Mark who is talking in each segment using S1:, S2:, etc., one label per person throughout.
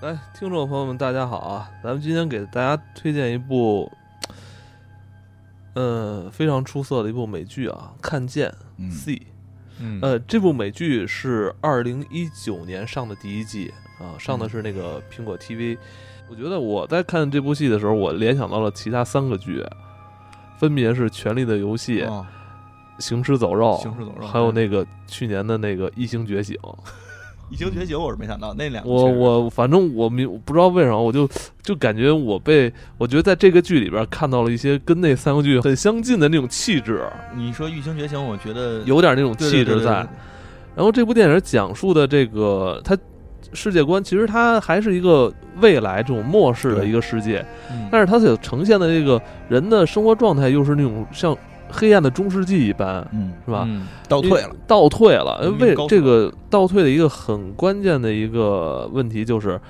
S1: 来，听众朋友们，大家好啊！咱们今天给大家推荐一部，呃，非常出色的一部美剧啊，《看见
S2: 嗯
S1: C》
S3: 嗯
S1: 呃，这部美剧是二零一九年上的第一季啊、上的是那个苹果 TV。我觉得我在看这部戏的时候，我联想到了其他三个剧，分别是《权力的游戏》
S3: 哦
S1: 行尸走肉》、
S3: 行尸走肉
S1: 哦还有那个去年的那个《异星觉醒》。
S3: 异形觉醒我是没想到那两个
S1: 我
S3: 确实
S1: 我反正我明我不知道为什么，我就就感觉我被我觉得在这个剧里边看到了一些跟那三个剧很相近的那种气质，
S3: 你说异形觉醒，我觉得
S1: 有点那种
S3: 对
S1: 气质
S3: 对对对
S1: 在。然后这部电影讲述的这个它世界观，其实它还是一个未来这种末世的一个世界，
S3: 嗯
S1: 但是它所呈现的这个人的生活状态又是那种像黑暗的中世纪一般，
S2: 嗯，
S1: 是吧？
S3: 嗯
S2: 倒退了，，
S1: 倒退了。呃
S3: 文明
S1: 为
S3: 高速
S1: 这个倒退的一个很关键的一个问题就是，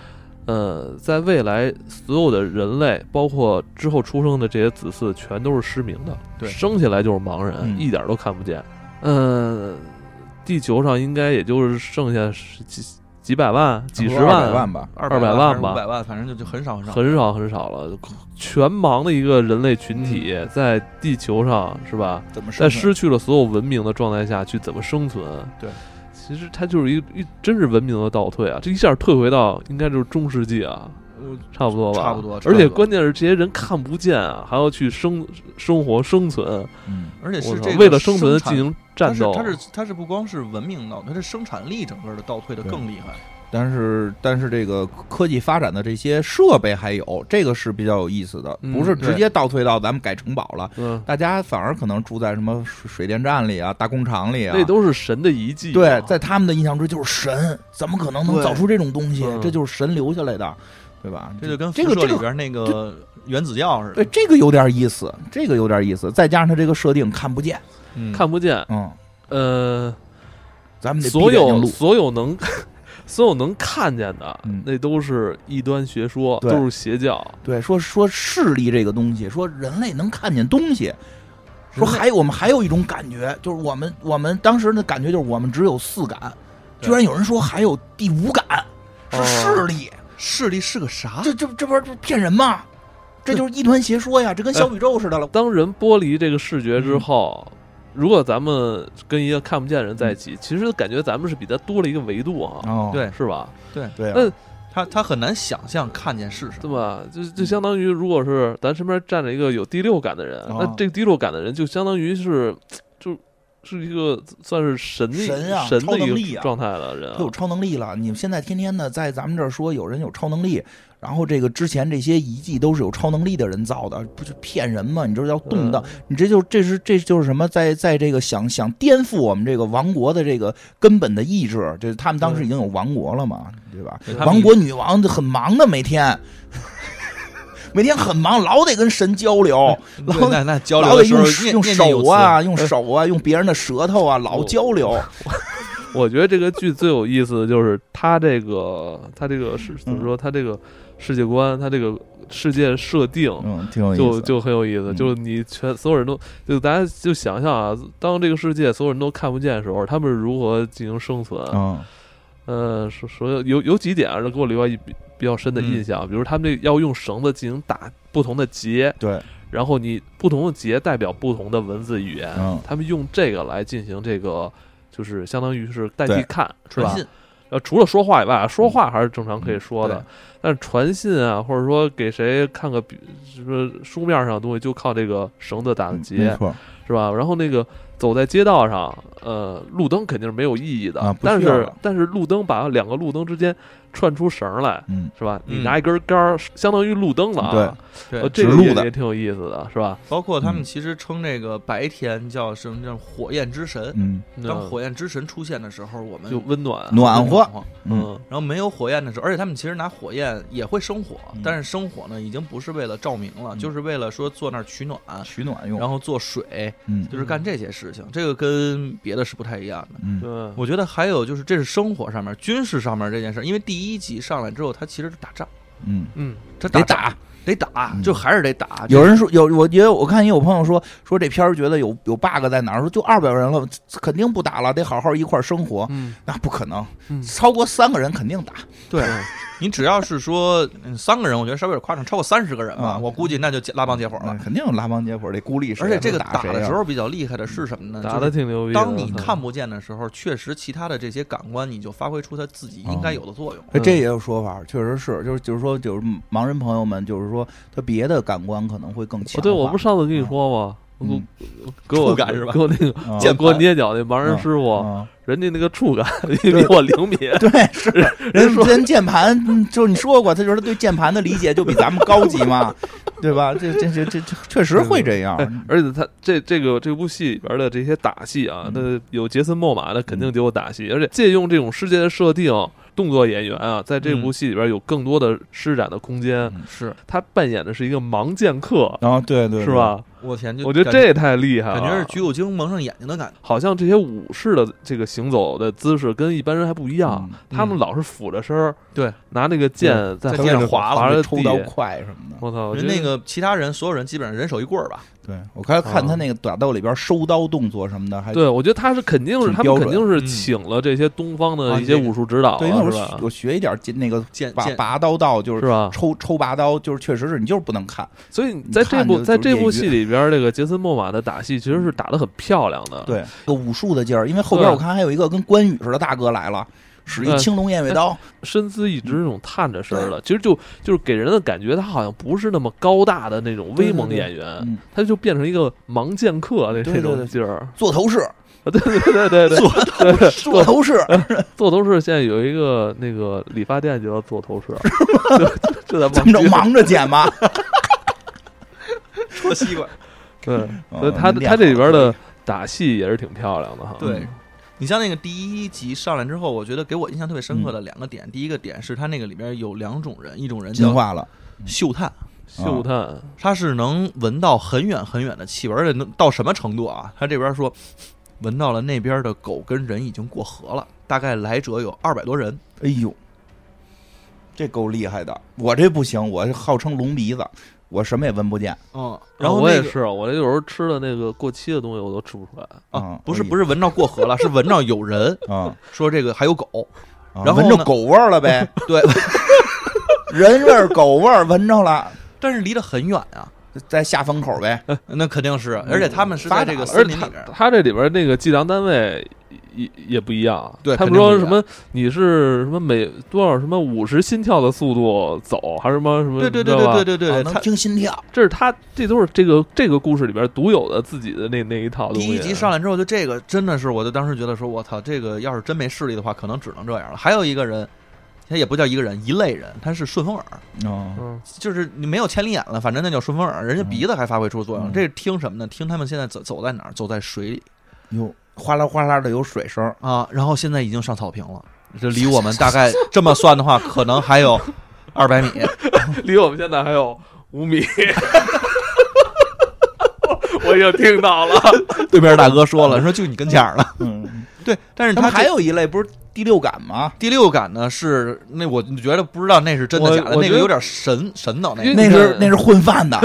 S1: 呃，在未来所有的人类，包括之后出生的这些子嗣，全都是失明的，
S3: 对
S1: 生下来就是盲人，
S2: 嗯
S1: 一点都看不见。嗯、地球上应该也就是剩下十几几百万、几十
S2: 200
S1: 万、
S2: 万吧，
S3: 二
S1: 200万吧
S3: 五百万，反正就就很少很少。
S1: 很少很少了。全盲的一个人类群体
S3: 嗯
S1: 在地球上是吧？
S2: 怎么
S1: 在
S2: 生存
S1: 失去了所有文明的状态下去怎么生存？
S3: 对，
S1: 其实它就是一一真是文明的倒退啊！这一下退回到应该就是中世纪啊，
S3: 我
S1: 差不多吧？
S3: 差不多差不
S1: 而
S3: 多
S1: 且关键是这些人看不见啊，还要去生生活生存，
S2: 嗯，
S3: 而且
S1: 我
S3: 是
S1: 操
S3: 这个
S1: 为了生存
S3: 生
S1: 进
S3: 产
S1: 行战斗。
S3: 它是它是它是不光是文明倒退，它是生产力整个的倒退的更厉害。
S2: 但是但是这个科技发展的这些设备还有这个是比较有意思的，
S1: 嗯
S2: 不是
S3: 对
S2: 直接倒退到咱们改城堡了，
S1: 嗯，
S2: 大家反而可能住在什么水水电站里啊、大工厂里啊，
S1: 那都是神的遗迹啊。
S2: 对，在他们的印象中就是神，怎么可能能
S3: 对
S2: 造出这种东西
S1: 嗯？
S2: 这就是神留下来的，对吧？
S3: 这就跟
S2: 这
S3: 辐
S2: 个
S3: 射
S2: 这
S3: 里
S2: 个
S3: 边那个原子药似
S2: 对
S3: 的，
S2: 这个有点意思，这个有点意思，再加上它这个设定看不见，
S3: 嗯
S1: 看不见。
S2: 嗯，
S1: 呃，
S2: 咱们得
S1: 所
S2: 闭着眼
S1: 有
S2: 睛录
S1: 所有能 所有能看见的
S2: 嗯，
S1: 那都是异端学说，
S2: 对
S1: 都是邪教。
S2: 对说说视力这个东西，说人类能看见东西。说
S3: 人类
S2: 还有我们还有一种感觉，就是我们我们当时的感觉就是我们只有四感，
S3: 对
S2: 居然有人说还有第五感是
S1: 哦
S2: 视力，
S3: 视力是个啥？
S2: 这这这不是这骗人吗？这就是异端邪说呀，这跟小宇宙似的了。
S1: 当人剥离这个视觉
S2: 嗯
S1: 之后，如果咱们跟一个看不见的人在一
S2: 嗯
S1: 起，其实感觉咱们是比他多了一个维度啊，
S2: 哦
S3: 呃对呃
S1: 是吧？
S2: 对啊
S1: 那
S3: 他他很难想象看见是什
S1: 对
S3: 么。
S1: 吧？就就相当于，如果是咱身边站着一个有第六感的人，
S2: 哦
S1: 那这个第六感的人就相当于是，就是一个算是神的
S2: 神啊
S1: 神的
S2: 超能
S1: 一
S2: 力
S1: 个
S2: 啊
S1: 状态的人啊
S2: 他有超能力了。你们现在天天的在咱们这儿说有人有超能力，然后这个之前这些遗迹都是有超能力的人造的，不是骗人吗？你这叫
S3: 呃
S2: 动荡，你这就这是这就是什么在在这个想想颠覆我们这个王国的这个根本的意志，这他们当时已经有王国了嘛，对吧？
S3: 对他们
S2: 王国女王很忙的，每天 每天很忙，老得跟神交流。
S3: 对
S2: 老
S3: 那那嗯交
S2: 老
S3: 流
S2: 得
S3: 的时候
S2: 用
S3: 念念
S2: 用
S3: 念有
S2: 手
S3: 词嗯
S2: 啊，用手啊，用别人的舌头啊，老
S1: 我
S2: 交流。
S1: 我觉得这个剧最有意思的就是它这个它这个是怎么说？它这个世界观，它这个世界设定，
S2: 嗯，挺有意思。
S1: 就就很有意思，
S2: 嗯
S1: 就是你全所有人都就大家就想象啊，当这个世界所有人都看不见的时候，他们是如何进行生存？
S2: 嗯
S1: 呃，说说有有几点啊，给我留下一比比较深的
S2: 嗯
S1: 印象，比如他们这要用绳子进行打不同的结，
S2: 对，
S1: 然后你不同的结代表不同的文字语言，
S2: 嗯
S1: 他们用这个来进行这个，就是相当于是代替
S2: 对
S1: 看，是
S3: 传
S1: 吧？
S3: 信，
S1: 呃，除了说话以外，
S2: 嗯
S1: 说话还是正常可以说的，
S3: 对
S1: 但是传信啊，或者说给谁看个笔，就是书面上的东西，就靠这个绳子打的结，
S2: 嗯没错
S1: 是吧？然后那个走在街道上，呃，路灯肯定是没有意义的，
S2: 啊不
S1: 但
S2: 需要
S1: 是
S2: 了
S1: 但是路灯把两个路灯之间串出绳来，
S2: 嗯，
S1: 是吧？你
S3: 嗯
S1: 拿一根杆儿，相当于路灯了啊。
S3: 对
S1: 呃，这个
S2: 指路
S1: 也
S2: 的
S1: 也挺有意思的，是吧？
S3: 包括
S2: 嗯
S3: 他们其实称这个白天叫什么叫火焰之神。
S2: 嗯，
S3: 当
S1: 嗯
S3: 火焰之神出现的时候，我们
S1: 就温暖，啊
S2: 暖
S3: 和
S2: 和，，嗯
S1: 嗯，
S3: 然后没有火焰的时候，而且他们其实拿火焰也会生火，
S2: 嗯
S3: 但是生火呢，已经不是为了照明了，
S2: 嗯
S3: 就是为了说坐那儿取暖，
S2: 取暖用，
S3: 然后做水，
S2: 嗯
S3: 就是干这些事情。这个跟别的是不太一样的。
S2: 嗯，
S1: 对，
S3: 我觉得还有就是，这是生活上面、军事上面这件事，因为第一集上来之后，他其实是打仗，
S2: 嗯，
S1: 嗯，
S3: 这
S2: 得
S3: 打
S2: 打。
S3: 得打，
S2: 嗯
S3: 就还是得
S1: 啊
S3: 打。
S2: 有人说有，我觉得我看也有朋友说说这片儿觉得有有 bug 在哪儿，说就二百人了，肯定不打了，得好好一块儿生活。
S1: 嗯
S2: 那不可能，
S1: 嗯
S2: 超过三个人肯定打。
S3: 对
S1: 嗯
S3: 你只要是说嗯三个人，我觉得稍微有点夸张，超过三十个人吧，
S2: 嗯
S3: 我估计那就结拉帮结伙了
S1: 哎
S2: 那。肯定有拉帮结伙，这孤立谁
S3: 而且这个
S2: 打
S3: 打
S2: 谁啊
S3: 的时，候比较厉害的是什么呢？
S1: 打
S3: 就
S1: 的
S3: 是
S1: 挺牛逼的。
S3: 当你
S1: 嗯
S3: 看不见的时候，确实其他的这些感官你就发挥出它自己应该有的作用。
S2: 哎，这
S1: 嗯
S2: 也有说法，确实是，就是就是说，就是盲人朋友们，就是说他别的感官可能会更强
S1: 哦
S2: 化。
S1: 对，我不是上次跟你说吗？
S2: 嗯
S1: 我给我
S3: 触感是吧
S1: 给我那个
S2: 嗯
S1: 给
S3: 键
S1: 给我
S3: 盘
S1: 捏脚那盲人师傅，
S2: 嗯
S1: 人家那个 触感比我灵敏。
S2: 对，是人
S1: 人说
S2: 人键盘，嗯就是你说过，他就是他对键盘的理解就比咱们高级嘛，对吧？这这这这这确实会这样，
S1: 哎，而且他这这个这部戏里边的这些打戏
S3: 嗯
S1: 啊，那、有杰森·莫玛，那肯定得有打戏，而且借用这种世界的设定，动作演员啊，在这部戏里边有更多的施展的空间。
S2: 嗯
S3: 是
S1: 他扮演的是一个盲剑客，
S2: 然后哦对对
S1: 是？吧？
S3: 我天，就
S1: 我觉得
S3: 感
S1: 这也太厉害了，
S3: 感觉是橘右京蒙上眼睛的感觉。
S1: 好像这些武士的这个行走的姿势跟一般人还不一
S2: 对
S3: 嗯
S1: 样，他
S2: 嗯
S1: 们老是俯着身儿，
S3: 对，
S1: 拿那个剑在
S3: 在
S1: 后
S3: 地上
S1: 面
S3: 划
S1: 划着
S2: 抽刀
S1: 地。
S2: 快什么的。
S1: 我操，我觉
S3: 人
S1: 得
S3: 那个其他人所有人基本上人手一棍儿吧，
S2: 对我刚才看他
S1: 啊
S2: 那个打斗里边收刀动作什么的，还
S1: 对，我觉得他是肯定是
S2: 挺
S1: 他们
S2: 标
S1: 肯
S2: 准
S1: 定是
S3: 嗯
S1: 请了这些东方
S3: 啊
S1: 的一些
S3: 这个
S1: 武术指导
S2: 对，因为
S1: 了，
S2: 我
S1: 是
S2: 学
S1: 吧？
S2: 我学一点进那个
S3: 剑
S2: 拔
S3: 剑
S2: 拔刀道，就是
S1: 吧？啊
S2: 抽抽拔刀，就是确实是你就是不能看，
S1: 所以在这
S2: 你看
S1: 部
S2: 就
S1: 在这
S2: 就
S1: 部
S2: 是业余
S1: 戏里边，这个杰森·莫玛的打戏其实是打得很漂亮的。，
S2: 对，个武术的劲儿，因为后边
S1: 对
S2: 我看还有一个跟关羽似的大哥来了，使一
S1: 嗯
S2: 青龙偃月刀，
S1: 身姿一直
S2: 嗯
S1: 是那种探着身儿的，其实就就是给人的感觉，他好像不是那么高大的那种
S2: 对
S1: 威
S2: 对
S1: 猛
S2: 对
S1: 演员，
S2: 嗯，
S1: 他就变成一个盲剑客的
S2: 对
S1: 这
S2: 对
S1: 种
S2: 对
S1: 劲儿。
S2: 做头饰，
S1: 啊对对对对对，对对
S2: 做头饰，
S1: 做头饰现在有一个那个理发店就叫做头 饰，就就就在
S2: 怎么着
S1: 盲区
S2: 忙着剪吧？
S3: 戳西瓜。
S1: 对，
S2: 嗯
S1: 所以他
S2: 能练
S1: 他这里边
S2: 好
S1: 的打戏也是挺漂亮的哈。
S2: 嗯
S3: 对，你像那个第一集上来之后，我觉得给我印象特别深刻的两个点，第一个点是他那个里边有两种人，一种人
S2: 进
S3: 叫
S2: 化了，
S3: 嗅探，
S1: 嗅探，
S3: 他是能闻到很远很远的气味，而且能到什么程度啊？他这边说闻到了那边的狗跟人已经过河了，大概来者有二百多人。
S2: 哎呦，这够厉害的，我这不行，我号称龙鼻子，我什么也闻不见，
S3: 嗯，然后
S1: 哦我
S3: 那
S1: 也
S3: 个
S1: 是，我有时候吃的那个过期的东西我都吃不出来。
S3: 啊
S2: 嗯，
S3: 不是
S2: 哎呀
S3: 不是闻到过河了，是闻到有人
S2: 啊，
S3: 说这个还有狗，
S2: 啊
S3: 然后
S2: 闻着
S3: 呢
S2: 狗味儿了呗，
S3: 对，
S2: 人味儿狗味儿闻着了，
S3: 但是离得很远啊，
S2: 在下风口呗，啊
S3: 那肯定是，而且他们是
S2: 发
S3: 在
S2: 达
S3: 这个
S2: 了
S1: 而
S3: 森
S1: 且
S3: 林
S1: 他
S3: 里边，
S1: 他这里边那个计量单位也也不一样，
S3: 对
S1: 他们
S3: 肯定不
S1: 说
S3: 一
S1: 什
S3: 样
S1: 么你是什么每多少什么五十心跳的速度走，还是什么什么？
S3: 对对
S1: 你知
S3: 对
S1: 道吧
S3: 对对对对，
S2: 啊
S3: 他
S2: 能听心跳，
S1: 这是他这都是这个这个故事里边独有的自己的那那一套东
S3: 第
S1: 西。
S3: 一集上来之后，就这个真的是，我就当时觉得说，我操，这个要是真没视力的话，可能只能这样了。还有一个人，他也不叫一个人，一类人，他是顺风耳，
S2: 嗯
S1: 嗯，
S3: 就是你没有千里眼了，反正那叫顺风耳，人家
S2: 嗯
S3: 鼻子还发挥出作用。
S2: 嗯
S3: 这是听什么呢？听他们现在走走在哪儿？走在水里
S2: 哟，哗啦哗啦的有水声，
S3: 啊，然后现在已经上草坪了，这离我们大概这么算的话，可能还有二 百米。
S1: 离我们现在还有五米。 我已经听到了，
S3: 对面大哥说了，说就你跟前儿了。
S2: 嗯，
S3: 对，但是
S2: 他们
S3: 他
S2: 还
S3: 这
S2: 有一类不是第六感吗？
S3: 第六感呢，是那我觉得不知道那是真的
S1: 我
S3: 假的，
S1: 我
S3: 那
S1: 觉
S3: 个
S1: 得
S3: 有点神神脑那
S1: 因
S3: 个
S1: 为。
S2: 那
S1: 你
S2: 是
S1: 看
S2: 那是混饭的，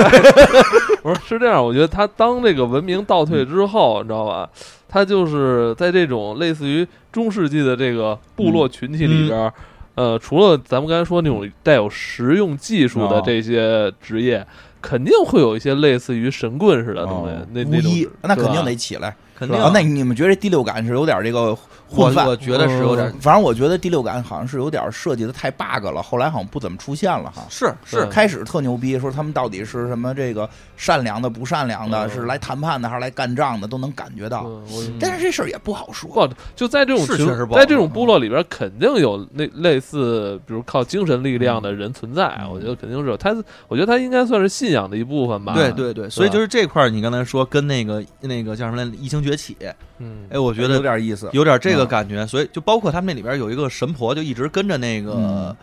S1: 不是是这样，我觉得他当这个文明倒退之后，你知道吧？他就是在这种类似于中世纪的这个部落群体里边儿，呃，除了咱们刚才说那种带有实用技术的
S2: 哦
S1: 这些职业，肯定会有一些类似于神棍似的东西。
S2: 哦
S1: 那
S2: 无
S1: 那种
S2: 一
S1: 是，
S2: 那肯
S1: 吧
S2: 定得起来。
S3: 肯
S1: 是
S3: 定
S1: 吧
S2: 啊，那你们觉得这第六感是有点这个
S3: 我
S2: 混饭？
S3: 我觉得是有点
S1: 嗯
S2: 反正我觉得第六感好像是有点设计的太 bug 了，后来好像不怎么出现了哈。
S3: 是是
S1: 嗯
S2: 开始特牛逼，说他们到底是什么这个善良的、不善良的，
S1: 嗯
S2: 是来谈判的还是来干仗的，都能感觉到。
S1: 嗯我
S2: 但是这事儿也不好说
S1: 不，好，就在这种
S3: 是
S1: 群
S3: 确实不好嗯
S1: 在这种部落里边，肯定有类类似，比如靠精神力量的人存在。
S2: 嗯
S1: 我觉得肯定是有，他我觉得他应该算是信仰的一部分吧。
S3: 对对对，所以就是这块儿，你刚才说跟那个那个叫什么来，《异星崛起》，
S1: 嗯，
S3: 哎，我觉
S2: 有
S3: 得
S2: 点意思。
S3: 有点这个感觉，所以就包括他们那里边有一个神婆，就一直跟着那个
S2: 嗯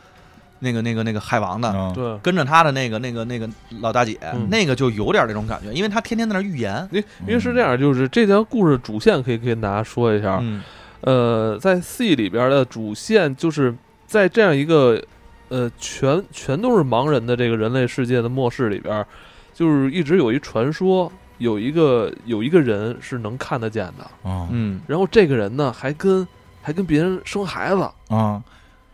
S3: 那个那个那个海王的，
S2: 嗯，
S1: 对。
S3: 跟着他的那个那个那个老大姐
S1: 嗯，
S3: 那个就有点这种感觉，因为他天天在那儿预言。
S1: 因因为是这样，就是这条故事主线可以跟大家说一下。
S3: 嗯，
S1: 呃，在 C 里边的主线就是在这样一个呃全全都是盲人的这个人类世界的末世里边，就是一直有一传说，有一个有一个人是能看得见的，
S2: 啊
S3: 嗯，
S1: 然后这个人呢还跟还跟别人生孩子，
S2: 啊，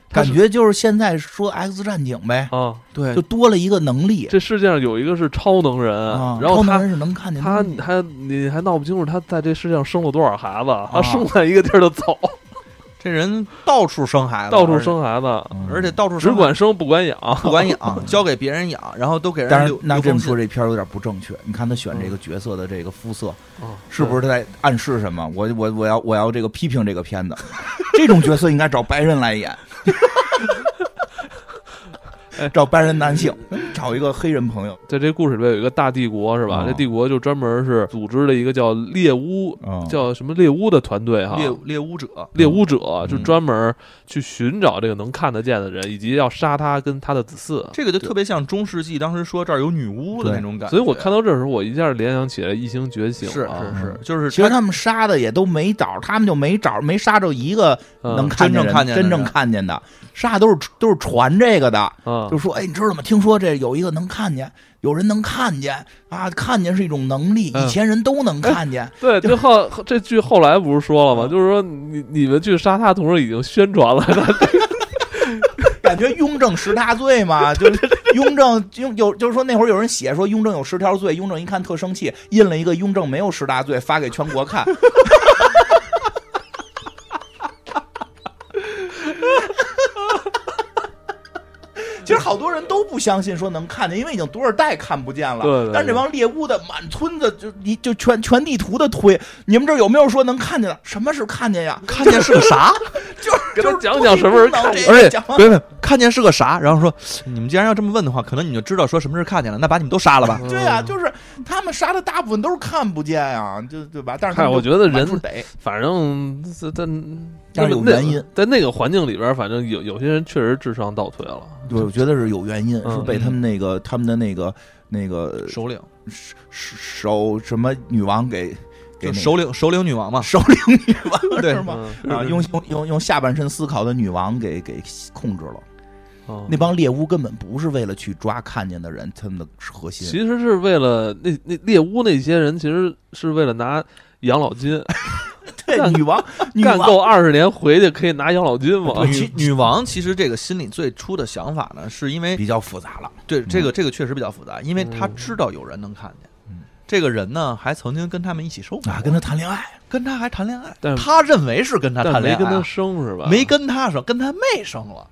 S1: 它
S2: 感
S1: 是
S2: 觉就是现在说 X 战警呗，
S1: 啊，
S3: 对
S2: 就多了一个能力
S1: 这世界上有一个是超能人，
S2: 啊。
S1: 然后
S2: 超能
S1: 他
S2: 人是能看见
S1: 他
S2: 东西
S1: 还你还闹不清楚他在这世界上生了多少孩子，他生在一个地儿就走，
S3: 这人到处生孩子，
S1: 到处生孩子，
S2: 嗯
S3: 而且，而且到处生
S1: 只管生不管养。
S3: 不管养，交给别人养，然后都给人
S2: 但是
S3: 留
S2: 那这么说，
S3: 留
S2: 这片儿有点不正确。你看他选这个角色的这个肤色，
S1: 嗯
S2: 是不是他在暗示什么？我我我要我要这个批评这个片子，这种角色应该找白人 来演
S1: 哎，
S2: 找白人男性，找一个黑人朋友，
S1: 在这故事里边有一个大帝国是吧？
S2: 嗯
S1: 这帝国就专门是组织了一个叫猎巫，
S2: 嗯
S1: 叫什么猎巫的团队哈。
S3: 猎猎巫者，
S1: 猎巫者就
S2: 嗯
S1: 专门去寻找这个能看得见的人，以及要杀他跟他的子嗣。
S3: 这个就特别像中世纪当时说这儿有女巫的
S2: 对
S3: 那种感觉。
S1: 所以我看到这儿的时候，我一下联想起来《异星觉醒
S3: 是》是
S1: 啊，
S3: 是，就是
S2: 其实
S3: 嗯他
S2: 他们杀的也都没找，他们就没找，没杀着一个
S1: 嗯
S2: 能看见人、
S3: 真正看见的
S2: 真正看见的，杀的都是都是传这个的，
S3: 嗯
S1: 啊
S2: 就，说哎，你知道吗？听说这有一个能看见，有人能看见啊，看见是一种能力，
S1: 嗯
S2: 以前人都能
S3: 哎
S2: 看见，
S1: 对，
S2: 就嗯
S1: 这后这剧后来不是说了吗？就是说你你们去杀他，同时已经宣传 了，
S2: 感觉雍正十大 罪嘛，就是雍正雍有就是说那会儿有人写说雍正有十条罪，雍正一看特生气，印了一个雍正没有十大罪发给全国看， 其实好多人都不相信说能看见，因为已经多少代看不见了。
S1: 对对对
S2: 但是这帮猎巫的满村子就你就全全地图的推，你们这儿有没有说能看见的？什么是看见呀？看见是个啥？ 就是
S1: 给他
S2: 就是
S1: 讲讲什么是
S2: 不知道
S1: 看
S2: 这
S1: 见
S2: 个
S3: 而且
S2: 讲 完
S3: 别别看见是个啥，然后说你们既然要这么问的话，可能你们就知道说什么是看见了，那把你们都杀了吧。
S2: 对呀、
S1: 嗯
S2: 就是他们杀的大部分都是看不见呀、就对吧？但是他们
S1: 嗨我
S2: 就
S1: 觉得人
S2: 满处逮
S1: 反正这这，
S2: 但是有
S1: 那
S2: 原因，
S1: 在那个环境里边，反正有有些人确实智商倒退了。
S2: 对，我觉得是有原因，
S1: 嗯
S2: 是被他们那个他们的那个那个
S3: 首领
S2: 首什么女王给给
S3: 就
S2: 那个
S3: 首领首领女王嘛，
S2: 首领女 王
S3: 对
S2: 是吗？
S1: 嗯
S2: 啊，用用用用下半身思考的女王给给控制了。
S1: 哦
S2: 那帮猎巫根本不是为了去抓看见的人，他们的核心。
S1: 其实是为了那那猎巫那些人，其实是为了拿养老金，
S2: 对，
S1: 干
S2: 女王， 女
S1: 干
S2: 王
S1: 够二十年回去可以拿养老金嘛？
S2: 对
S3: 女
S2: 其
S3: 女王啊其实这个心里最初的想法呢，是因为
S2: 比较复杂了。
S3: 对这个这个确实比较复杂，因为她知道有人能看见
S2: 嗯。
S3: 这个人呢，还曾经跟他们一起生活，
S2: 啊，跟他谈恋爱，
S3: 跟他还谈恋爱
S1: 但，
S3: 他认为是跟他
S1: 但
S3: 谈
S1: 没
S3: 恋爱
S1: 跟
S3: 啊，
S1: 他生是吧？
S3: 没跟他生，跟他妹生了，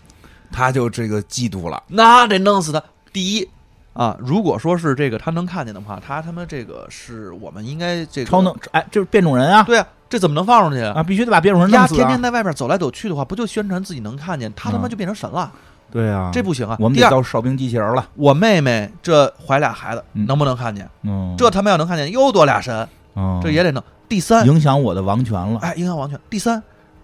S2: 他就这个嫉妒了。
S3: 那得弄死他。第一啊，如果说是这个他能看见的话，他他妈这个是我们应该这个
S2: 超能，哎，就是变种人啊，
S3: 对啊，这怎么能放出去啊？
S2: 啊，必须得把变种人弄
S3: 丫
S2: 死
S3: 天
S2: 啊
S3: 天！在外边走来走去的话，不就宣传自己能看见？他他妈就变成神了，
S2: 对啊
S3: 这不行啊！
S2: 我们
S3: 第
S2: 得
S3: 二，
S2: 到哨兵机器人了。
S3: 我妹妹这怀俩孩子，
S2: 嗯
S3: 能不能看见？
S2: 嗯
S3: 这他妈要能看见，又多俩神，这也得弄。第三，
S2: 嗯影响我的王权了。
S3: 哎，影响王权。第三，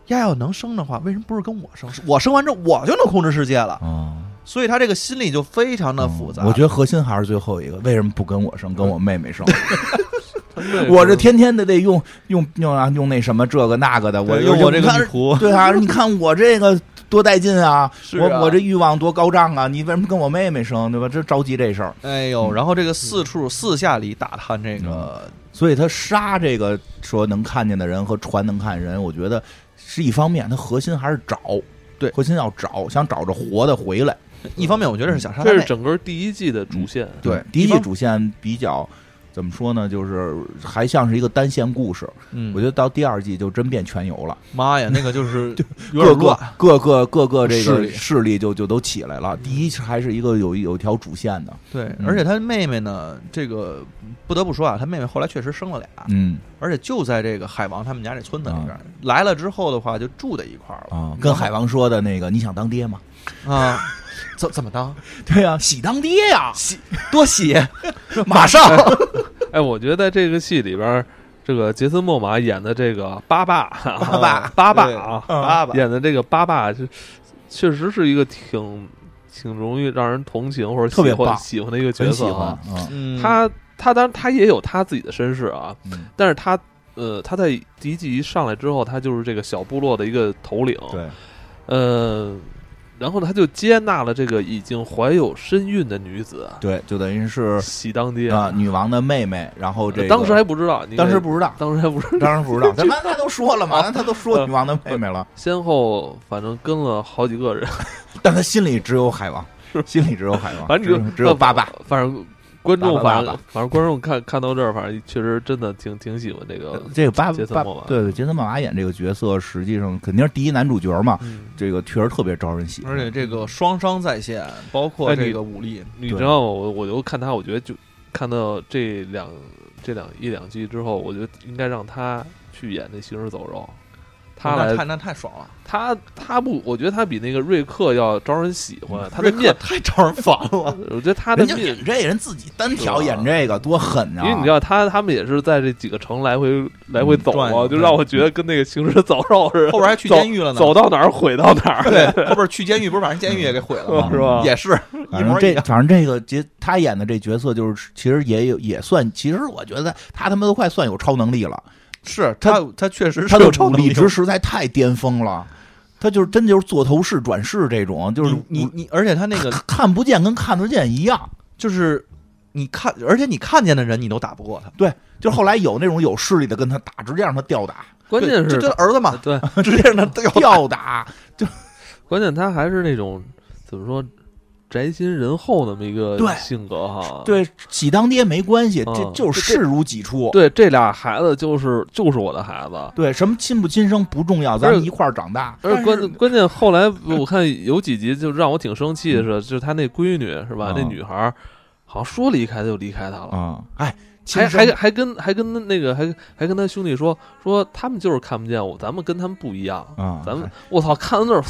S3: 丫要能生的话，为什么不是跟我生？是我生完之后，我就能控制世界了。
S2: 啊，
S3: 所以他这个心理就非常的复杂。
S2: 嗯我觉得核心还是最后一个，为什么不跟我生，跟我妹妹生？
S1: 他妹夫
S2: 我这天天的得用用用啊用那什么这个那个的，我
S3: 对用我这个女
S2: 看
S3: 仆，
S2: 对啊，你看我这个多带劲 啊！
S3: 啊
S2: 我我这欲望多高涨啊！你为什么跟我妹妹生，对吧？这着急这事儿，
S3: 哎呦，然后这个四处四下里打探这个，
S2: 所以他杀这个说能看见的人和传能看见人，我觉得是一方面，他核心还是找，
S3: 对
S2: 核心要找，想找着活的回来。
S3: 一方面我觉得是想杀他
S1: 这
S3: 妹
S1: 是，整个第一季的
S2: 嗯
S1: 主线。
S3: 对
S2: 第一
S3: 一
S2: 季
S3: 方
S2: 主线比较怎么说呢？就是还像是一个单线故事。
S3: 嗯，
S2: 我觉得到第二季就真变全游了，
S3: 妈呀，那个就是有
S2: 各
S3: 点
S2: 个嗯
S3: 乱，
S2: 各个各个这
S3: 势
S2: 个
S3: 力
S2: 势力就就都起来了。第一还是一个有有一条主线的，
S3: 对，
S2: 嗯
S3: 而且他妹妹呢，这个不得不说啊，他妹妹后来确实生了俩，
S2: 嗯
S3: 而且就在这个海王他们家这村子里边
S2: 啊，
S3: 来了之后的话就住在一块儿了
S2: 啊，跟海王说的那个，你想当爹吗？
S3: 啊，怎怎么当？
S2: 对呀、喜当爹呀、
S3: 啊洗多 洗，
S2: 马上
S1: 哎，我觉得在这个戏里边，这个杰森·莫玛演的这个巴爸，巴
S2: 爸
S1: 巴啊爸
S3: 对
S1: 啊，
S3: 爸爸
S1: 演的这个巴爸，是确实是一个挺挺容易让人同情或者
S2: 特别
S1: 喜欢
S2: 棒
S1: 喜欢的一个角
S2: 很喜
S1: 色
S2: 欢
S1: 啊。，
S2: 嗯
S3: 嗯，
S1: 他他当然他也有他自己的身世啊，
S2: 嗯，
S1: 但是他呃他在第一季一上来之后，他就是这个小部落的一个头领，
S2: 对，
S1: 呃，然后呢，他就接纳了这个已经怀有身孕的女子，
S2: 对，就等于是
S1: 喜当爹
S2: 啊、女王的妹妹，然后这个
S1: 当时还不知道，你
S2: 当时 不知道，
S1: 当时还不知道，
S2: 当然不知道，他刚才都说了嘛，他都说女王的妹妹 了，
S1: 先后反正跟了好几个人，
S2: 啊但他心里只有海王，心里只有海王，
S1: 反正
S2: 只
S1: 就
S2: 有只有爸爸，
S1: 反正观众
S2: 爸爸
S1: 反正
S2: 爸
S1: 反正观众看看到这儿，反正确实真的挺挺喜欢这个，
S2: 这个巴
S1: 呃杰森
S2: 巴
S1: 莫玛
S2: 对对，杰森·莫玛演这个角色，实际上肯定是第一男主角嘛，
S1: 嗯
S2: 这个确实特别招人 喜欢。
S3: 而且这个双商在线，包括
S1: 哎你
S3: 这个武力，
S1: 你
S2: 对
S1: 知道吗？我我就看他，我觉得就看到这两这两一两季之后，我觉得应该让他去演那《行尸走肉》，他
S3: 那
S1: 来
S3: 太那太爽了，
S1: 他他不，我觉得他比那个瑞克要招人喜欢。他的
S3: 瑞克
S1: 面，
S3: 太招人烦了。
S1: 我觉得他的
S2: 人家
S1: 面
S2: 演，这人自己单挑
S1: 是吧
S2: 演这个多狠
S1: 因
S2: 啊！嗯
S1: 为你知道他他们也是在这几个城来回来回走
S3: 转
S1: 嘛，
S3: 悠
S1: 就让我觉得跟那个行尸 走肉似的。
S3: 后边还去
S1: 走
S3: 监狱了呢
S1: 走到哪儿毁到哪 儿，
S3: 对，后边去 监狱不是把人监狱也给毁了吗？
S1: 是
S2: 嗯
S1: 吧？
S3: 也是一
S2: 反正
S3: 模一
S2: 这
S3: 样。
S2: 反正这个角他演的这角色就是其实也有也算，其实我觉得他他妈都快算有超能力了，
S3: 是
S2: 他
S3: 他他确实是
S2: 他的
S3: 有超
S2: 武
S3: 能
S2: 力
S3: 力。
S2: 值实在太巅峰了，他就是真就是座头市转世这种，就是
S3: 你你你，而且他那个
S2: 看看不见跟看得见一样。
S3: 就是你看，而且你看见的人你都打不过他。
S2: 对，就是后来有那种有势力的跟他打，直接让他吊打，
S1: 关键
S3: 对这
S1: 是
S3: 啊这儿子 嘛，
S1: 对，
S3: 直接让他掉
S2: 吊打，
S1: 关键他还是那种怎么说，宅心仁厚那么一个
S2: 对
S1: 性格哈。
S2: 对，喜当爹没关系，
S1: 啊
S2: 这就是视如己出。
S1: 对，这俩孩子就是就是我的孩子。
S2: 对，什么亲不亲生不重要，咱
S1: 而
S2: 们
S1: 且
S2: 一块儿长大。
S1: 而
S3: 但
S1: 且
S3: 是
S1: 关关键后来我看有几集就让我挺生气的
S3: 嗯
S1: 是，就是他那闺女是吧
S2: 啊？
S1: 那女孩儿好像说离开就离开他了，
S2: 啊、哎，亲
S1: 还
S2: 生
S1: 还还跟还跟那个还还跟他兄弟说说他们就是看不见我，咱们跟他们不一样。
S2: 啊，
S1: 咱们我操，看到 那儿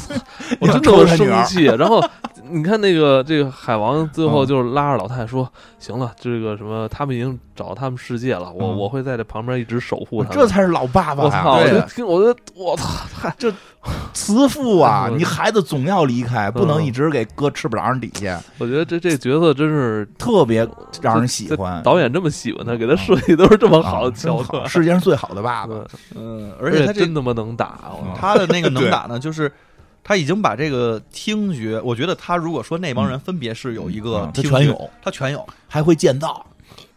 S1: 我
S2: 你想
S1: 真的我
S2: 抽他女
S1: 生
S2: 儿
S1: 气。然 后你看那个这个海王最
S2: 嗯
S1: 后就是拉着老太说：“行了，这个什么他们已经找到他们世界了，我
S2: 嗯哦
S1: 我会在这旁边一直守护他们。”
S2: 这才是老爸爸
S1: 我
S2: 呀、
S1: 操！我
S3: 对
S1: 就
S3: 啊
S1: 听，我就我操，太
S2: 慈父 啊！
S1: 嗯
S2: 你孩子总要离开，不能
S1: 嗯
S2: 一直给搁翅膀上底下，
S1: 我觉得这这角色真是
S2: 特别让人喜欢。
S1: 导演这么喜欢他，给他设计都是这么
S2: 啊
S1: 好的
S2: 真
S1: 桥
S2: 好
S1: 段，
S2: 世界上最好的爸爸。
S1: 嗯
S3: 嗯，
S1: 而
S3: 而且他这
S1: 真他妈能打，我操！
S3: 他的那个能
S2: 对
S3: 打呢，就是他已经把这个听觉，我觉得他如果说那帮人分别是有一个
S2: 嗯嗯他
S3: 听觉，
S2: 全有，
S3: 他全有，
S2: 还会建造。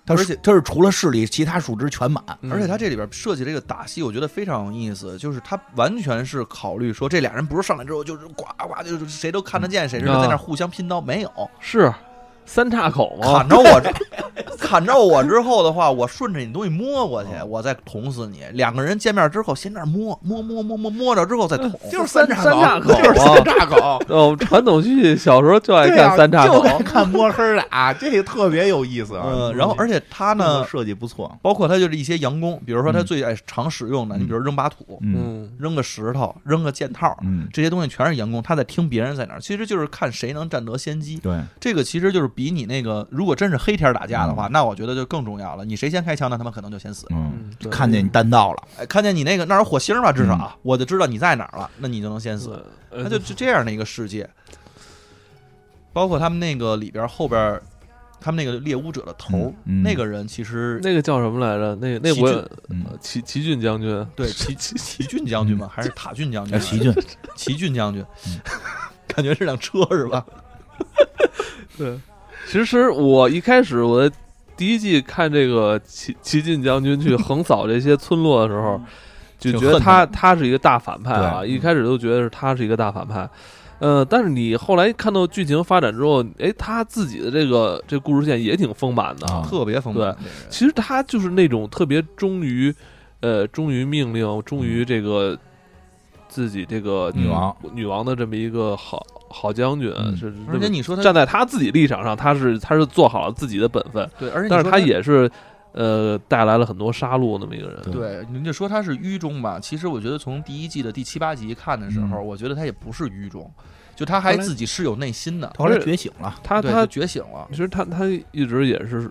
S2: 他
S3: 而
S2: 是他是除了视力，其他数值全满。
S1: 嗯
S3: 而且他这里边设计这个打戏，我觉得非常有意思，就是他完全是考虑说这俩人不是上来之后就是呱呱就是谁都看得见谁似的
S1: 啊
S3: 在那儿互相拼刀，没有
S1: 是三岔口嘛
S3: 砍，着我这砍着我之后的话，我顺着你东西摸过去，我再捅死你。两个人见面之后先在那儿摸摸摸摸摸摸着之后再捅，
S2: 嗯就是三
S1: 三
S2: 岔口，
S1: 岔口啊
S2: 就是 三 岔口。
S1: 哦，我们传统剧小时候就爱
S2: 对
S1: 看三岔
S2: 啊、就
S1: 口，
S2: 该看摸黑儿的啊， 这个特别有意思啊。
S3: 嗯，然后而且他
S2: 这
S3: 呢
S2: 个，设计不错，
S3: 包括他就是一些佯攻，比如说他
S2: 嗯
S3: 最爱常使用的，你比如扔把土、
S1: 嗯，
S3: 扔个石头、扔个箭套，
S2: 嗯，
S3: 这些东西全是佯攻。他在听别人在哪儿，其实就是看谁能占得先机。
S2: 对，
S3: 这个其实就是比你那个，如果真是黑天打架的话，那我觉得就更重要了。你谁先开枪，那他们可能就先死。
S2: 嗯，
S1: 嗯对
S2: 看见你单到了，
S3: 哎，看见你那个那儿有火星吧，至少、啊
S2: 嗯
S3: 我就知道你在哪儿了，那你就能先死。
S1: 呃
S3: 那就就这样的一个世界，包括他们那个里边后边，他们那个猎巫者的头儿，
S2: 嗯嗯
S3: 那个人其实
S1: 那个叫什么来着？那那
S3: 齐
S1: 我
S3: 俊
S2: 嗯
S1: 呃齐齐俊将军，
S3: 对齐齐齐俊将军吗？还是塔俊将
S1: 嗯
S3: 军？啊
S2: 哎， 奇俊，
S3: 齐俊将军
S2: 嗯，
S3: 感觉是辆车是吧？
S1: 对，其实我一开始我在第一季看这个齐齐晋将军去横扫这些村落的时候，就觉得他他是一个大反派啊，
S2: 对
S1: 一开始都觉得是他是一个大反派。呃，但是你后来看到剧情发展之后，哎，他自己的这个这故事线也挺丰满的。
S2: 啊
S3: 特别丰满。这个人
S1: 其实他就是那种特别忠于，呃，忠于命令，忠于这个自己这个
S2: 嗯女王，
S1: 女王的这么一个好好将军，
S2: 嗯
S1: 是这
S3: 而且
S1: 么
S3: 你说他
S1: 站在他自己立场上，他是他是做好了自己的本分，
S3: 对，而且你
S1: 但是
S3: 说
S1: 他也是呃带来了很多杀戮那么一个人。
S3: 对，你就说他是愚忠吧。其实我觉得从第一季的第七八集看的时候，
S2: 嗯
S3: 我觉得他也不是愚忠，就他还
S1: 后来
S3: 自己是有内心的，
S2: 后来觉醒了，
S1: 他
S3: 对
S1: 他
S3: 就觉醒了
S1: 其。实他他一直也是。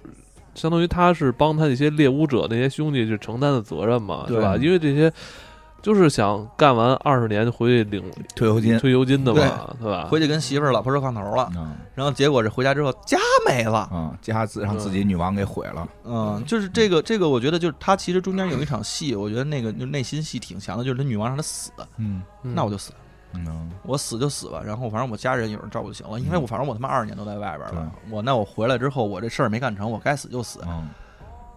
S1: 相当于他是帮他一些猎巫者那些兄弟去承担的责任嘛，
S2: 对
S1: 是吧？因为这些就是想干完二十年就回去领
S2: 退休金，
S1: 退休金的嘛，对吧？
S3: 回去跟媳妇儿、老婆热炕头了，
S2: 嗯
S3: 然后结果这回家之后家没了，
S2: 嗯，家自让自己女王给毁了，
S3: 嗯，就是这个这个，我觉得就是他其实中间有一场戏，我觉得那个就内心戏挺强的，就是他女王让他死，
S2: 嗯，
S1: 嗯
S3: 那我就死，
S2: 嗯，
S3: 我死就死吧，然后反正我家人有人照顾就行了，因为
S1: 嗯
S3: 我反正我他妈二十年都在外边了，我那我回来之后，我这事儿没干成，我该死就死。
S2: 嗯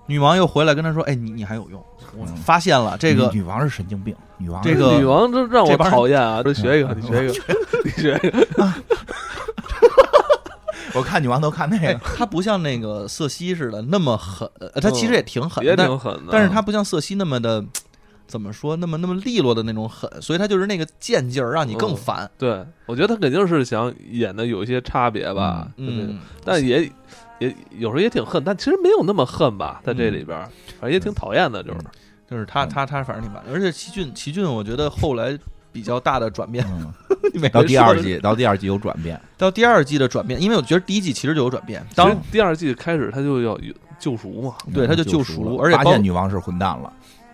S3: 女王又回来跟他说：“哎，你你还有用，我
S2: 嗯
S3: 发现了这个
S2: 女女王是神经病，女王
S3: 这个
S1: 女王这让我
S3: 这帮人
S1: 讨厌啊！这学一个，你学一个，你学一个。
S2: 我看女王都看那
S3: 哎
S1: 嗯
S2: 个，，
S3: 他不像那个瑟西似的那么狠，呃他其实也挺狠，
S1: 哦也
S3: 但
S1: 挺狠的，啊
S3: 但是他不像瑟西那么的，怎么说，那么那么利落的那种狠，所以他就是那个贱劲儿，让你更
S1: 嗯
S3: 烦。
S1: 对我觉得他肯定是想演的有一些差别吧，对
S3: 嗯，
S1: 但也也有时候也挺恨，但其实没有那么恨吧，在这里边儿，反正也挺讨厌的，就是
S3: 就是他
S2: 嗯
S3: 他他反正挺烦，而且奇骏奇骏，我觉得后来比较大的转变，
S2: 嗯，
S3: 你每
S2: 到
S3: 回
S2: 第
S3: 说
S2: 二
S3: 的
S2: 季到第二季有转变，
S3: 到第二季的转变，因为我觉得第一季其实就有转变，
S1: 当
S3: 当
S1: 第二季开始他就要有救赎嘛，
S3: 对他就救
S2: 救
S3: 赎
S2: 嗯了
S3: 而且
S2: 发
S3: 包
S2: 现女王是混蛋了，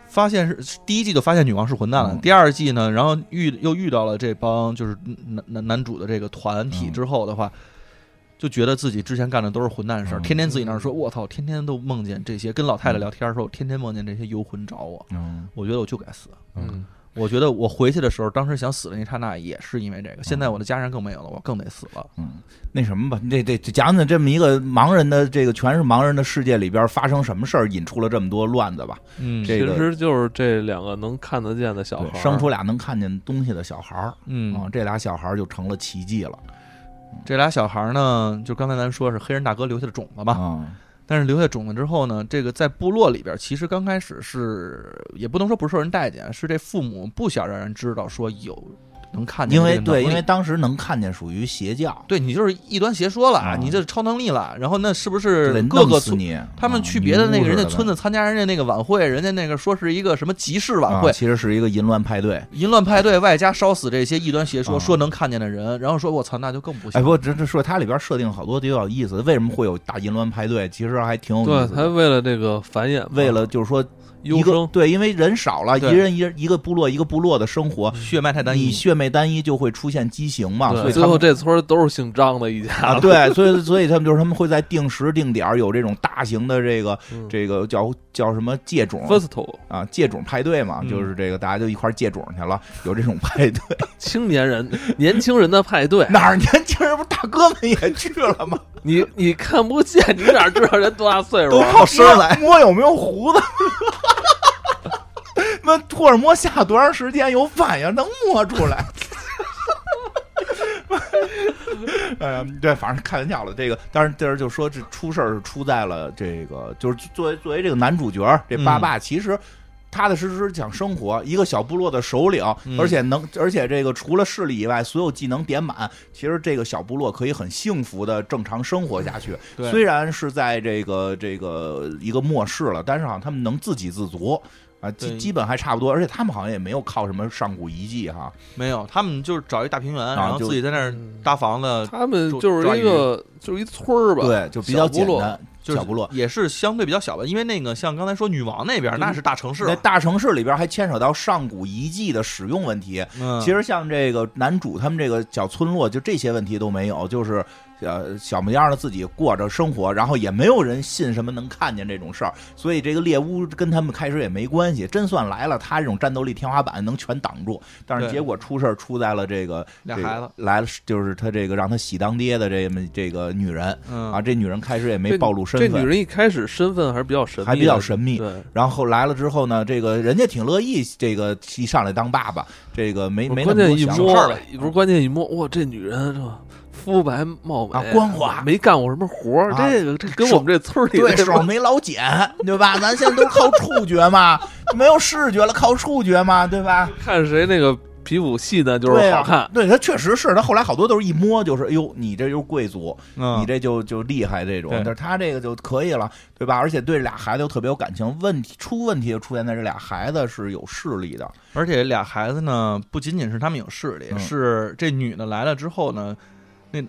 S3: 发现是第一季就发现女王是混蛋了，
S2: 嗯
S3: 第二季呢，然后遇又遇到了这帮就是男男男主的这个团体之后的话。就觉得自己之前干的都是混蛋事儿，
S2: 嗯
S3: 天天自己那儿说，我操，天天都梦见这些。跟老太太聊天的时候，天天梦见这些游魂找我，
S2: 嗯
S3: 我觉得我就该死。
S1: 嗯，
S3: 我觉得我回去的时候，当时想死的那刹那也是因为这个。现在我的家人更没有了，我更得死了。
S2: 嗯，那什么吧，这这讲讲这么一个盲人的这个全是盲人的世界里边发生什么事儿，引出了这么多乱子吧？
S3: 嗯
S2: 这个
S1: 其实就是这两个能看得见的小孩
S2: 对，
S1: 儿
S2: 生出俩能看见东西的小孩儿，
S3: 嗯
S2: 啊，这俩小孩儿就成了奇迹了
S3: 这俩小孩儿呢，就刚才咱说是黑人大哥留下的种子嘛，
S2: 啊，
S3: 但是留下种子之后呢，这个在部落里边，其实刚开始是也不能说不受人待见，是这父母不想让人知道说有能看见
S2: 因
S3: 的这
S2: 为
S3: 个能力，
S2: 对，因为当时能看见属于邪教，
S3: 对你就是异端邪说了，
S2: 啊
S3: 你这超能力了，然后那是不
S2: 就得
S3: 是各
S2: 弄
S3: 个
S2: 死
S3: 村？
S2: 你。
S3: 他们
S2: 啊
S3: 去别的那个人家村，
S2: 女巫
S3: 子参加人家那个晚会，人家那个说是一个什么集市
S2: 似的
S3: 晚会
S2: 啊，其实是一个淫乱派对。
S3: 淫乱派对，外加烧死这些异端邪说，
S2: 啊
S3: 说能看见的人，然后说我操，那就更不行。
S2: 哎，不过这这说它里边设定好多挺有意思的，为什么会有大淫乱派对？其实还挺有意
S1: 对
S2: 思
S1: 他
S2: 的。
S1: 为了这个繁衍嘛，
S2: 为了就是说
S1: 优
S2: 一个
S1: 生，
S2: 对，因为人少了，一
S3: 对
S2: 人一人一个部落一个部落的生活，
S3: 血脉太单
S2: 你
S3: 一，
S2: 血脉单一就会出现畸形嘛，啊
S1: 嗯
S2: 所
S1: 对，
S2: 以他
S1: 最
S2: 们
S1: 后这村儿都是姓张的一
S2: 啊，
S1: 家，
S2: 对，所以所以他们就是他们会在定时定点儿有这种大型的这个
S1: 嗯
S2: 这个叫叫什么借种
S1: festival
S2: 啊借种派对嘛，
S3: 嗯
S2: 就是这个大家就一块儿借种去了，有这种派对，
S1: 青年人年轻人的派对，
S2: 哪儿年轻人不大哥们也去了吗？
S1: 你你看不见，你哪知道人多大岁数
S2: 都
S1: 啊？
S2: 靠声来摸有没有胡子。那托尔摸下多长时间有反应，能摸出来？ 哎呀，对，反正开玩笑了。这个，当然，这儿就说这出事儿是出在了这个，就是作为作为这个男主角儿这巴爸，其实踏踏实实讲生活，一个小部落的首领，
S3: 嗯
S2: 而且能，而且这个除了视力以外，所有技能点满，其实这个小部落可以很幸福的正常生活下去。
S3: 对
S2: 虽然是在这个这个一个末世了，但是好像他们能自给自足啊，基
S3: 对
S2: 基本还差不多，而且他们好像也没有靠什么上古遗迹哈，
S3: 没有，他们就是找一大平原，
S2: 啊
S3: 然后
S2: 就
S3: 自己在那儿
S1: 嗯
S3: 搭房子，
S1: 他们就是一个就是一村儿吧，
S2: 对，就比较
S1: 小部
S2: 简
S1: 落
S2: 单，
S3: 就是
S2: 小部落。
S3: 也是相对比较小吧，因为那个像刚才说女王那边
S1: 嗯
S3: 那是大城市
S2: 在，大城市里边还牵扯到上古遗迹的使用问题。
S3: 嗯
S2: 其实像这个男主他们这个小村落，就这些问题都没有，就是呃小模样的自己过着生活，然后也没有人信什么能看见这种事儿，所以这个猎巫跟他们开始也没关系。真算来了，他这种战斗力天花板能全挡住，但是
S3: 对
S2: 结果出事儿出在了这个
S3: 俩
S2: 这个
S3: 孩子
S2: 来了，就是他这个让他喜当爹的这么这个女人
S3: 嗯
S2: 啊，这女人开始也没
S1: 这
S2: 暴露身
S1: 这
S2: 份，
S1: 女人一开始身份还是比较神秘的，
S2: 还比较神秘。
S1: 对，
S2: 然后来了之后呢，这个人家挺乐意，这个一上来当爸爸，这个没
S1: 不
S2: 没
S1: 是
S2: 那
S1: 关
S2: 么
S1: 键
S2: 多
S1: 一
S2: 想法
S1: 摸
S3: 事儿呗，
S1: 不是关键一摸，哇，这女人是吧？肤白貌美
S2: 啊，光滑
S1: 没干过什么活儿，
S2: 啊
S1: 这个这跟我们这村儿里
S2: 对
S1: 这
S2: 手没老茧，对吧？咱现在都是靠触觉嘛，没有视觉了，靠触觉嘛，对吧？
S1: 看谁那个皮肤细呢，就是
S2: 对
S1: 好看
S2: 啊，。对他确实是他后来好多都是一摸就是，哎呦，你这就是贵族，
S3: 嗯
S2: 你这就就厉害这种，
S3: 对
S2: 但是他这个就可以了，对吧？而且对这俩孩子又特别有感情，问题出问题就出现在这俩孩子是有势力的，
S3: 而且俩孩子呢，不仅仅是他们有势力，
S2: 嗯
S3: 是这女的来了之后呢，那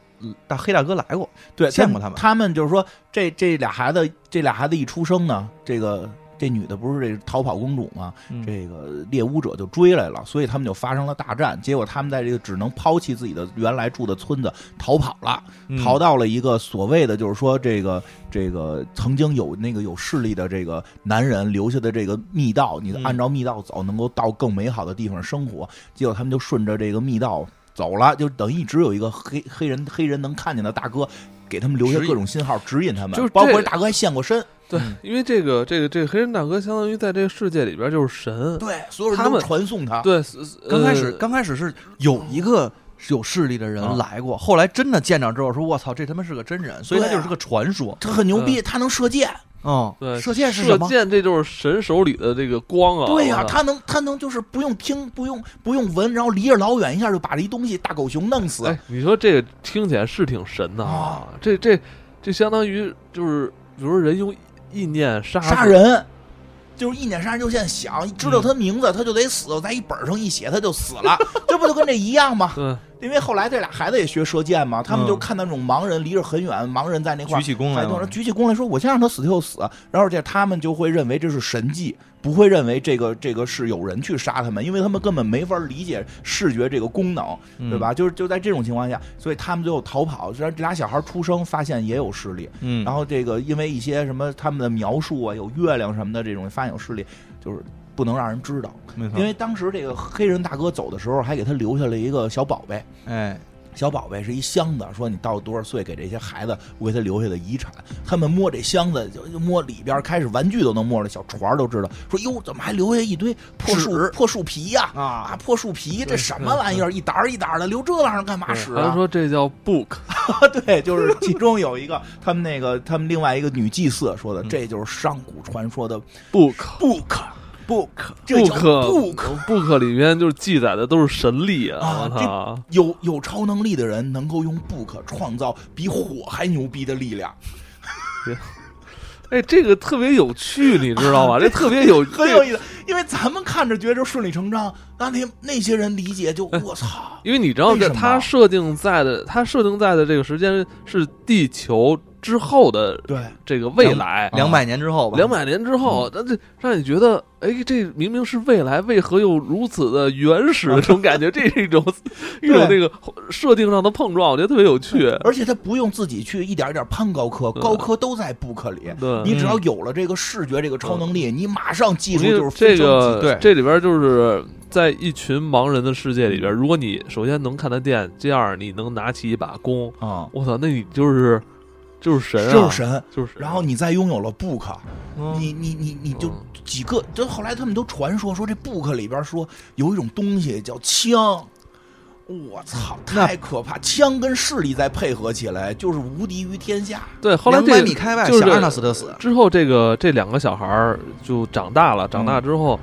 S3: 大黑大哥来过，
S2: 对，
S3: 见过他们
S2: 他们就是说，这这俩孩子，这俩孩子一出生呢，这个。这女的不是这逃跑公主吗？
S3: 嗯
S2: 这个猎巫者就追来了，所以他们就发生了大战。结果他们在这个只能抛弃自己的原来住的村子，逃跑了，
S3: 嗯
S2: 逃到了一个所谓的就是说这个这个曾经有那个有势力的这个男人留下的这个密道，你
S3: 嗯
S2: 按照密道走，能够到更美好的地方生活。结果他们就顺着这个密道走了，就等于一直有一个黑黑人黑人能看见的大哥。给他们留
S3: 指
S2: 下
S3: 引
S2: 各种信号，指引他们，
S1: 就是
S2: 包括
S1: 这
S2: 这大哥还现过身，
S1: 对
S3: 嗯，
S1: 因为这个这个这个黑人大哥相当于在这个世界里边就是神，
S2: 对，啊所有
S1: 他
S2: 人都
S1: 们
S2: 传送他，
S1: 对，是是
S3: 刚开始
S1: 呃
S3: 刚开始是有一个有势力的
S2: 啊
S3: 人来过，后来真的见着之后说：“我操，这他妈是个真人！”所以他
S2: 对啊
S3: 就是个传说。
S2: 他很牛逼，他能射箭，
S3: 嗯，
S1: 对
S3: 射箭是
S1: 射
S3: 什么？
S1: 箭，这就是神手里的这个光啊！
S2: 对呀、
S1: 我操
S2: 他能他能就是不用听，不用不用闻，然后离着老远一下就把一东西大狗熊弄死。
S1: 哎，你说这个听起来是挺神的啊，这这这相当于就是，比如说人用意念杀
S2: 杀
S1: 死，
S2: 人，就是一撵杀人就现想，知道他名字他就得死，在一本上一写他就死了，这不就跟这一样吗？
S1: 对，
S2: 因为后来这俩孩子也学射箭嘛，他们
S3: 嗯
S2: 就看那种盲人离着很远，盲人在那
S3: 举
S2: 块儿
S3: 起弓来
S2: 摆动，
S3: 了
S2: 人。举起弓来说：“我先让他死他就死。”然后这他们就会认为这是神迹，不会认为这个这个是有人去杀他们，因为他们根本没法理解视觉这个功能，
S3: 嗯
S2: 对吧？就是就在这种情况下，所以他们最后逃跑。虽然这俩小孩出生发现也有视力，
S3: 嗯，
S2: 然后这个因为一些什么他们的描述啊，有月亮什么的这种发现有视力，就是不能让人知道，
S3: 没错
S2: 因为当时这个黑人大哥走的时候还给他留下了一个小宝贝。
S3: 哎，
S2: 小宝贝是一箱子，说你到多少岁给这些孩子，我给他留下的遗产。他们摸这箱子，就就摸里边，开始玩具都能摸着，小船儿都知道。说哟，怎么还留下一堆破树
S3: 纸
S2: 破树皮呀、啊？
S3: 啊，
S2: 破树皮，这什么玩意儿？一沓儿一沓儿的，留这玩意儿干嘛
S1: 对啊
S2: 使
S1: 还
S2: 啊？
S1: 说这叫 book，
S2: 对，就是其中有一个他们那个他们另外一个女祭祀说的，这就是上古传说的
S1: book。
S2: book book，这叫
S1: book
S2: book。
S1: book 里面就是记载的都是神力
S2: 啊
S1: 啊！我操，
S2: 有有超能力的人能够用 book 创造比火还牛逼的力量。
S1: 哎，这个特别有趣，你知道吗？这特别有
S2: 很
S1: 这
S2: 有意思，因为咱们看着觉着顺理成章，那那那些人理 解就我操，
S1: 因为你知道，
S2: 为
S1: 这
S2: 什么啊
S1: 它设定在的，它设定在的这个时间是地球之后的
S2: 对，
S1: 这个未来，
S3: 两百年之后吧，
S1: 两百年之
S2: 嗯
S1: 后，那这让你觉得，哎，这明明是未来，为何又如此的原始？这种感觉，这 是一种一种那个设定上的碰撞，我觉得特别有趣。
S2: 而且他不用自己去一点一点攀高科，
S1: 对
S2: 高科都在 book 里，
S1: 对，
S2: 你只要有了这个视觉这个超能力，你马上记
S1: 嗯我
S2: 住
S1: 觉得
S2: 就是
S1: 这
S2: 非洲
S1: 个
S3: 对
S1: 这里边就是在一群盲人的世界里边，如果你首先能看得见，第二你能拿起一把弓，
S2: 啊，
S1: 我操，那你就是就是神啊，
S2: 就是神。
S1: 就是神
S2: 然后你再拥有了 book，
S3: 嗯
S2: 你你你你就
S1: 嗯
S2: 几个，就后来他们都传说说这 book 里边说有一种东西叫枪，我操，
S3: 那
S2: 太可怕！枪跟势力再配合起来，就是无敌于天下。
S1: 对，后来
S3: 两
S1: 这
S3: 百
S1: 个
S3: 米开外
S1: 就是
S3: 想让他死就死。
S1: 之后，这个这两个小孩儿就长大了，长大之后。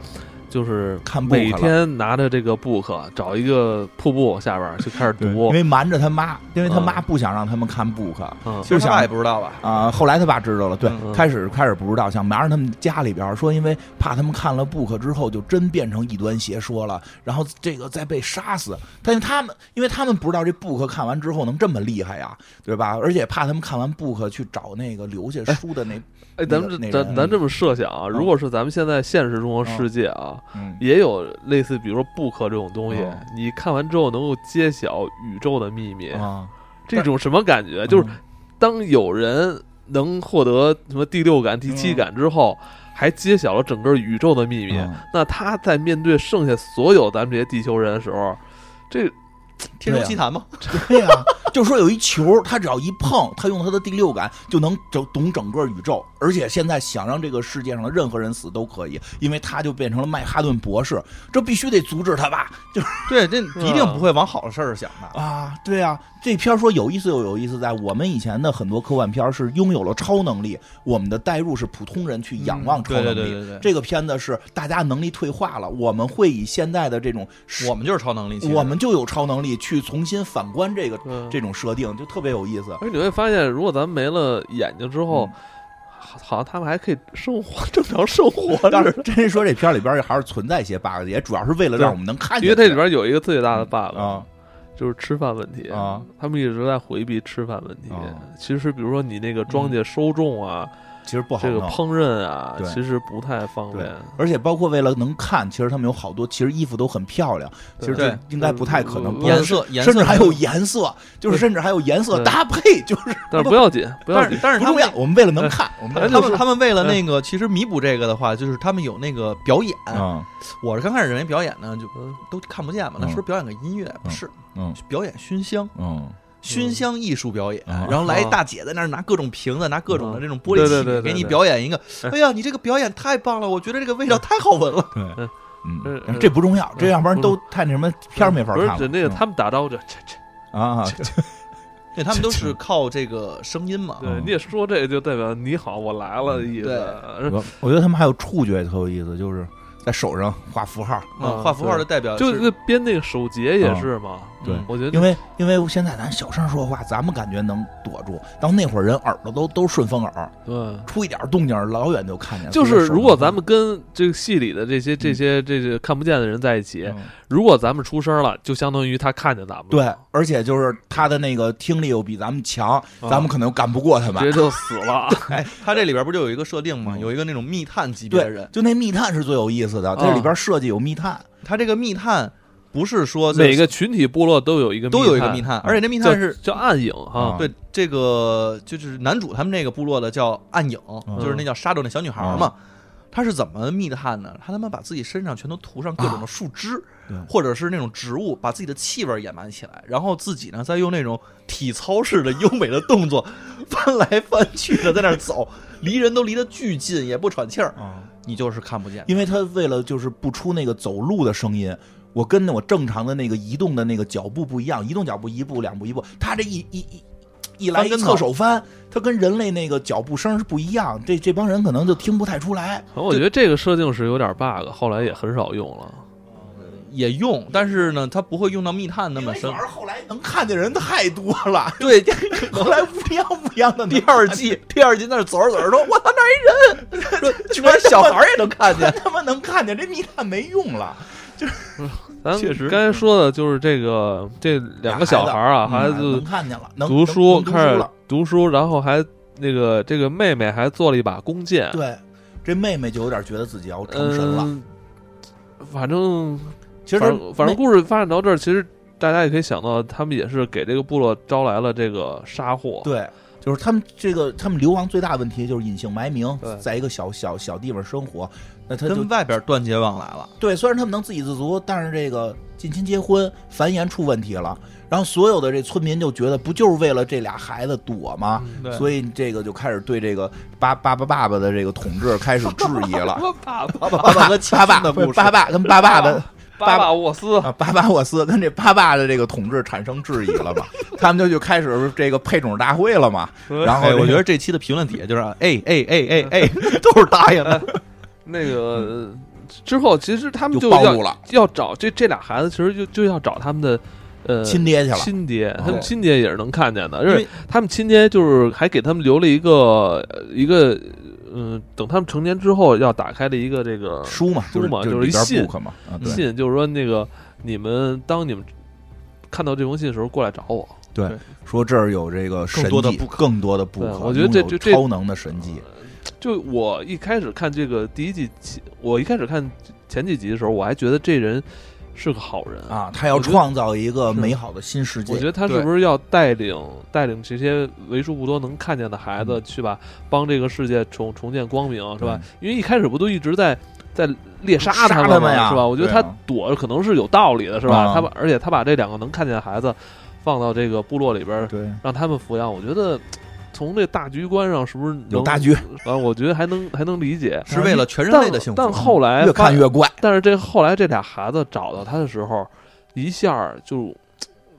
S1: 就是
S2: 看 book
S1: 每
S2: 了
S1: 天拿着这个 book，找一个瀑布下边儿就开始
S2: 因
S1: 读，
S2: 为瞒着他妈，因为他妈
S1: 嗯
S2: 不想让他们看 book 啊、
S1: 嗯，
S3: 其实
S2: 就
S3: 他爸
S2: 想
S3: 也不知道吧？
S2: 后来他爸知道了，对，
S3: 嗯
S2: 开始开始不知道，想瞒着他们家里边儿说，因为怕他们看了 book 之后就真变成异端邪说了，然后这个再被杀死。但是他们，因为他们不知道这 book 看完之后能这么厉害呀，对吧？而且怕他们看完 book 去找那个留下书的那，
S1: 哎，咱们这
S2: 那个
S1: 咱
S2: 人
S1: 咱这么设想啊，如
S2: 嗯
S1: 果是咱们现在现实中的世界啊，
S2: 嗯，
S1: 也有类似，比如说 book 这种东西
S2: 嗯，
S1: 你看完之后能够揭晓宇宙的秘密，
S2: 啊，
S1: 这种什么感
S2: 嗯
S1: 觉？就是当有人能获得什么第六感、第七感之后，还揭晓了整个宇宙的秘密，
S2: 嗯
S1: 那他在面对剩下所有咱们这些地球人的时候，这
S3: 天书奇谭 嘛，
S2: 对呀、就说有一球，他只要一碰，他用他的第六感就能就懂整个宇宙。而且现在想让这个世界上的任何人死都可以，因为他就变成了曼哈顿博士，这必须得阻止他吧？就是
S3: 对，这
S1: 啊
S3: 一定不会往好的事儿想的。
S2: 啊，对啊，这片儿说有意思又有意思在，我们以前的很多科幻片儿是拥有了超能力，我们的代入是普通人去仰望超能 力。
S3: 嗯对对对对对
S2: 这个片子是大家能力退化了，我们会以现在的这种
S3: 我们就是超能力，其实
S2: 我们就有超能力去重新反观这个
S1: 嗯
S2: 这种设定，就特别有意思。
S1: 而且你会发现，如果咱们没了眼睛之
S2: 嗯
S1: 后，好好像他们还可以生活， 正常生活 似
S2: 但
S1: 的
S2: 是。真说这片儿里边儿还是存在一些 bug，也主要是为了让我们能看见。
S1: 因为它里边有一个最大的 bug，、
S2: 啊，
S1: 就是吃饭问题
S2: 啊，
S1: 他们一直在回避吃饭问题。
S2: 啊嗯
S1: 其实，比如说你那个庄稼收种啊，
S2: 其实不好
S1: 这个
S2: 弄。
S1: 烹饪啊
S2: 对，
S1: 其实不太方
S2: 对
S1: 便。，
S2: 而且包括为了能看，其实他们有好多，其实衣服都很漂亮，其实
S3: 对
S2: 这应该不太可能。
S1: 嗯
S2: 不
S1: 颜
S3: 颜
S2: 是
S3: 色颜色
S2: 甚至还有颜色，就是甚至还有颜色
S1: 对
S2: 搭配，就是
S1: 但是不要紧，不要
S3: 但
S1: 紧
S3: 是。但是
S2: 不
S3: 他
S2: 重
S3: 们
S2: 要。我们为了能看，我们为
S1: 哎
S2: 了
S1: 就
S3: 他
S1: 是
S3: 们他们为了那个，其实弥补这个的话，就是他们有那个表演。
S2: 嗯
S3: 我是刚开始认为表演呢就呃
S1: 嗯
S3: 都看不见嘛，
S2: 嗯
S3: 那是不是表演个音乐？不是，
S2: 嗯
S3: 表演熏香，
S2: 嗯
S3: 熏香艺术表演。
S2: 嗯
S3: 然后来一大姐在那儿拿各种瓶子，拿各种的
S1: 嗯
S3: 这种玻璃
S1: 对对对
S3: 器
S1: 对
S3: 给
S1: 对
S3: 你表演一个。
S1: 哎
S3: 哎呀，你这个表演太棒了，我觉得这个味道太好闻了。
S2: 对
S1: 嗯
S2: 嗯，这不重要，这要不然都太那什么片儿没法
S1: 不
S2: 看
S1: 是这
S2: 了。，
S1: 那个
S2: 嗯
S1: 他们打招呼这这这，
S2: 啊，
S3: 对他们都是靠这个声音
S2: 嗯
S3: 嘛。
S1: 对，你也说这个就代表你好，我来了的意思。而
S2: 我我觉得他们还有触觉也特有意思，就是在手上画符号。
S3: 啊，画符号的代表
S1: 嗯
S3: 嗯
S1: 就是那编那个手结也是嘛，
S2: 对
S1: 我觉得
S2: 嗯因为因为现在咱小声说话，咱们感觉能躲住，到那会儿人耳朵都都顺风耳，
S1: 对。
S2: 出一点动静儿老远就看见了。
S1: 嗯就是如果咱
S2: 们
S1: 们跟这个戏里的这些
S2: 嗯
S1: 这些这些看不见的人在一起，如果咱们出声了，就相当于他看见咱们了，
S2: 对，而且就是他的那个听力又比咱们强，
S1: 啊
S2: 咱们可能又干不过他
S1: 直接
S2: 们。
S1: 就死了。
S3: 哎，他这里边不就有一个设定吗？有一个那种密探级别的
S2: 对
S3: 人，，
S2: 就那密探是最有意
S1: 啊
S2: 思的，这里边设计有密探，
S3: 他这个密探不是说
S1: 每个群体部落都有一个
S3: 都有一个密
S1: 探，嗯
S3: 探，而且那密探是
S1: 叫暗影哈
S2: 啊，
S3: 对，这个就是男主他们那个部落的叫暗影，
S2: 嗯
S3: 就是那叫沙洲那小女孩嘛。她是怎么密探呢？她他妈把自己身上全都涂上各种的树枝，
S2: 啊对
S3: 或者是那种植物，把自己的气味掩埋起来，然后自己呢再用那种体操式的优美的动作翻来翻去的在那儿走，离人都离得巨近，也不喘气儿，
S1: 啊
S3: 你就是看不见。
S2: 因为他为了就是不出那个走路的声音，我跟我正常的那个移动的那个脚步不一样，移动脚步一步两步一步，他这一一一。一来
S3: 翻
S2: 一
S3: 跟头
S2: 侧手翻，他跟人类那个脚步声是不一样，这这帮人可能就听不太出来。
S1: 反正我觉得这个设定是有点 bug，后来也很少用了。
S3: 也用，但是呢，他不会用到密探那么深
S2: 反。而后来能看见人太多 了，
S3: 对，
S2: 后来乌泱乌 泱的。
S3: 第二季，第二季那儿走着走着说，我操，那儿一人， 说全班小孩儿也能看见。
S2: 他妈能看见，这密探没用了。
S1: 咱
S2: 确实嗯
S1: 刚才说的就是这个这两个小孩儿啊，
S2: 孩
S1: 还
S2: 子嗯
S1: 就
S2: 能看见了，能
S1: 读书
S2: 能能读
S1: 开始
S2: 了。
S1: 读书，然后还那个这个妹妹还做了一把弓箭，
S2: 对，这妹妹就有点觉得自己要成
S1: 嗯，
S2: 神了。
S1: 反正
S2: 其实
S1: 反
S2: 她
S1: 正反正故事发展到这儿，其实大家也可以想到，他们也是给这个部落招来了这个杀祸。
S2: 对，就是他们这个他们流亡最大问题就是隐姓埋名
S1: 对，
S2: 在一个小小小地方生活，那他 就
S3: 跟外边断绝往来了，
S2: 对，虽然他们能自给自足，但是这个近亲结婚繁衍出问题了，然后所有的这村民就觉得不就是为了这俩孩子躲
S3: 嗯
S2: 吗？
S1: 对
S2: 所以这个就开始对这个爸爸爸爸爸的这个统治开始质疑了。
S1: 我爸爸
S3: 爸爸爸爸和亲
S2: 爸爸
S3: 的
S2: 不是
S3: 故事，啊
S2: 爸爸跟爸爸的
S1: 巴巴沃斯，
S2: 啊，巴巴沃斯跟这巴巴的这个统治产生质疑 了吧？他们就就开始这个配种大会了嘛。然后
S3: 哎，
S2: 这个
S3: 我觉得这期的评论底下就是，哎哎哎哎 哎，都是答应的。
S1: 那个之后，其实他们
S2: 嗯就暴
S1: 要
S2: 露了
S1: 要找这这俩孩子，其实就就要找他们的呃
S2: 亲爹去了，哦
S1: 亲爹，他
S2: 对
S1: 们亲爹也是能看见的，而
S3: 因
S1: 且
S3: 为
S1: 他们亲爹就是还给他们留了一个呃一个，嗯、等他们成年之后要打开了一个这个
S2: 书嘛，
S1: 嗯书嘛
S2: 就是
S1: 就是一
S2: 里边
S1: 信
S2: book 嘛，啊，对
S1: 信，就是说那个你们当你们看到这封信的时候过来找我。
S2: 对，说这儿有这个神
S3: 更多的
S2: 迹
S3: book
S2: 更多的 book，
S1: 对我觉得这
S2: 拥有
S1: 这嗯这
S2: 超能的神迹，
S1: 就我一开始看这个第一季，前我一开始看前几集的时候，我还觉得这人是个好人，
S2: 啊，他要
S1: 我觉得
S2: 创造一个
S1: 是
S2: 美好的新世
S1: 我觉
S2: 界。
S1: 得他是不是要带领带领这些为数不多能看见的孩
S2: 嗯
S1: 子去吧，帮这个世界重重见光明，是吧？因为一开始不都一直在在猎杀
S2: 杀
S1: 们
S2: 他
S1: 吗
S2: 们呀
S1: 是吧？我觉得
S2: 对啊
S1: 他躲可能是有道理的，是吧？
S2: 啊
S1: 他把而且他把这两个能看见的孩子放到这个部落里边，
S2: 对，
S1: 让他们抚养，我觉得。从这大局观上，是不是能
S2: 有大局？
S1: 啊？我觉得还能还能理解。
S3: 是为了全人
S1: 但
S3: 类的幸福。
S1: 但后来
S2: 越
S1: 发
S2: 看越怪。
S1: 但是这后来这俩孩子找到他的时候，一下儿就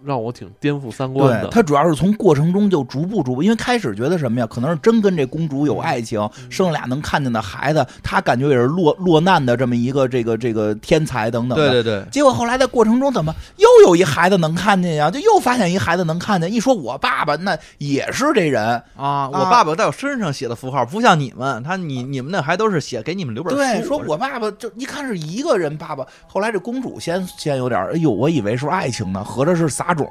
S1: 让我挺颠覆三观
S2: 对
S1: 的。
S2: 他主要是从过程中就逐步逐步，因为开始觉得什么呀，可能是真跟这公主有爱情，
S1: 嗯
S2: 生了俩能看见的孩子，他感觉也是落落难的这么一个这个这个天才等等的。
S3: 对对对，
S2: 结果后来在过程中怎么又有一孩子能看见呀？就又发现一孩子能看见。一说我爸爸那也是这人，
S3: 啊，我
S2: 啊
S3: 爸爸在我身上写的符号，不像你们，他你你们那还都是写给你们留本书。
S2: 对，说我爸爸就一看是一个人爸爸。后来这公主先先有点儿，哎呦，我以为是爱情呢，合着是撒种。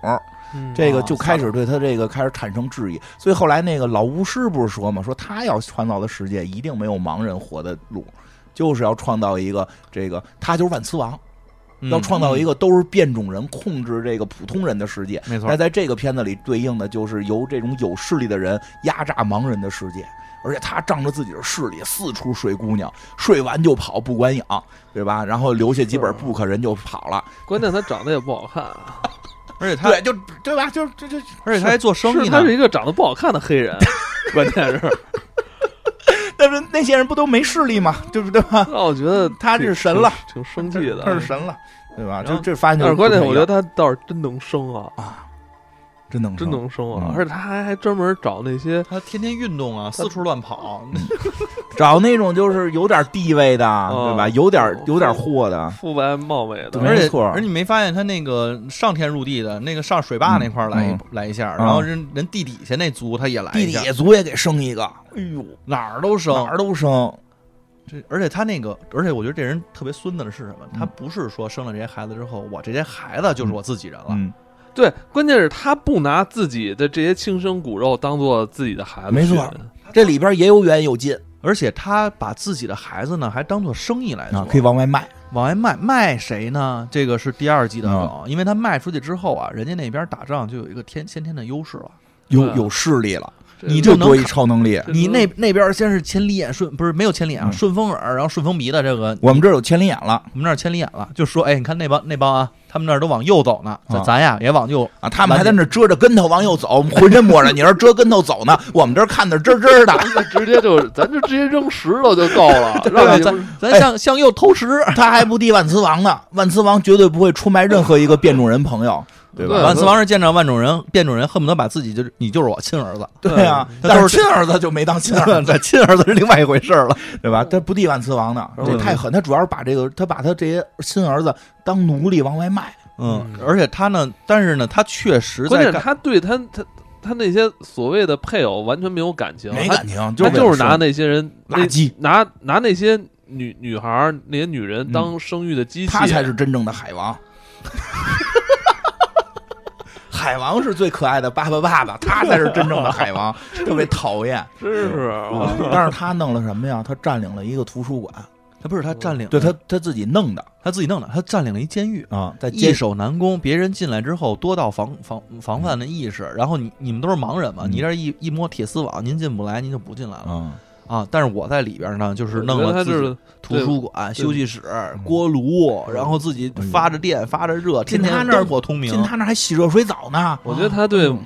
S1: 嗯
S2: 这个
S3: 啊
S2: 就
S3: 萨
S2: 开始
S3: 满
S2: 对他这个开始产生质疑。所以后来那个老巫师不是说嘛，说他要创造的世界一定没有盲人活的路，就是要创造一个这个他就是万磁王，
S3: 嗯
S2: 要创造一
S3: 个，
S2: 个都是变种人控制这个普通人的世界。
S3: 嗯没错
S2: 那，在这个片子里对应的就是由这种有势力的人压榨盲人的世界。而且他仗着自己的势力，四处睡姑娘，睡完就跑，不管养，对吧？然后留下几本
S1: 是
S2: book，人就跑了，
S1: 关键他长得也不好看啊，
S3: 而且他
S2: 对，就对吧？就就就
S3: 而且他还做生意
S1: 是
S3: 呢
S1: 他，是一个长得不好看的黑 人，关键是，
S2: 但是那些人不都没势力吗？对不对吧？
S1: 那我觉得
S2: 他
S1: 挺
S2: 是神了，
S1: 挺挺生气的。
S2: 他是神了，对吧？
S3: 然
S2: 就
S3: 后
S2: 这发现就
S1: 但是
S2: 是
S1: 关键，
S2: 不太
S1: 我
S2: 一
S1: 觉得
S2: 样
S1: 他倒是真能生啊，
S2: 真能
S1: 真
S2: 生
S1: 能生啊
S2: 嗯！
S1: 而且他还还专门找那些
S3: 他天天运动啊，四处乱跑，
S2: 找那种就是有点地位的，对吧？有点有点货的，
S1: 肤白貌美的，
S2: 啊对
S3: 而
S2: 没
S3: 且
S2: 错
S3: 而你没发现他那个上天入地的那个上水坝那块儿来一、
S2: 嗯
S3: 来一下，
S2: 嗯
S3: 然后人、人地底下那族他也来
S2: 地
S3: 一
S2: 理
S3: 下，
S2: 野族也给生一个，哎呦，
S3: 哪儿都生
S2: 哪。儿都生，
S3: 这而且他那个，而且我觉得这人特别孙子的是什么？
S2: 嗯
S3: 他不是说生了这些孩子之后，我这些孩子就是我自己人了，
S2: 嗯，
S1: 对，关键是他不拿自己的这些亲生骨肉当做自己的孩子，
S2: 没错这里边也有远有近
S3: 而且他把自己的孩子呢还当做生意来做，
S2: 啊，可以往外卖，
S3: 往外卖，卖谁呢？这个是第二季的
S2: 嗯
S3: 梗，因为他卖出去之后啊，人家那边打仗就有一个天先天的优势了。
S2: 有
S1: 对啊
S2: 有势力了，
S1: 这
S3: 你
S2: 就
S3: 就能
S2: 多一
S3: 看
S2: 超能力。
S1: 这
S3: 你
S1: 都
S3: 那那边先是千里眼顺，不是没有千里眼啊，
S2: 嗯
S3: 顺风耳，然后顺风鼻的这个，
S2: 我们这儿有千里眼了
S3: 我们那儿千里眼了，就说哎，你看那帮那帮啊，他们那儿都往右走呢，咱
S2: 啊
S3: 咱呀也往右，
S2: 啊，他们还在那儿遮着跟头往右走，我 们浑身摸着，你这遮跟头走呢，我们这儿看的真真的，
S1: 咱就直接就，咱就直接扔石头就够了，让
S3: 吧？
S1: 你
S3: 咱咱向向右偷食，
S2: 他还不敌万磁王呢，万磁王绝对不会出卖任何一个变种人朋友，对吧？
S1: 对
S3: 万磁王是见着万种人，变种人恨不得把自己就是你就是我亲儿子，
S2: 对啊，
S3: 对
S2: 但
S3: 都
S2: 是
S3: 是
S2: 亲儿子就没当亲儿子，
S3: 对，亲儿子是另外一回事儿了。
S2: 对吧？他不敌万磁王呢，
S1: 嗯
S2: 这太狠。他主要是把这个，他把他这些亲儿子当奴隶往外卖，
S3: 嗯
S1: 嗯，
S3: 而且他呢，但是呢，他确实
S1: 关
S3: 在
S1: 键
S3: 干，
S1: 他对他他他那些所谓的配偶完全没有感情，
S2: 没
S1: 他
S2: 感情，
S1: 他
S2: 是为
S1: 就
S2: 了
S1: 是拿
S2: 生
S1: 那些人
S2: 垃，圾，
S1: 那拿拿那些女女孩儿那些女人当生育的机器，
S2: 嗯他才是真正的海 王。海王是最可爱的爸爸爸爸，他才是真正的海 王，特别讨厌。
S1: 真是
S2: 啊
S1: 我
S2: 但是他弄了什么呀？他占领了一个图书馆，
S3: 他不是他占领，
S2: 对
S1: 嗯
S2: 他他自己弄的
S3: 他自己弄的，他占领了一监狱。
S2: 啊，在
S3: 易
S2: 街
S3: 守难攻，别人进来之后多到防防防范的意识，然后你你们都是盲人嘛，
S2: 嗯
S3: 你这一一摸铁丝网，您进不来，您就不进来了
S2: 啊，
S3: 啊。但是我在里边呢，就是弄
S1: 我觉得他
S3: 了自
S1: 就
S3: 己
S1: 是
S3: 图书馆、
S1: 对
S3: 休息室、锅炉，然后自己发着电、发着热，天天
S2: 进他那儿
S3: 灯火通明
S2: 进。他那儿还洗热水澡呢，
S1: 我觉得他对
S2: 嗯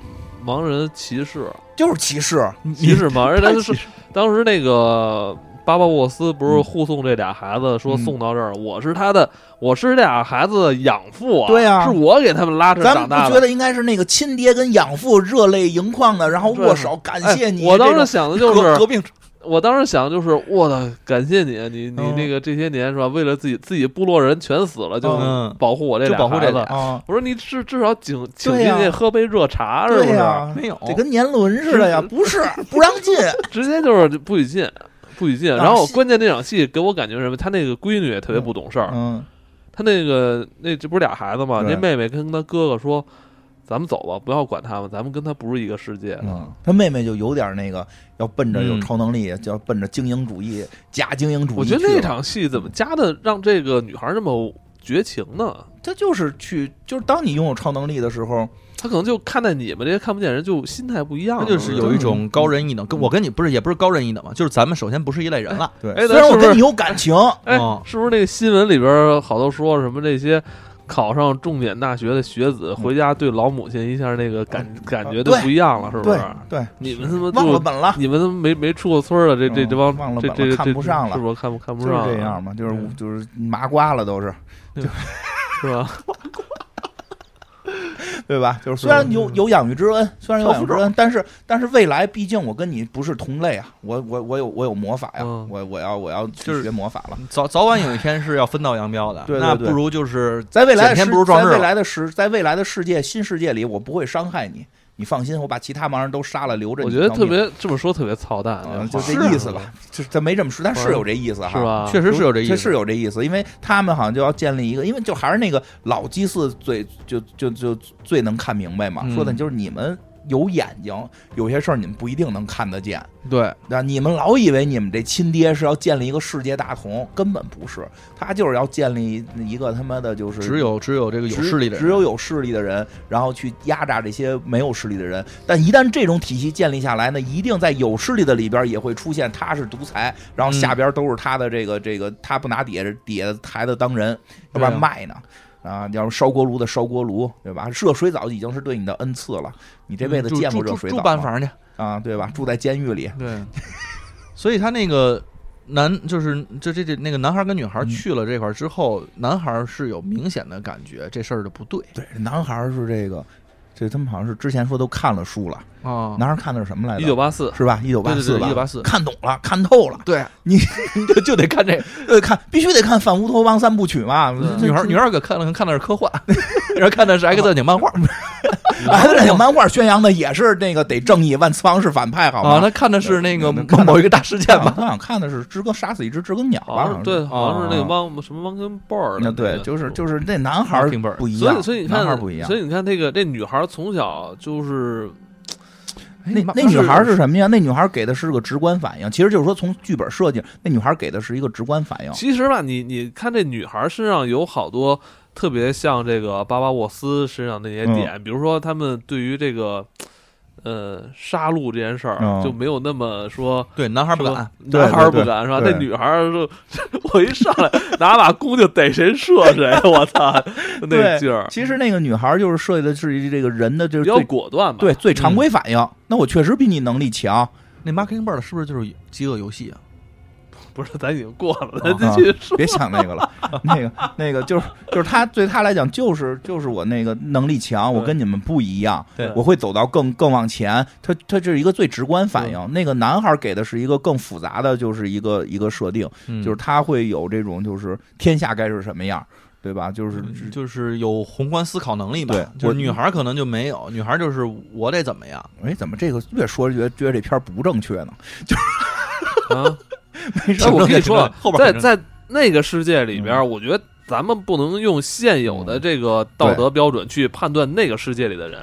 S1: 盲人歧视
S2: 就是歧视。
S1: 歧视盲人，
S3: 太
S1: 他就是
S3: 歧视
S1: 当时那个巴巴沃斯不是
S2: 嗯
S1: 护送这俩孩子，说
S2: 嗯
S1: 送到这儿，我是他的，我是这俩孩子的养父啊，
S2: 对啊
S1: 是我给他们拉扯
S2: 咱
S1: 长
S2: 们不
S1: 大
S2: 觉
S1: 的。
S2: 得应该是那个亲爹跟养父热泪盈眶的，然后握手感谢你？
S1: 哎我当
S2: 这
S1: 时
S2: 种
S1: 想的就
S3: 革革
S1: 是，
S3: 命
S1: 我当时想的就是，我的感谢你，你你
S2: 嗯
S1: 那个这些年是吧，为了自己自己部落人全死了，就
S3: 嗯
S1: 保护我这
S3: 就
S1: 俩
S3: 保护
S1: 孩
S3: 这
S1: 子
S3: 俩。
S2: 啊，
S1: 我说你至至少请请
S2: 对
S1: 进
S2: 呀
S1: 去喝杯热茶是不
S2: 对
S1: 是？
S2: 呀，
S3: 没有
S2: 这跟年轮 似的呀，不是不让进，
S1: 直接就是不许进，不许进。
S2: 啊
S1: 然后
S2: 是
S1: 关键那场戏给我感觉是什么？他那个闺女也特别不懂事儿，
S2: 嗯，
S1: 他那个那这不是俩孩子吗？
S2: 对
S1: 那妹妹跟他哥哥说：“咱们走吧，不要管他们，咱们跟他不是一个世界。
S2: 嗯，他妹妹就有点那个，要奔着有
S3: 嗯
S2: 超能力，就要奔着精英主义、假精英”主义
S1: 我
S2: 去
S1: 觉
S2: 了。
S1: 得那场戏怎么加的让这个女孩这么绝情呢？
S2: 他就是去，就是当你拥有超能力的时候，
S1: 她可能就看待你们这些看不见人，就心态不一样
S3: 他
S1: 了。
S3: 就是有一种高人一等，跟我跟你不是也不是高人一等嘛，就是咱们首先不是一类人了。
S2: 对，
S1: 哎
S2: 虽然
S1: 咱是
S2: 我
S1: 不是
S2: 跟你有感情，
S1: 哎
S2: 嗯
S3: 哦，
S1: 是不是那个新闻里边好多说什么这些考上重点大学的学子回家对老母亲一下那个感感觉都
S2: 对
S1: 不一样了，是不
S2: 嗯对
S1: 是？
S2: 对，
S1: 你们他妈
S2: 忘
S1: 就
S2: 了本了，
S1: 你们他妈没没出过村儿的，这这
S2: 嗯
S1: 这帮
S2: 忘了
S1: 这
S2: 本
S1: 这
S2: 了
S1: 这
S2: 看不上了
S1: 是不是看不看不
S2: 就是
S1: 上？
S2: 这样嘛，就是
S1: 对
S2: 就是麻瓜了都是，
S1: 是 吧？
S2: 对吧？就是虽然
S1: 嗯
S2: 有有养育之恩，虽然有养育之恩，但是但是未来毕竟我跟你不是同类啊，我我我有我有魔法呀，
S1: 嗯
S2: 我我要我要去
S3: 就是
S2: 学魔法了。
S3: 早早晚有一天是要分道扬镳的，
S2: 对对
S3: 那
S2: 对
S3: 不如就是
S2: 在未来的
S3: 捡
S2: 世，
S3: 天不如撞
S2: 在
S3: 日
S2: 未
S3: 了
S2: 来的世，在未来的世界新世界里，我不会伤害你，你放心，我把其他盲人都杀了，留着
S1: 我
S2: 你
S1: 觉得
S2: 当
S1: 特
S2: 面
S1: 别这么说特别操蛋，
S2: 啊，
S1: 这
S2: 就
S1: 话
S2: 这意思吧，就是他没这么说，但是有这意思哈，
S1: 是吧？
S3: 啊确实是有这意
S2: 确
S3: 思，
S2: 实有这意思，因为他们好像就要建立一个，因为就还是那个老祭祀最就就就最能看明白嘛，
S3: 嗯
S2: 说的就是你们有眼睛，有些事儿你们不一定能看得见，
S3: 对，
S2: 对吧？你们老以为你们这亲爹是要建立一个世界大同，根本不是，他就是要建立一个他妈的就是
S3: 只有只有这个有
S2: 只
S3: 势力的人，
S2: 只有有势力的人，然后去压榨这些没有势力的人。但一旦这种体系建立下来呢，一定在有势力的里边也会出现他是独裁，然后下边都是他的这个这个，他不拿底下底下的孩子当人，要不然
S3: 对啊
S2: 卖呢。啊，要是烧锅炉的烧锅炉，对吧？热水澡已经是对你的恩赐了，你这辈子
S3: 住
S2: 见过
S3: 住
S2: 热水
S3: 住
S2: 澡
S3: 住办
S2: 吗
S3: 房去，
S2: 啊，对吧？住在监狱里，
S3: 对，所以他那个男就是这这这那个男孩跟女孩
S2: 嗯
S3: 去了这块儿之后，男孩是有明显的感觉这事儿的不对
S2: 对，男孩儿是这个，这他们好像是之前说都看了书了，
S3: 啊，
S2: 男孩儿看的是什么来着？
S1: 一九八四，
S2: 是吧？一九八四
S3: 对对
S2: 吧，
S3: 对1984
S2: 看懂了，看透了，
S3: 对，
S2: 就就 得看这个，呃，看必须得看《反乌托邦三部曲》嘛。
S1: 嗯
S3: 女孩女
S2: 孩，
S3: 孩可看了看的是科幻， 然后看的
S2: 啊
S3: 是 X 战警漫画
S2: 哎，这漫画宣扬的也是那个得正义，万磁王是反派，好
S3: 啊，
S2: 吗？
S3: 他看的是那个
S2: 嗯嗯看
S3: 某一个大事件
S2: 他
S3: 吧，
S2: 想看的是知更杀死一只知更鸟吧？
S1: 好像是啊对，好像是那个
S2: 啊
S1: 汪什么汪根豹儿的，
S2: 那嗯对，就是就是那男孩儿
S3: Mockingbird
S2: 不一
S1: 所
S2: 样，
S1: 以，所以你看，
S2: 男孩儿不一样
S1: 所。以你看，那个那女孩从小就是
S2: 那
S1: 哎
S2: 那女孩儿是什么呀？那女孩儿给的是个直观反应，其实就是说从剧本设计，那女孩儿给的是一个直观反应。
S1: 其实吧，你你看这女孩身上有好多特别像这个巴巴沃斯身上那
S2: 嗯
S1: 些点，比如说他们对于这个呃杀戮这件事儿、
S2: 嗯
S1: 就没有那么说。
S3: 对，男孩不
S1: 说
S3: 敢，，
S2: 对
S1: 男孩儿
S2: 对
S1: 不
S2: 对
S1: 敢是吧？
S2: 对
S1: 那女孩儿说，我一上来拿把弓就逮谁射谁，我 操，那
S2: 对
S1: 劲儿
S2: 其实那个女孩儿就是设计的是一这个人的，就
S1: 比
S2: 是
S1: 较
S2: 最
S1: 果断吧？
S2: 对最
S3: 嗯
S2: 常规反应。那我确实比你能力强，
S3: 那 Mockingbird 是不是就是饥饿游戏啊？
S1: 不是咱已经过了，
S3: 啊
S1: 咱继续说。
S2: 别想那个了，那个那个就是就是他对他来讲就是就是我那个能力强，我跟你们不一样
S1: 对，
S2: 我会走到更更往前。他他这是一个最直观反应。那个男孩给的是一个更复杂的，就是一个一个设定，
S3: 嗯
S2: 就是他会有这种就是天下该是什么样，对吧？就是
S3: 嗯就是有宏观思考能力吧，
S2: 对
S3: 就
S2: 我
S3: 是女孩可能就没有，女孩就是我得怎么 样，
S2: 哎，怎么这个越说越觉得这片儿不正确呢？
S1: 啊，
S2: 没事
S1: 哎，我
S3: 挺
S1: 跟你说
S3: 正确挺正确后，边
S1: 在
S3: 儿挺
S1: 在那个世界里边
S2: 嗯
S1: 儿，我觉得咱们不能用现有的这个道德标准去判断那个世界里的人。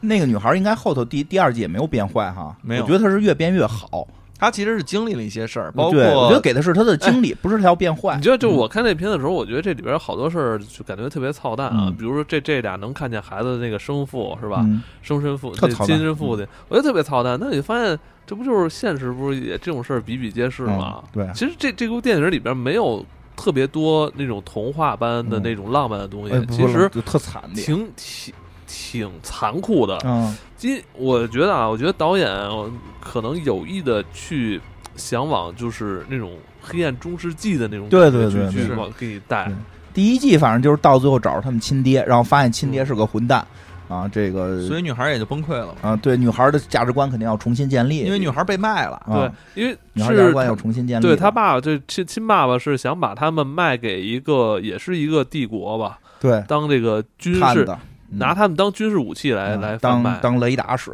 S2: 那个女孩应该后头第第二季也没有变坏哈，
S3: 没有
S2: 我觉得她是越变越好。
S3: 她其实是经历了一些事儿，包括
S2: 对我觉得给的是她的经历，不是她要变坏
S1: 你。觉得，就我看这片子的时候，我觉得这里边儿好多事儿就感觉特别操蛋啊
S2: 嗯，
S1: 比如说这这俩能看见孩子的那个生父是吧？
S2: 嗯
S1: 生身父
S2: 特
S1: 这
S2: 操蛋嗯
S1: 亲生父亲，我觉得特别操蛋。那你发现这不就是现实不是也这种事儿比比皆是吗？
S2: 嗯对
S1: 其实这这部电影里边没有特别多那种童话般的那种浪漫的东
S2: 嗯哎
S1: 西，
S2: 不
S1: 其实
S2: 就特惨的，
S1: 挺挺挺残酷的。
S2: 嗯，
S1: 今我觉得啊，我觉得导演呃可能有意的去想往就是那种黑暗中世纪的那种感
S2: 对
S1: 觉
S2: 对对
S1: 去去
S3: 是
S1: 往给你带
S2: 对，第一季反正就是到最后找着他们亲爹，然后发现亲爹是个混蛋啊，这个
S3: 所以女孩也就崩溃了嘛，
S2: 啊，对女孩的价值观肯定要重新建立，
S3: 因为女孩被卖了，
S1: 对
S2: 啊，
S1: 因为
S2: 女孩价值
S1: 是
S2: 观要
S1: 他
S2: 重新建立，
S1: 对他爸这亲亲爸爸是想把他们卖给一个也是一个帝国吧，
S2: 对
S1: 当这个军
S2: 看
S1: 事
S2: 的嗯
S1: 拿他们当军事武器来
S2: 嗯
S1: 来贩
S2: 当
S1: 卖。
S2: 当雷达使，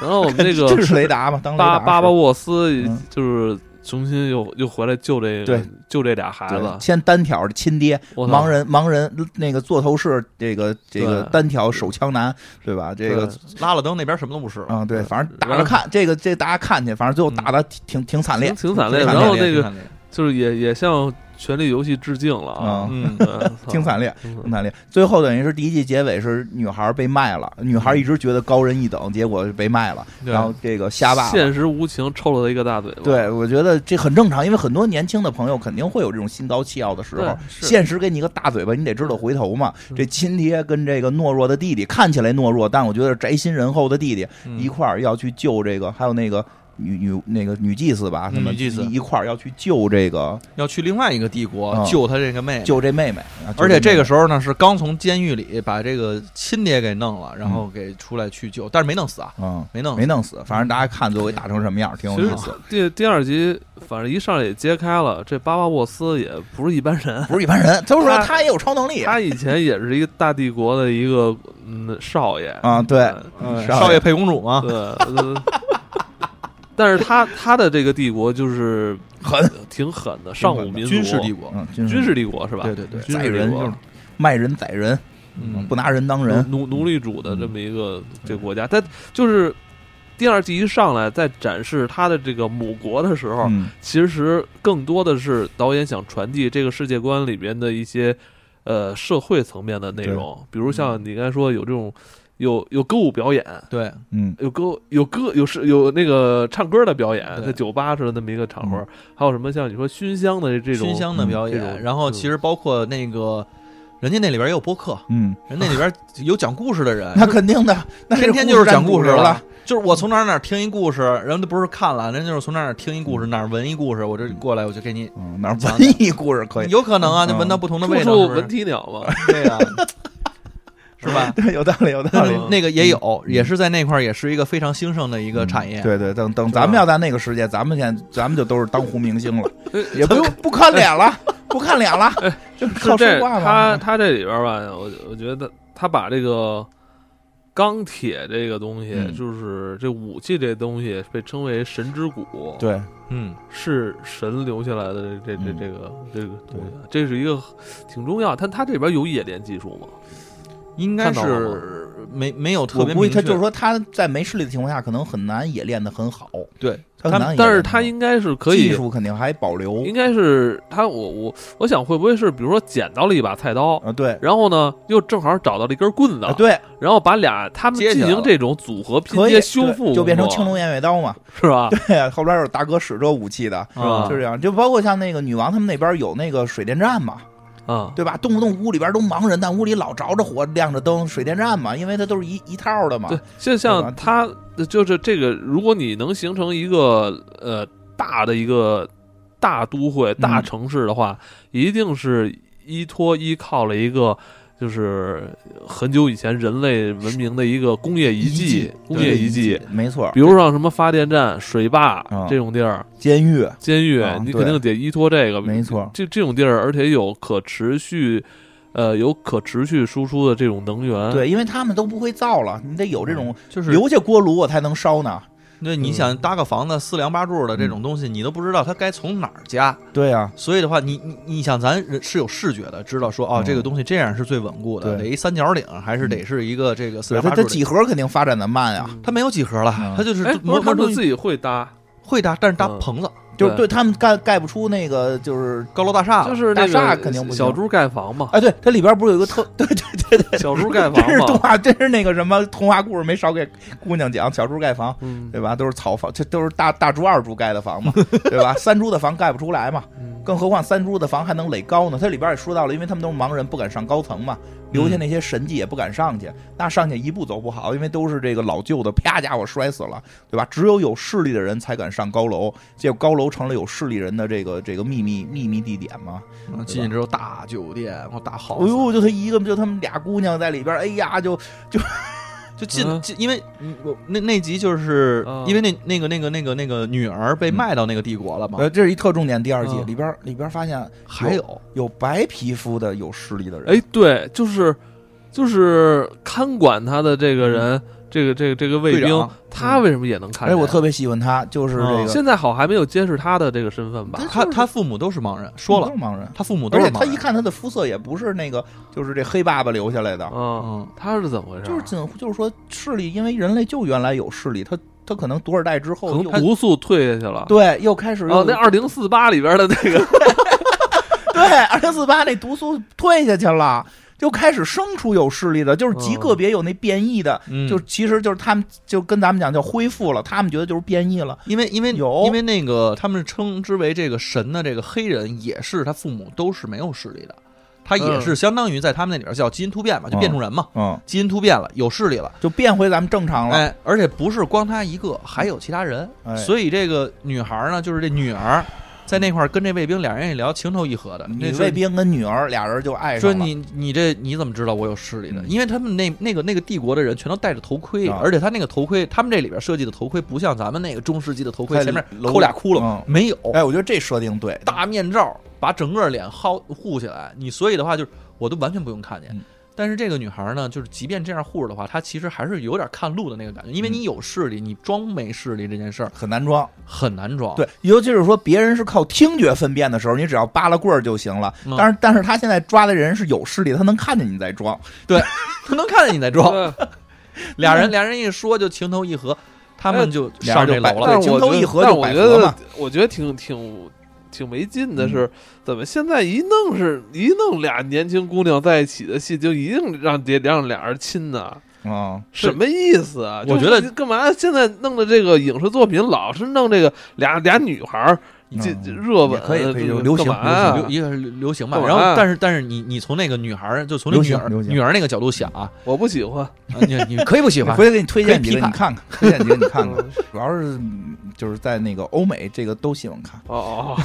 S1: 然后我 们这个
S2: 这是雷达嘛，当雷
S1: 巴
S2: 达
S1: 巴巴
S2: 使。
S1: 沃斯
S2: 嗯
S1: 就是重新又又回来救这个
S2: 对
S1: 救这俩孩子
S2: 对，，先单挑亲爹，
S1: 我操
S2: 盲人盲人那个座头市，这个这个
S1: 对
S2: 单挑手枪男，对吧？这个
S1: 对
S3: 拉了灯那边什么都不是了，
S2: 啊，对，反正打
S1: 然
S2: 着
S1: 后
S2: 看，这个这大家看去，反正最后打的挺挺惨烈
S1: 挺，挺惨
S3: 啊
S1: 烈的。
S2: 挺惨
S1: 然
S2: 烈
S1: 后
S3: 看
S1: 那
S3: 脸
S1: 个
S3: 看脸
S1: 就是也也向《权力游戏》致敬了啊，
S3: 嗯，
S1: 嗯，
S2: 挺
S1: 操
S2: 惨烈。
S1: 嗯
S2: 很惨烈。最后等于是第一季结尾是女孩被卖了，女孩一直觉得高人一等，结果被卖了，
S3: 嗯对
S2: 然后这个瞎霸了。
S1: 现实无情，抽了他一个大嘴巴。
S2: 对，我觉得这很正常，因为很多年轻的朋友肯定会有这种心高气傲的时候
S1: 对。
S3: 是
S2: 现实给你一个大嘴巴，你得知道回头嘛。这亲爹跟这个懦弱的弟弟，看起来懦弱，但我觉得是宅心仁厚的弟弟
S3: 嗯
S2: 一块儿要去救这个，还有那个女女那个女祭司吧，
S3: 嗯
S2: 他们
S3: 女祭司
S2: 一一块儿要去救这个
S3: 要去另外一个帝国
S2: 啊
S3: 救他这个妹妹。
S2: 救这妹妹。啊
S3: 而且这个
S2: 救
S3: 时候呢，是刚从监狱里把这个亲爹给弄了，然后给出来去救，但是没弄死啊，
S2: 这妹妹嗯。
S3: 没弄死
S2: 没弄死，反正大家看最后给打成什么样，挺有
S1: 其
S2: 意
S1: 实
S2: 思的。
S1: 第第二集，反正一上来也揭开了，这巴巴沃斯也不是一般人，
S2: 不是一般人。他说
S1: 他
S2: 他也有超能力，
S1: 他以前也是一个大帝国的一个嗯少爷
S2: 啊对
S1: 嗯
S2: 嗯
S3: 少爷配公主吗？
S1: 对，呃但是他他的这个帝国就是
S2: 狠，
S1: 挺狠的，上
S2: 狠
S1: 古
S2: 的
S1: 民族
S3: 军事帝国，
S2: 嗯，
S1: 军事帝国是吧？
S3: 对对对
S1: 军
S2: 宰
S1: 事帝
S2: 人
S1: 国
S2: 就是卖人宰人，
S3: 嗯
S2: 不拿人当人。
S1: 奴奴奴隶主的这么一个这个国家，但就是第二季一上来在展示他的这个母国的时候，
S2: 嗯
S1: 其实更多的是导演想传递这个世界观里边的一些呃社会层面的内容，比如像你刚才说有这种有有歌舞表演，
S3: 对，
S2: 嗯，
S1: 有歌有歌有是有那个唱歌的表演，
S3: 对嗯
S1: 在酒吧似的那么一个场合，还有什么像你说熏香的这种
S3: 熏香的表
S1: 嗯这种
S3: 演，然后其实包括那个。人家那里边也有播客，
S2: 嗯，
S3: 人那里边有讲故事的人，
S2: 那肯定的，那
S3: 天天就是讲故事
S2: 事了。。
S3: 就是我从哪儿哪儿听一故事，人家不是看了，人家就是从哪儿哪儿听一故事，哪儿闻一故事，我这过来我就给你，
S2: 嗯，哪儿文艺故事可以？
S3: 有可能啊，就
S2: 嗯
S3: 闻到不同的
S1: 处
S3: 味道，
S1: 处
S3: 是不是
S1: 闻啼 鸟 嘛，
S3: 对啊，是吧？
S2: 对，有道理，有道理。
S1: 嗯
S3: 那个也有，也是在那块儿，也是一个非常兴盛的一个产业。
S2: 嗯对对，等等，
S3: 是吧
S2: 咱们要在那个世界，咱们现在咱们就都是当红明星了，
S1: 呃
S2: 也不用不看脸了， 不看脸了，就是
S1: 是
S2: 靠
S1: 这
S2: 说话
S1: 他
S2: 嘛。
S1: 他这里边吧，我我觉得他把这个钢铁这个东西，
S2: 嗯
S1: 就是这武器这东西被称为神之骨，，
S2: 对，
S3: 嗯，
S1: 是神留下来的这这这
S2: 嗯
S1: 这个、这个东西啊，这是一个挺重要。但他这边有冶炼技术吗？
S3: 应该
S1: 看到了
S3: 是没没有特
S2: 我
S3: 别
S2: 估
S3: 明
S2: 计他
S3: 确，
S2: 就是说他在没势力的情况下，可能很难也练得很好，
S3: 对，
S2: 他很难也练得
S1: 但
S2: 很好。
S1: 是他应该是可以
S2: 啊技，术肯定还保留
S1: 应该是他我我我想会不会是比如说捡到了一把菜刀，
S2: 啊，对
S1: 然后呢又正好找到了一根棍子，
S2: 啊，对，
S1: 然后把俩他们
S3: 接起
S1: 进
S3: 来
S1: 行
S3: 了
S1: 这种组合拼
S2: 可以
S1: 接修
S2: 对
S1: 复工作，
S2: 就变成青龙偃月刀嘛。
S1: 是吧？
S2: 对呀，后边有大哥使这武器的，
S1: 是吧
S2: 就这样。就包括像那个女王他们那边有那个水电站嘛，
S1: 啊，
S2: 对吧？动不动屋里边都盲人，但屋里老着着火，亮着灯，水电站嘛，因为它都是一一套的嘛。
S1: 对，就
S2: 吧
S1: 像它就是这个，如果你能形成一个呃大的一个大都会、
S2: 嗯
S1: 大城市的话，一定是依托依靠了一个。就是很久以前人类文明的一个工业遗
S2: 遗迹
S1: 迹，工业遗迹，，
S2: 没错
S1: 比。如像什么发电站、水坝
S2: 啊
S1: 这种地儿，
S2: 监狱，
S1: 监狱
S2: 啊，
S1: 你
S2: 对
S1: 肯定得依托这个，
S2: 没错
S1: 这这种地儿，而且有可持续，呃，有可持续输出的这种能源，
S2: 对，因为他们都不会造了，你得有这种
S3: 就是
S2: 留下锅炉我才能烧呢。
S3: 对，
S2: 嗯
S3: 你想搭个房子四梁八柱的这种东西，你都不知道它该从哪儿加，
S2: 对啊，
S3: 所以的话，你你你想，咱人是有视觉的，知道说哦，
S2: 嗯
S3: 这个东西这样是最稳固的，
S2: 对嗯
S3: 得一三角顶，还是得是一个这个四梁
S2: 对，它
S3: 八
S2: 它
S3: 柱
S2: 几
S3: 的。
S2: 何肯定发展的慢啊，
S1: 嗯，
S3: 它没有几何了
S2: 嗯，
S3: 它就是
S1: 哎，不
S3: 磨
S1: 是他
S3: 磨出
S1: 们自己会搭，
S3: 会搭，但是搭
S1: 嗯
S3: 棚子、
S2: 就是对他们盖盖不出那个就是。
S3: 高楼大厦了，
S1: 就是
S2: 大
S1: 那
S2: 厦
S1: 个
S2: 啊肯定不行
S1: 小猪盖房嘛，
S2: 哎，对，它里边不是有一个特对对对哎 对，
S1: 小猪盖
S2: 真
S1: 房
S2: 是动
S1: 嘛，
S2: 画，真是那个什么童话故事没少给姑娘讲，小猪盖房，
S1: 嗯，
S2: 对吧？都是草房，这都是大大猪、二猪盖的房嘛，对吧？三猪的房盖不出来嘛，
S1: 嗯
S2: 更何况三猪的房还能垒高呢？它里边也说到了，因为他们都是盲人，不敢上高层嘛，留下那些神迹也不敢上去，那上去一步走不好，因为都是这个老旧的，啪家伙摔死了，对吧？只有有势力的人才敢上高楼，结果高楼成了有势力人的这个这个秘密秘密地点嘛。
S3: 嗯进去之后大酒店，然后大
S2: 哎
S3: house，、
S2: 呦，就他一个，就他们俩姑娘在里边，哎呀，就
S3: 就进、
S1: 嗯
S3: 进，因为嗯我那那集就是、
S1: 啊
S3: 因为那那个那个那个那个女儿被卖到那个帝国了嘛，
S2: 呃，这是一特重点，第二季
S1: 嗯
S2: 里边里边发现
S3: 还有
S2: 有白皮肤的有势力的人，
S1: 哎，对，就是就是看管他的这个
S2: 嗯
S1: 人，这个这个这个卫
S3: 队
S1: 兵
S3: 长，
S1: 他为什么也能看
S2: 哎，
S1: 见？
S2: 我特别喜欢他，就是这
S3: 嗯
S2: 个
S1: 现在好还没有揭示他的这个身份吧？
S3: 他他父母都是盲人，说了
S2: 都是盲人，
S3: 他父母都
S2: 嗯而
S3: 是
S2: 且
S3: 盲
S2: 他
S3: 人
S2: 一，看他的肤色也不是那个，就是这黑爸爸留下来的，
S1: 嗯，
S3: 嗯，
S1: 他是怎么回事？
S2: 就是仅就是说视力，因为人类就原来有视力，他他可能多少代之
S1: 可
S2: 后
S1: 能
S2: 又
S1: 毒素退下去了。
S2: 对又开始又
S1: 哦，那二零四八里边的那个，
S2: 对二零四八那毒素退下去了。就开始生出有视力的，就是极
S1: 嗯
S2: 个别有那变异的，
S3: 嗯
S2: 就其实就是他们就跟咱们讲叫恢复了，他们觉得就是变异了，
S3: 因为因为
S2: 有
S3: 因为那个他们称之为这个神的这个黑人也是他父母都是没有视力的，他也
S1: 嗯
S3: 是相当于在他们那里边叫基因突变嘛，就变种人嘛，
S2: 嗯，
S3: 基因突变了，有视力了。
S2: 就变回咱们正常了。
S3: 哎，而且不是光他一个，还有其他人。
S2: 哎
S3: 所以这个女孩呢，就是这女儿，在那块儿跟这卫兵俩人一聊，情投意合的。
S2: 你
S3: 那
S2: 卫兵跟女儿俩人就爱上
S3: 说
S2: 了，
S3: 你你这你怎么知道我有视力的？
S2: 嗯
S3: 因为他们那那个那个帝国的人全都戴着头盔，
S2: 啊
S3: 而且他那个头盔，他们这里边设计的头盔不像咱们那个中世纪的头盔，
S2: 太
S3: 前面
S2: 镂
S3: 抠俩窟窿，
S2: 嗯
S3: 没有
S2: 哎，我觉得这设定对，
S3: 大面罩把整个脸薅护起来。你所以的话就是我都完全不用看见。
S2: 嗯
S3: 但是这个女孩呢，就是即便这样护着的话，她其实还是有点看路的那个感觉，因为你有视力，你装没视力这件事儿
S2: 很难装。
S3: 很难装。
S2: 对，尤其是说别人是靠听觉分辨的时候，你只要扒拉棍儿就行了
S3: 嗯。
S2: 但是，但是他现在抓的人是有视力，他能看见你在装。
S3: 她能看见你在 装。俩人俩人一说就情投意合，他们就
S2: 哎俩
S3: 上
S2: 人
S3: 这
S2: 就摆
S3: 楼了。
S2: 对
S1: 但是我
S2: 情投
S1: 觉得
S2: 意合
S1: 但
S2: 就是
S1: 我
S2: 百
S1: 觉
S2: 合
S1: 得
S2: 嘛，嗯
S1: 我觉得挺挺挺没劲的是，怎么现在一弄是一弄俩年轻姑娘在一起的戏，就一定让得让俩人亲呢？
S2: 嗯，
S1: 什么意思啊？
S3: 我
S1: 就
S3: 觉得
S1: 是干嘛现在弄的这个影视作品老是弄这个俩俩女孩儿这
S2: 嗯
S1: 这热吻，呃
S2: 也可以可以
S1: 这
S2: 有流行
S1: 干嘛啊
S2: 流
S3: 流一个是流行吧，
S1: 干嘛
S3: 然后但是但是你你从那个女孩儿就从那
S2: 啊流
S3: 女
S2: 行
S3: 儿
S2: 流行
S3: 女儿那个角度想啊，
S1: 我不喜欢。
S3: 啊你你可以不喜
S2: 我
S3: 欢
S2: 回，去给 你推荐几
S3: 可以批
S2: 个，
S3: 判
S2: 你看看，推荐几个你看看
S1: 嗯。
S2: 主要是嗯就是在那个欧美，这个都喜欢看。
S1: 哦哦，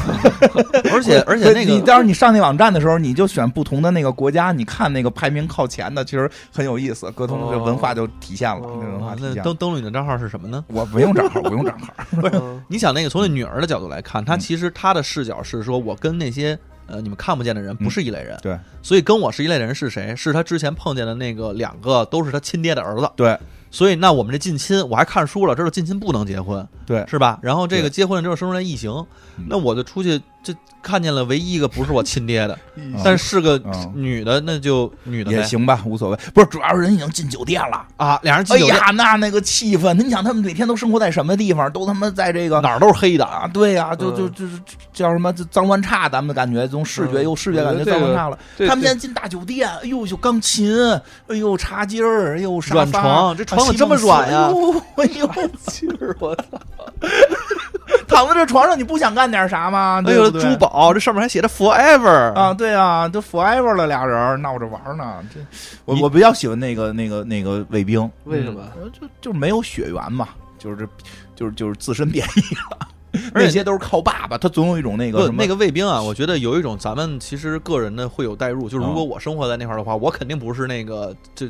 S3: 而且而且那
S2: 你
S3: 个
S2: 到时候你上那网站的时候，你就选不同的那个国家，你看那个排名靠前的，其实很有意思，各同
S1: 哦
S2: 这文化就体现了，
S1: 哦
S2: 这文化
S3: 啊
S2: 体
S3: 那
S2: 现了。
S3: 登登录你的账号是什么呢？
S2: 我不用账 号，不用账号。
S1: 哦
S3: 你想那个从那女儿的角度来看，她
S2: 嗯
S3: 其实她的视角是说我跟那些呃你们看不见的人不是一类人，
S2: 对
S3: 所以跟我是一类人是谁？是她之前碰见的那个两个都是她亲爹的儿子，
S2: 对
S3: 所以那我们这近亲，我还看书了，知道近亲不能结婚，
S2: 对，
S3: 是吧？然后这个
S2: 对
S3: 结婚了之后生出来异形
S2: 嗯，
S3: 那我就出去就看见了唯一一个不是我亲爹 的，
S2: 嗯
S3: 但是个
S2: 嗯
S3: 女的，那就女的
S2: 也
S3: 呗
S2: 行吧，无所谓。不是，主要是人已经进酒店了。
S3: 啊，俩人进
S2: 哎
S3: 酒店
S2: 呀，那那个气氛，你想他们每天都生活在什么地方？都他妈在这个
S3: 哪儿都是黑的，
S2: 啊，对呀、就
S1: 嗯
S2: 就就是叫什么就脏乱差，咱们的感觉从视觉
S1: 嗯
S2: 有视觉感
S1: 我觉得
S2: 觉
S1: 这
S2: 脏
S1: 个
S2: 乱差了。
S3: 嗯
S1: 这
S2: 他们
S1: 这
S2: 现在进大酒店，哎呦，有钢琴，哎呦，茶几儿，哎呦，沙发
S3: 软床这
S2: 啊
S3: 床怎么
S2: 席
S3: 这么
S2: 梦思
S3: 软呀
S2: 哎呦，哎呦，
S1: 气儿 我操！
S2: 躺在这床上，你不想干点啥吗？
S3: 哎
S2: 对
S3: 呦，
S2: 不对
S3: 珠宝这上面还写着 forever
S2: 啊，，对啊，都 forever 了，俩人儿闹着玩儿呢。这我
S3: 你
S2: 我比较喜欢那个那个那个卫兵，
S1: 为什么？
S2: 我呃就就是没有血缘嘛，就是这，就是就是自身变异了。
S3: 而且
S2: 那些都是靠爸爸，他总有一种那个
S3: 不，
S2: 什么
S3: 那个卫兵啊，我觉得有一种咱们其实个人的会有代入，就是
S2: 嗯
S3: 如果我生活在那块儿的话，我肯定不是那个就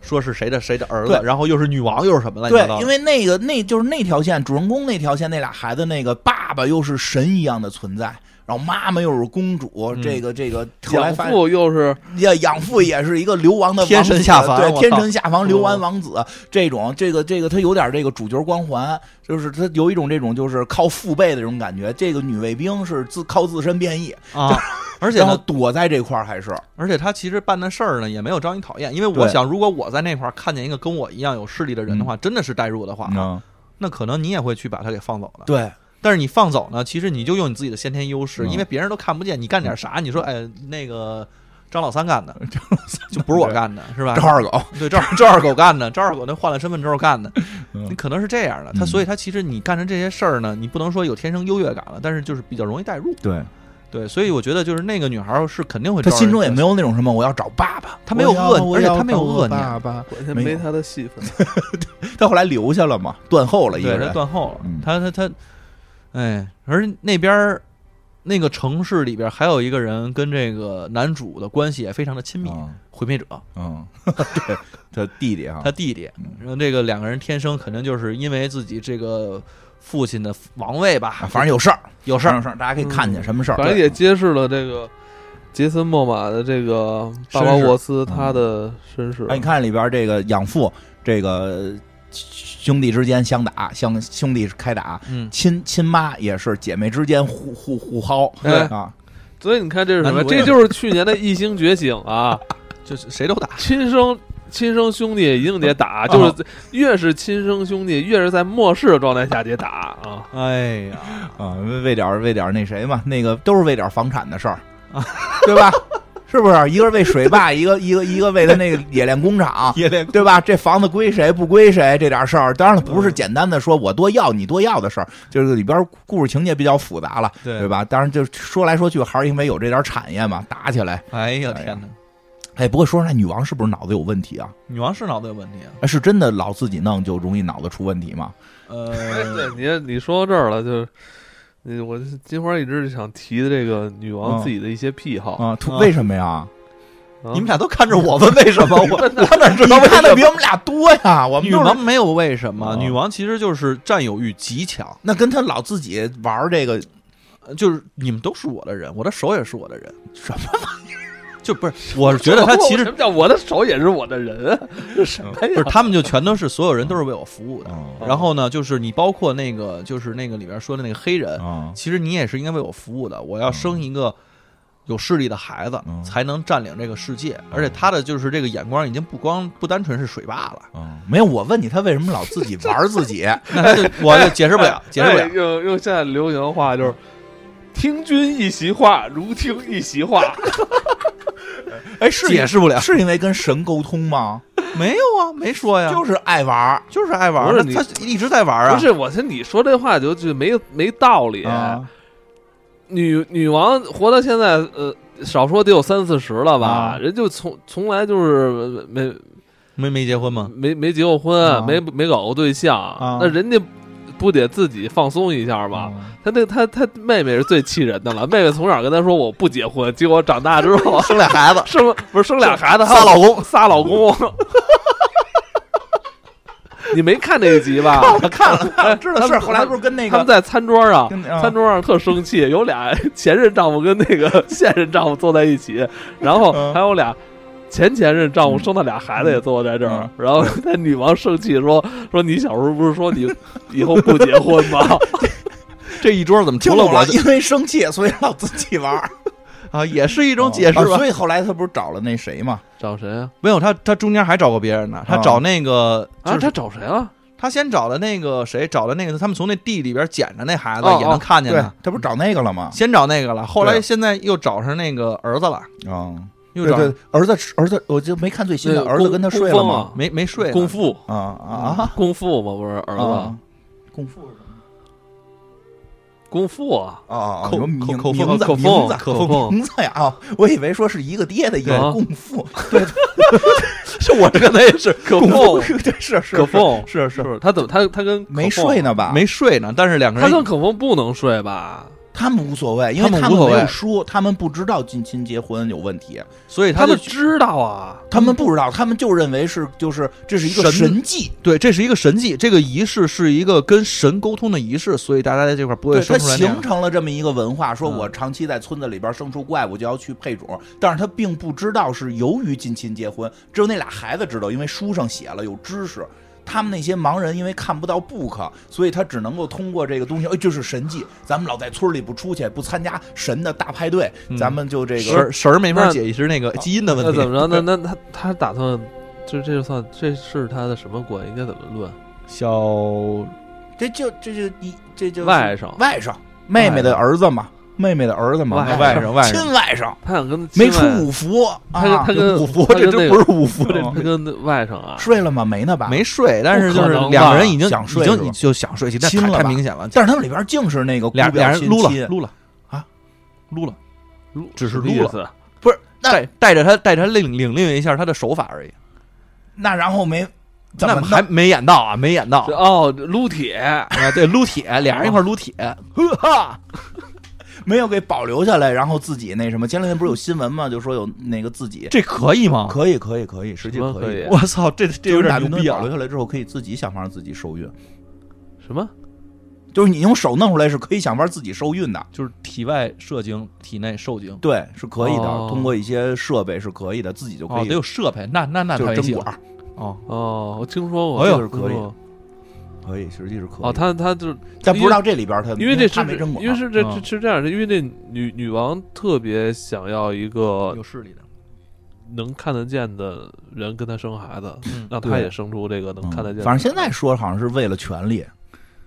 S3: 说是谁的谁的儿子，
S2: 对
S3: 然后又是女王又是什么乱七八糟
S2: 对，
S3: 的，
S2: 因为那个那就是那条线，主人公那条线，那俩孩子那个爸爸又是神一样的存在，然后妈妈又是公主，
S3: 嗯
S2: 这个这个后来
S1: 养
S2: 发现
S1: 父又是
S2: 呀，养父也是一个流亡的王子
S3: 天神下凡我
S2: 对，
S3: 操哦
S2: 天神下凡流亡王子这种，这个这个他有点这个主角光环，就是他有一种这种就是靠父辈的这种感觉。这个女卫兵是自靠自身变异，
S3: 啊，而且
S2: 然后
S3: 呢，
S2: 躲在这块儿还是
S3: 而且他其实办的事儿呢也没有招你讨厌，因为我
S2: 对
S3: 想，如果我在那块儿看见一个跟我一样有势力的人的话，真的是代入的话啊，
S2: 嗯，
S3: 那可能你也会去把他给放走的。
S2: 对，
S3: 但是你放走呢，其实你就用你自己的先天优势，
S2: 嗯
S3: 因为别人都看不见，你干点啥，你说哎那个张老三干的，张老三就不是我干的，是吧？
S2: 赵二狗，
S3: 对，赵赵二狗干的，赵二狗那换了身份之后干的，
S2: 嗯
S3: 你可能是这样的。他
S2: 嗯
S3: 所以他其实你干成这些事儿呢，你不能说有天生优越感了，但是就是比较容易代入。
S2: 对
S3: 对，所以我觉得就是那个女孩儿是肯定会
S2: 他
S3: 招人
S2: 心中也
S3: 喜欢
S2: 没有那种什么我要找爸爸，
S3: 她没有恶
S2: 我要
S3: 而且她
S2: 我要
S3: 没有
S2: 当我
S3: 恶念
S2: 爸爸，
S1: 关键
S2: 没有
S1: 没他的戏份。
S2: 他后来留下了嘛，断后了一个
S3: 对，他
S2: 人，
S3: 断后了
S2: 嗯，
S3: 他他他，哎，而那边儿那个城市里边儿还有一个人跟这个男主的关系也非常的亲密，
S2: 嗯
S3: 毁灭者
S2: 嗯， 对，他弟弟啊
S3: 他，弟弟
S2: 嗯，
S3: 然后这个两个人天生肯定就是因为自己这个父亲的王位吧，
S2: 啊反正有事儿，
S3: 有
S2: 有
S3: 事儿
S2: 有事儿，大家可以看
S1: 嗯
S2: 见什么事儿，
S1: 反正
S2: 对
S1: 也揭示了这个杰森·莫玛的这个
S2: 身
S1: 巴巴
S2: 世
S1: 沃斯他
S2: 嗯
S1: 的身世。
S2: 哎，你看里边这个养父，这个兄弟之间相打，相兄弟开打，
S3: 嗯，
S2: 亲亲妈也是姐妹之间互互互薅，
S1: 哎
S2: 啊，
S1: 所以你看这是什么？
S3: 男主也
S1: 这就是去年的《异星觉醒》 啊，
S3: 就是谁都打。
S1: 亲生。亲生兄弟一定得打，
S3: 哦
S1: 就是越是亲生兄弟，越是在漠视的状态下得打啊！
S3: 哎呀，
S2: 啊，为为点儿为点儿那谁嘛，那个都是为点儿房产的事儿，对吧？ 是不是？一个是为水坝，一个一个一个为了那个冶炼工厂。
S3: 夜练
S2: 对吧？这房子归谁不归谁这点事儿，当然了，不是简单的说我多要你多要的事儿，就是里边故事情节比较复杂了，
S3: 对
S2: 对？吧？当然，就是说来说去还是因为有这点产业嘛，打起来
S3: 哎呀天哪，
S2: 哎，不过说实在，女王是不是脑子有问题啊？
S3: 女王是脑子有问题啊。
S2: 哎，是真的老自己弄就容易脑子出问题吗？
S1: 哎对
S3: 呃，
S1: 你你说到这儿了，就是你我金花一直想提的这个女王
S2: 嗯
S1: 自己的一些癖好，
S2: 啊，突
S3: 啊
S2: 为什么呀？
S1: 啊
S3: 嗯你们俩都看着我问为 什么，我我哪知
S2: 你
S3: 道为
S2: 看
S3: 什
S2: 的
S3: 么
S2: 比？我们俩多呀，我们
S3: 女
S2: 都是
S3: 王没有为什么，
S2: 啊
S3: 女王其实就是占有欲极强，
S2: 那跟他老自己玩儿这个
S3: 呃就是你们都是我的人，我的手也是我的人，
S2: 什么玩意儿？
S3: 就不是，我觉得他其实
S1: 什么叫我的手也是我的人 啊？这什么
S3: 不
S1: 呀
S3: 是，？他们就全都是所有人都是为我服务的。
S2: 啊
S3: 然后呢，就是你包括那个，就是那个里边说的那个黑人，
S2: 啊
S3: 其实你也是应该为我服务的。我要生一个有势力的孩子
S2: 嗯，
S3: 才能占领这个世界。而且他的就是这个眼光已经不光不单纯是水坝 了，
S2: 啊！没有，我问你，他为什么老自己玩自己？
S3: 那他就我就解释不了，解释不
S1: 哎
S3: 了。
S1: 用用现在流行话就是“听君一席话，如听一席话
S2: 哎，是
S3: 解释不了
S2: 是因为跟神沟通吗？
S3: 没有啊，没说呀，
S2: 就是爱玩
S3: 就是爱玩
S1: 不
S3: 儿，
S1: 是
S3: 那
S1: 你
S3: 他一直在玩”。儿啊。
S1: 不是，我说你说这话就就没没道理。
S2: 啊
S1: 女女王活到现在，呃，少说得有三四十了吧？
S2: 啊
S1: 人就从从来就是没
S3: 没没结婚吗？
S1: 没没结过婚，
S2: 啊
S1: 没没搞过对象，
S2: 啊
S1: 那人家不得自己放松一下
S3: 啊
S1: 吗？
S2: 嗯
S1: 他那他他妹妹是最气人的了，妹妹从小跟他说我不结婚，结果长大之后，
S3: 生俩孩子
S1: 生不是生俩孩子，
S3: 仨老公，
S1: 仨老公。 你没看这一集吧？
S2: 看了看了，知道
S1: 他们
S2: 是后来不是跟那
S1: 他们
S2: 个
S1: 在餐桌上
S2: 跟，啊
S1: 餐桌上特生气，有俩前任丈夫跟那个 现任丈夫坐在一起，然后
S2: 嗯
S1: 还有俩前前任丈夫生的俩孩子也坐在这儿
S2: 嗯，
S1: 然后那女王生气说说你小时候不是说你 以后不结婚 吗？
S3: 这一桌怎么
S2: 听
S3: 除了
S2: 懂啊
S3: 我
S2: 了，因为生气，所以老自己玩儿。
S3: 啊？也是一种解释
S2: 啊
S3: 吧
S2: 所。以后来他不是找了那谁嘛？
S1: 找谁啊？
S3: 没有，他他中间还找过别人呢，他
S2: 啊
S3: 找那个
S1: 啊，
S3: 就是
S1: 他找谁了？
S3: 他先找了那个谁，找了那个他们从那地里边捡着那孩子
S1: 哦
S3: 也能
S1: 哦
S3: 看见
S2: 对啊
S3: 的，，
S2: 他不是找那个了吗？
S3: 先找那个了，后来
S2: 对
S3: 现在又找上那个儿子了，
S2: 啊，
S3: 又
S2: 对
S3: 找
S2: 对，儿子儿子，我就没看最新的，
S1: 那
S2: 儿子
S1: 工
S2: 跟他睡了
S1: 工
S2: 吗？
S3: 没没睡
S1: 蜂啊？
S3: 呢
S1: 功夫
S2: 啊
S3: 嗯
S2: 啊
S1: 功夫嘛，不是儿
S2: 啊！
S1: 子
S2: 啊，功夫是什么
S1: 功夫 啊，
S2: 啊啊，
S3: 口
S2: 有
S3: 口
S2: 名
S3: 口
S2: 名字
S1: 口
S2: 名字
S1: 凤口凤
S2: 名字呀啊！我以为说是一个爹的一个
S1: 啊
S2: 共父，
S1: 是我这个也是可
S2: 共
S1: 凤
S2: 父 对是是
S1: 可凤
S2: 是是
S1: 是不是他怎么他他跟可
S2: 没
S1: 凤
S2: 睡呢吧？
S3: 没睡呢，但是两个
S1: 他
S3: 人
S1: 跟可风不能睡吧？
S2: 他们无所谓，因为
S3: 他们
S2: 他
S3: 无
S2: 们
S3: 所
S2: 没有
S3: 谓
S2: 说，他们不知道近亲结婚有问题，
S3: 所以
S1: 他
S3: 就
S1: 们知道啊，
S2: 他们不知道，他们就认为是就是这是一个
S3: 神
S2: 神迹，
S3: 对，这是一个神迹，这个仪式是一个跟神沟通的仪式，所以大家在这块不会
S2: 对，
S3: 生
S2: 它
S3: 出来那样
S2: 形成了这么一个文化，说
S3: 嗯
S2: 我长期在村子里边生出怪物就要去配种，但是他并不知道是由于近亲结婚，只有那俩孩子知道，因为书上写了有知识。他们那些盲人因为看不到 book，所以他只能够通过这个东西，哎，这是神迹。咱们老在村里不出去，不参加神的大派对，
S3: 嗯
S2: 咱们就这
S3: 神
S2: 个
S3: 儿神儿没法
S1: 那
S3: 解释那个基因的
S1: 那
S3: 问题
S1: 怎，么着？那那他他打算，这这就算这是他的什么关系？应该怎么论？
S3: 小
S2: 这就这就一这就是
S1: 外甥
S2: 外甥妹妹的儿子嘛，妹妹的儿子嘛，
S1: 外甥
S2: 外
S3: 外甥外甥
S2: 亲外甥，
S1: 他想跟亲
S2: 没出
S1: 外甥
S2: 五福啊，
S1: 他跟他跟
S3: 五福，
S1: 他
S3: 这
S1: 跟
S3: 真
S1: 那
S3: 不
S1: 个
S3: 是五福，
S2: 不是
S1: 他跟外甥啊，
S2: 睡了吗？没呢吧？
S3: 没睡，但是
S1: 不
S3: 就
S1: 可
S3: 是
S1: 能
S3: 两个
S1: 吧
S3: 人已经
S2: 想睡
S3: 已
S2: 是吧
S3: 经就想睡，其实
S2: 亲
S3: 太
S2: 了
S3: 太
S2: 吧
S3: 明显了，
S2: 但是他们里边净是那个
S3: 俩
S2: 姑表
S3: 俩人
S2: 亲
S3: 撸
S2: 亲
S3: 了撸了
S2: 啊，
S3: 撸了，
S1: 撸
S3: 只是
S1: 什么意
S3: 撸了
S1: 思。
S2: 不是那
S3: 带带着他带着他领领略一下他的手法而已，
S2: 那然后没怎
S3: 那
S2: 么
S3: 还
S2: 弄
S3: 没演到啊，没演到
S1: 这哦，撸铁，
S3: 啊，对，撸铁，俩人一块儿撸 铁，呵哈，
S2: 没有给保留下来，然后自己那什么？前两天不是有新闻吗？就说有那个自己
S3: 这可以吗？
S2: 可以可以可以，实际
S1: 什么
S2: 可
S1: 可以
S2: 以。
S1: 以
S3: 我操，这这有点牛逼
S2: 保
S3: 啊
S2: 留！下来之后，可以自己想法让自己受孕，
S1: 什么
S2: 就是你用手弄出来是可以想法自己受孕的，
S3: 就是体外射精，体内受精，
S2: 对，是可以的。
S1: 哦
S2: 通过一些设备是可以的，自己就可
S3: 哦，
S2: 以，
S3: 得有设备，那那那
S2: 就
S3: 太
S2: 是
S3: 没戏
S2: 针
S3: 了
S2: 管儿
S3: 哦，
S1: 哦，我听说过，
S3: 哎呦
S1: 这个
S2: 可以
S1: 听说过
S2: 可以，实际是可以。
S1: 哦，他他就
S2: 但不知道这里边他
S1: 因为这
S2: 他
S1: 是
S2: 没啊针管，
S1: 因为是这
S3: 嗯
S1: 是是这样的，因为这女女王特别想要一个
S3: 有势力的，
S1: 能看得见的人跟她生孩子，
S3: 嗯，
S1: 让她
S2: 对
S1: 也生出这个能
S2: 嗯
S1: 看得见的。
S2: 反正现在说好像是为了权利，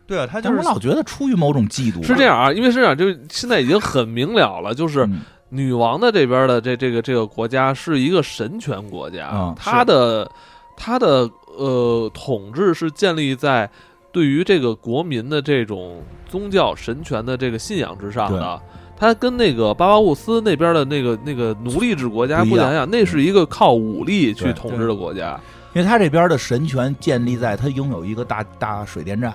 S3: 对啊，他就
S2: 但
S3: 是
S2: 我老觉得出于某种嫉妒，
S1: 是这样啊，因为是这样，就是现在已经很明了了，就是
S2: 嗯
S1: 女王的这边的这这个这个国家是一个神权国家，
S2: 嗯
S1: 它的它的呃统治是建立在对于这个国民的这种宗教神权的这个信仰之上的。它跟那个巴巴乌斯那边的那个那个奴隶制国家
S2: 不
S1: 不
S2: 一样嗯
S1: 太一样，那是一个靠武力去
S2: 对
S1: 统治的国家。
S2: 因为他这边的神权建立在他拥有一个大大水电站，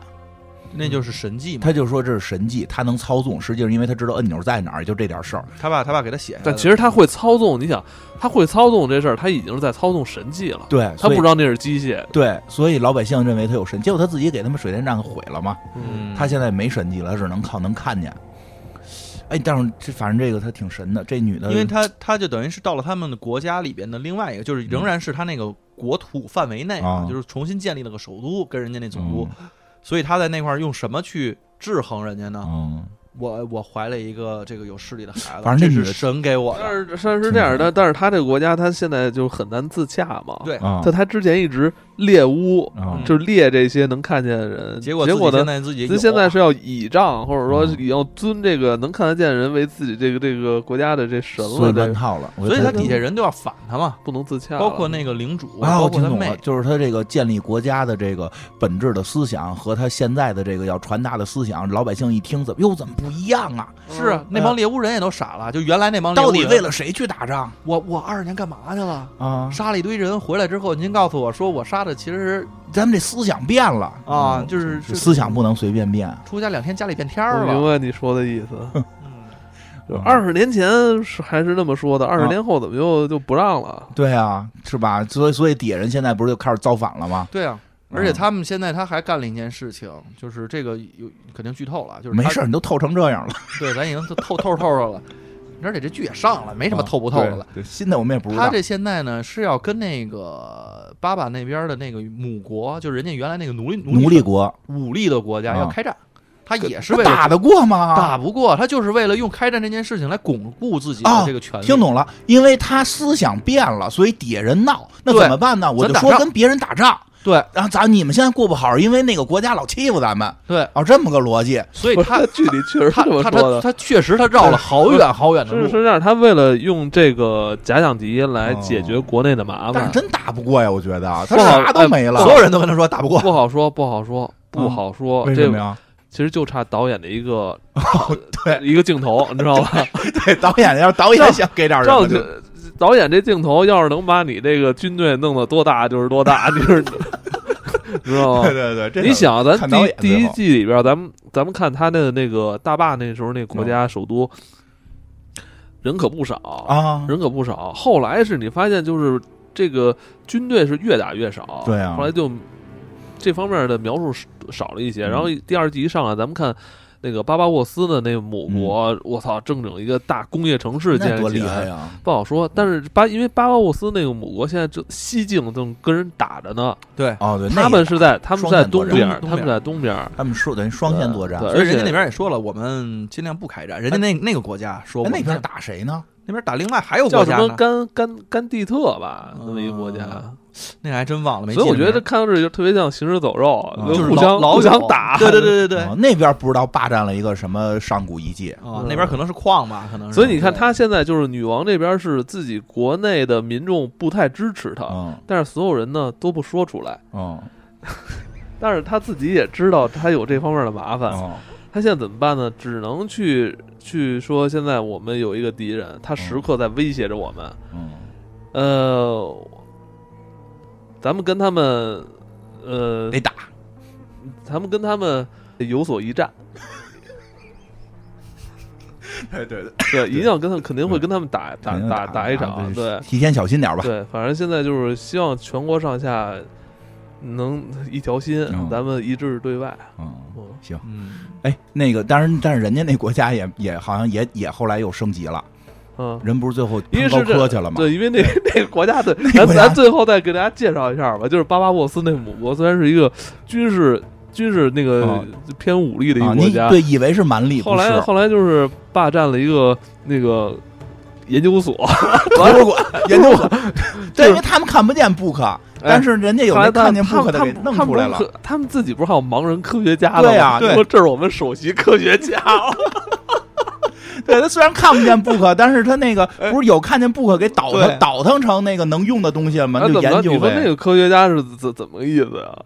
S3: 那就是神迹嘛，
S2: 他就说这是神迹，他能操纵。实际上，因为他知道按钮在哪儿，就这点事儿。
S3: 他爸他爸给他写下来的，
S1: 但其实他会操纵，你想，他会操纵这事儿，他已经是在操纵神迹了。
S2: 对，
S1: 他
S2: 所以
S1: 不知道那是机械，
S2: 对，所以老百姓认为他有神，结果他自己给他们水电站毁了嘛。
S3: 嗯，
S2: 他现在没神迹了，只能靠能看见。哎，但是这反正这个他挺神的，这女的，
S3: 因为他他就等于是到了他们的国家里边的另外一个，就是仍然是他那个国土范围内
S2: 嗯啊嗯
S3: 就是重新建立了个首都跟人家那总督，所以他在那块儿用什么去制衡人家呢？
S2: 嗯，
S3: 我我怀了一个这个有势力的孩子，
S2: 反正那
S3: 这
S2: 女的
S3: 是
S2: 啊
S3: 神给我
S1: 但是
S3: 的，
S1: 虽然是这样，但但是他这个国家，他现在就很难自洽嘛。
S3: 对嗯
S2: 啊
S1: 在他之前一直猎巫，
S2: 啊
S1: 就猎这些能看见的人，
S3: 结
S1: 结
S3: 果
S1: 果
S3: 自己现
S1: 呢？
S3: 在自己
S1: 咱
S3: 有啊
S1: 现在是要倚仗，或者说
S2: 嗯
S1: 也要尊这个能看得见的人为自己这个这个国家的这神
S2: 所
S1: 了，
S2: 以乱
S1: 这
S2: 套了，我
S3: 所以
S2: 觉
S3: 他
S2: 得
S3: 底下人都要反他嘛，
S1: 不能自洽了。嗯
S3: 包括那个领主，
S2: 啊，
S3: 包
S2: 我
S3: 括
S2: 听
S3: 他
S2: 懂
S3: 妹
S2: 了，，就是他这个建立国家的这个本质的思想和他现在的这个要传达的思想，老百姓一听怎么哟怎么不一样啊？
S1: 嗯
S3: 是啊，那帮猎巫人也都傻了，就原来那帮猎
S2: 到
S3: 巫
S2: 底
S3: 人嗯
S2: 为了谁去打仗
S3: 我我二十年干嘛去了？
S2: 啊？
S3: 杀了一堆人，回来之后，您告诉我说我杀的其实
S2: 咱们这思想变了
S3: 啊，
S2: 嗯
S3: 就是哎是
S2: 思想不能随便变。
S3: 出家两天，家里变天
S1: 我
S3: 儿
S1: 明白
S3: 了。
S1: 你说的意思。
S3: 嗯
S1: 就二十年前是还是那么说的，二
S3: 啊
S1: 十年后怎么又就不让了？
S2: 对啊，是吧？所以所以底下人现在不是就开始造反了吗？
S3: 对啊，
S2: 嗯
S3: 而且他们现在他还干了一件事情，就是这个有肯定剧透了，就是
S2: 没
S3: 他
S2: 事，儿，你都透成这样了，
S3: 对，咱已经透透透透 了，而且这剧也上了，没什么透不透的了
S2: 啊。。对对新的我们也不知道
S3: 他。这现在呢是要跟那个巴巴那边的那个母国，就是人家原来那个奴隶
S2: 奴隶国
S3: 武力的国家
S2: 啊
S3: 要开战，他也是
S2: 他
S3: 为了
S2: 打得啊过吗？
S3: 打不过，他就是为了用开战这件事情来巩固自己的
S2: 哦
S3: 这个权利。
S2: 听懂了，因为他思想变了，所以底下人闹，那
S3: 对
S2: 怎么办呢？我
S3: 咱
S2: 就
S3: 打
S2: 说
S3: 仗
S2: 跟别人打仗，
S3: 对
S2: 然后咱你们现在过不好，是因为那个国家老欺负咱们，
S3: 对，
S2: 哦，这么个逻辑，
S3: 所以
S1: 不是
S3: 他
S1: 他剧里确实
S3: 他
S1: 这么
S3: 他
S1: 说
S3: 他
S1: 的。
S3: 他确实他绕了好远好远的
S1: 是
S3: 路
S1: 是。这样，他为了用这个假想敌来解决
S2: 哦
S1: 国内的麻
S2: 但
S1: 烦
S2: 是，真打不过呀，我觉得他
S1: 不好
S2: 啥都没了，
S1: 哎
S3: 所有人都跟他说打不过，
S1: 不好说，不好说，不好说。
S2: 嗯为
S1: 这
S2: 什么呀？哦
S1: 其实就差导演的一个
S2: 对
S1: 一个镜头，你知道吧？
S2: 对，导演要是导演想给点什
S1: 照
S2: 么就，
S1: 这导演这镜头要是能把你这个军队弄得多大就是多大，就是 你知道吗
S2: 对？对对，这
S1: 你想，啊咱
S2: 看
S1: 第
S2: 导
S1: 一
S2: 演
S1: 第
S2: 最
S1: 一
S2: 后
S1: 季里边，咱们咱们看他的那个大坝那时候那国家首都，人可不少啊，
S2: 嗯啊，
S1: 人可不少。后来是你发现就是这个军队是越打越少，
S2: 对啊
S1: 后来就这方面的描述少少了一些。
S2: 嗯
S1: 然后第二季一上来，咱们看。那个巴巴沃斯的那母
S3: 嗯
S1: 国，我操，正整一个大工业城市
S2: 那
S1: 建
S2: 多
S1: 起
S2: 厉
S1: 来
S2: 害，呀！
S1: 不好说。但是巴，因为巴巴沃斯那个母国现在正西境正跟人打着呢，
S3: 对，
S2: 哦，对，那
S1: 他们是在他们是在东边儿，
S3: 双线作战
S1: 他们在东边儿，
S2: 他们说等于双线作战，
S1: 对
S2: 哎
S3: 所以人
S1: 而且
S3: 家那边也说了，我们尽量不开战。人家那那个国家说我们
S2: 哎那边打谁呢？
S3: 那边打另外还有
S1: 叫
S3: 国
S1: 什
S3: 家
S1: 么
S3: 呢，
S1: 甘甘甘地特吧，
S3: 嗯
S1: 那么一个国家。
S3: 那还真忘了。没
S1: 所以
S3: 记
S1: 我觉
S3: 着
S1: 得嗯
S3: 名
S1: 看到这就特别像行尸走肉，
S2: 啊
S3: 就是
S1: 互相
S3: 老
S1: 互相
S3: 老有
S1: 打。
S3: 对对对对对
S2: 哦，那边不知道霸占了一个什么上古遗迹，
S3: 啊，那边可能是矿吧，可能是。
S1: 所以你看，
S3: 对
S1: 他现在就是女王这边是自己国内的民众不太支持他，
S2: 嗯
S1: 但是所有人呢都不说出来。
S2: 嗯
S1: 但是他自己也知道他有这方面的麻烦，
S2: 嗯
S1: 他现在怎么办呢？只能去去说，现在我们有一个敌人，他时刻在威胁着我们。
S2: 嗯。
S1: 呃，咱们跟他们，呃，
S2: 得打，
S1: 咱们跟他们有所一战，
S2: 对对对，
S1: 对，一定要跟他们，肯定会跟他们打打
S2: 肯定啊
S1: 打打一场，对
S2: 对，提前小心点吧。
S1: 对，反正现在就是希望全国上下能一条心，
S2: 嗯
S1: 咱们一致对外。
S2: 嗯，
S1: 嗯，
S2: 行，
S3: 嗯，
S2: 哎，那个，当然，但是人家那国家也也好像也也后来又升级了，
S1: 嗯
S2: 人不是最后
S1: 因为
S2: 攀
S1: 是
S2: 高
S1: 这
S2: 科去了吗？
S1: 对，因为那 那个国家 的，
S2: 个
S1: 咱
S2: 国家
S1: 咱最后再给大家介绍一下吧，就是巴巴沃斯那母国，虽然是一个军事军事那个
S2: 嗯
S1: 偏武力的一
S2: 啊，
S1: 个国
S2: 你
S1: 家，
S2: 对以为是蛮力，
S1: 后
S2: 不是
S1: 来后来就是霸占了一个那个研究所，
S2: 图书馆研究 所，对，因为他们看不见 book，但是人家有
S1: 哎后
S2: 哎
S1: 来
S2: 那
S1: 他
S2: 看见
S1: 他
S2: book
S1: 们
S2: 的
S1: 他
S2: 给
S1: 们
S2: 弄出来了
S1: 他们。可他们自己不是还有盲人科学家的
S2: 对
S1: 吗？
S2: 啊对
S1: 说这是我们首席科学家，哦
S2: 对他虽然看不见 book，但是他那个
S1: 哎
S2: 不是有看见 book 给倒腾
S3: 对
S2: 倒腾成那个能用的东西吗？
S1: 那啊
S2: 就
S1: 哎怎么
S2: 研
S1: 了？
S2: 究
S1: 你说那
S2: 呗。
S1: 个科学家是怎怎么个意思啊？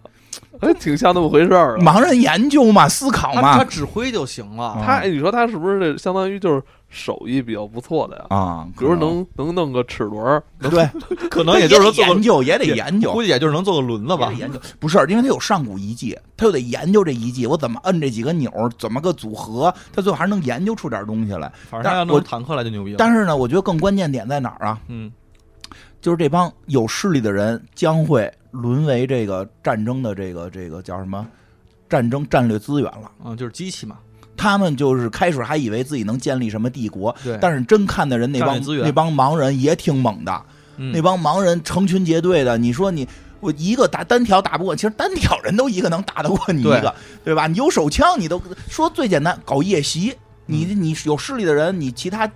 S1: 哎，挺像那么回事儿啊。
S2: 盲人研究嘛，思考
S3: 他他
S2: 嘛
S3: 指挥就行了。
S2: 啊
S1: 他，哎你说他是不是这相当于就是手艺比较不错的呀？
S2: 啊，
S1: 比如能能弄个齿轮儿，
S2: 对，
S3: 可
S2: 那
S3: 能也就是说做个
S2: 研究也得研究
S3: 估，计也就是能做个轮子吧
S2: 也得。研究不是，因为他有上古遗迹，他又得研究这遗迹，我怎么摁这几个钮儿，怎么个组合，他最后还能研究出点东西来。
S3: 反正他要
S2: 但我
S3: 弄坦克来就牛逼了。
S2: 但是呢，我觉得更关键点在哪儿啊？
S3: 嗯，
S2: 就是这帮有势力的人将会沦为这个战争的这个这个叫什么战争战略资源了。
S3: 嗯，就是机器嘛，
S2: 他们就是开始还以为自己能建立什么帝国，
S3: 对
S2: 但是真看的人那
S3: 战略
S2: 帮
S3: 资源
S2: 那帮盲人也挺猛的，
S3: 嗯
S2: 那帮盲人成群结队的，你说你。我一个打单挑打不过，其实单挑人都一个能打得过你一个，
S3: 对
S2: 对吧？你有手枪，你都说最简单，搞夜袭，你
S3: 嗯
S2: 你有势力的人，你其他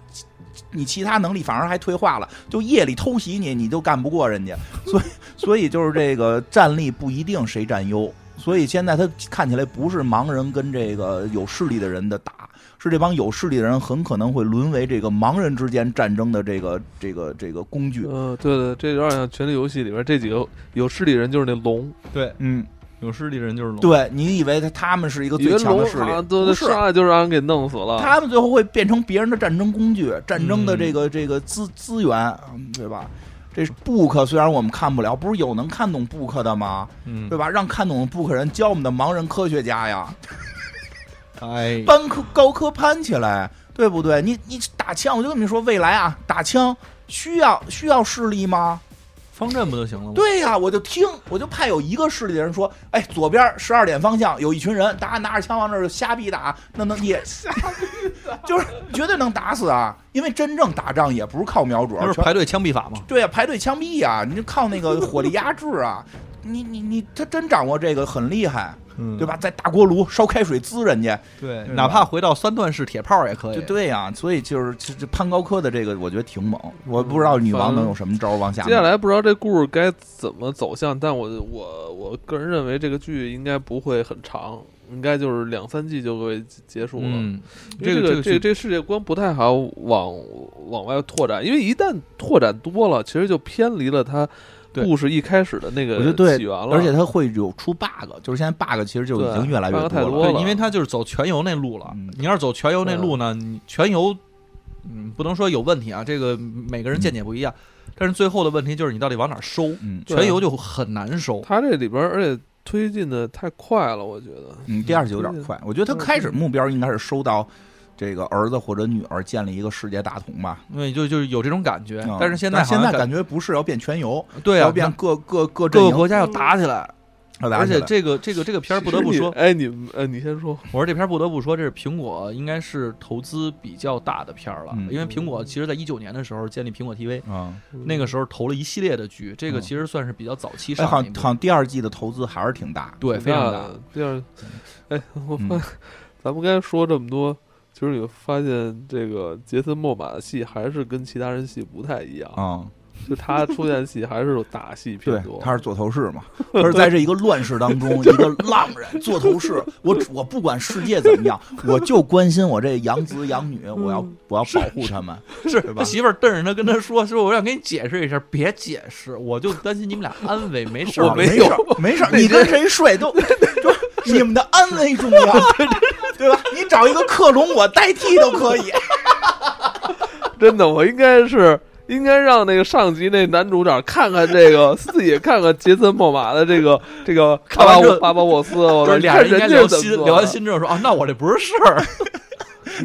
S2: 你其他能力反而还退化了，就夜里偷袭你，你都干不过人家，所以所以就是这个战力不一定谁占优，所以现在他看起来不是盲人跟这个有势力的人的打，是这帮有势力的人很可能会沦为这个盲人之间战争的这个这个这个工具，
S1: 嗯，对对，这有点像《权力游戏》里边这几个有势力人，就是那龙，
S3: 对，
S2: 嗯，
S3: 有势力人就是龙，
S2: 对你以为他他们是一个
S1: 以
S2: 最
S1: 为
S2: 强
S1: 龙
S2: 的势力
S1: 啊，，对
S2: 不
S1: 对，
S2: 是。
S1: 上来就让人给弄死了。
S2: 他们最后会变成别人的战争工具，战争的
S3: 嗯
S2: 这个、这个资资源，嗯对吧？这 book 虽然我们看不了，不是有能看懂 book 的吗？
S3: 嗯
S2: 对吧？让看懂 book 人教我们的盲人科学家呀，
S3: 哎，
S2: 搬科高科攀起来，对不对？你你打枪，我就跟你说，未来啊，打枪需要需要势力吗？
S3: 方阵不就行了吗？
S2: 对呀、我就听，我就怕有一个势力的人说，哎，左边十二点方向有一群人，大家拿着枪往那儿就瞎逼打，那能也瞎逼打，就是绝对能打死啊！因为真正打仗也不是靠瞄准，
S3: 不是
S2: 全
S3: 排队枪毙法吗？
S2: 对呀、排队枪毙啊，你就靠那个火力压制啊，你你你，他真掌握这个很厉害，
S3: 嗯
S2: 对？吧？在大锅炉烧开水滋人家，
S3: 对，
S2: 对
S3: 哪
S2: 吧
S3: 怕回到三段式铁炮也可以。
S2: 就对呀、所以就是这这攀高科的这个，我觉得挺猛，我不知道女王能有什么招儿往下
S3: 嗯
S2: 弄。
S1: 接下来不知道这故事该怎么走向，但我我我个人认为这个剧应该不会很长，应该就是两三季就会结束了。
S3: 嗯，
S1: 因为
S3: 这个
S1: 这
S3: 这
S1: 个
S3: 个
S1: 这
S3: 剧
S1: 这世界观不太好往往外拓展，因为一旦拓展多了，其实就偏离了它
S3: 对
S1: 故事一开始的那个
S2: 我觉得对
S1: 起源了。
S2: 而且它会有出 bug，就是现在 bug 其实就已经
S1: 对
S2: 越来越
S1: bug 太
S2: 了
S1: 多。
S3: 对
S1: 了，
S3: 因为他就是走全游那路了
S2: 嗯。
S3: 你要是走全游那路呢，你全游，嗯，不能说有问题啊，这个每个人见解不一样。但是最后的问题就是你到底往哪儿收？
S2: 嗯
S1: 对
S3: 全游就很难收。
S1: 它这里边而且推进的太快了，我觉得。
S2: 嗯，第二集有点快，我觉
S3: 嗯
S2: 得他开始目标应该是收到这个儿子或者女儿建立一个世界大同吧。
S3: 因为就就是有这种感觉
S2: 嗯，
S3: 啊但是现在
S2: 但
S3: 好
S2: 现
S3: 像
S2: 在
S3: 感
S2: 感觉不是要变全游，
S3: 对
S2: 要
S3: 啊，
S2: 变
S3: 那
S2: 各各各阵
S3: 各
S2: 营
S3: 个，国家要打起来，
S2: 要打
S3: 而
S2: 起
S3: 且
S2: 来
S3: 这个这个这个片儿不得不
S1: 其实你
S3: 说，
S1: 哎，你们呃，你先说。
S3: 我说这片儿不得不说，这是苹果应该是投资比较大的片儿了，
S2: 嗯
S3: 因为苹果其实在一九年的时候建立苹果 TV，
S2: 嗯，
S3: 那个时候投了一系列的剧，
S1: 嗯
S3: 这个其实算是比较早期
S2: 哎，
S3: 上
S2: 好
S3: 的一
S2: 像
S3: 部、
S2: 好像第二季的投资还是挺大。
S3: 对 非常大。。
S1: 第二，哎，我
S2: 嗯
S1: 发，咱们刚才说这么多，其实你发现这个杰森·莫玛的戏还是跟其他人戏不太一样，
S3: 啊
S2: 嗯，
S1: 就他出现戏还是有打戏
S2: 对
S1: 偏多，。
S2: 他是做头 饰嘛，他是在这一个乱世当中，一个浪人做头饰。我我不管世界怎么样，我就关心我这养子养女，我要我要保护他们。
S3: 是
S2: 对吧
S3: 他媳妇儿瞪着他跟他说：“说我想给你解释一下，别解释，我就担心你们俩安危，没事儿。”
S1: 我没
S2: 啊没事儿，没事儿，你跟谁睡 都，就是你们的安危重要， 对吧？你找一个克隆我代替都可以。
S1: 真的，我应该是应该让那个上集那男主角看看这 个，自己看看杰森·莫玛的这个这个
S3: 看
S1: 巴巴
S3: 完之后
S1: 沃巴巴沃斯，我
S3: 就是
S1: 说
S3: 俩人应
S1: 看
S3: 该聊
S1: 人家怎
S3: 心
S1: 么，做
S3: 聊完心之后说：“啊，那我这不是事儿。
S1: 的，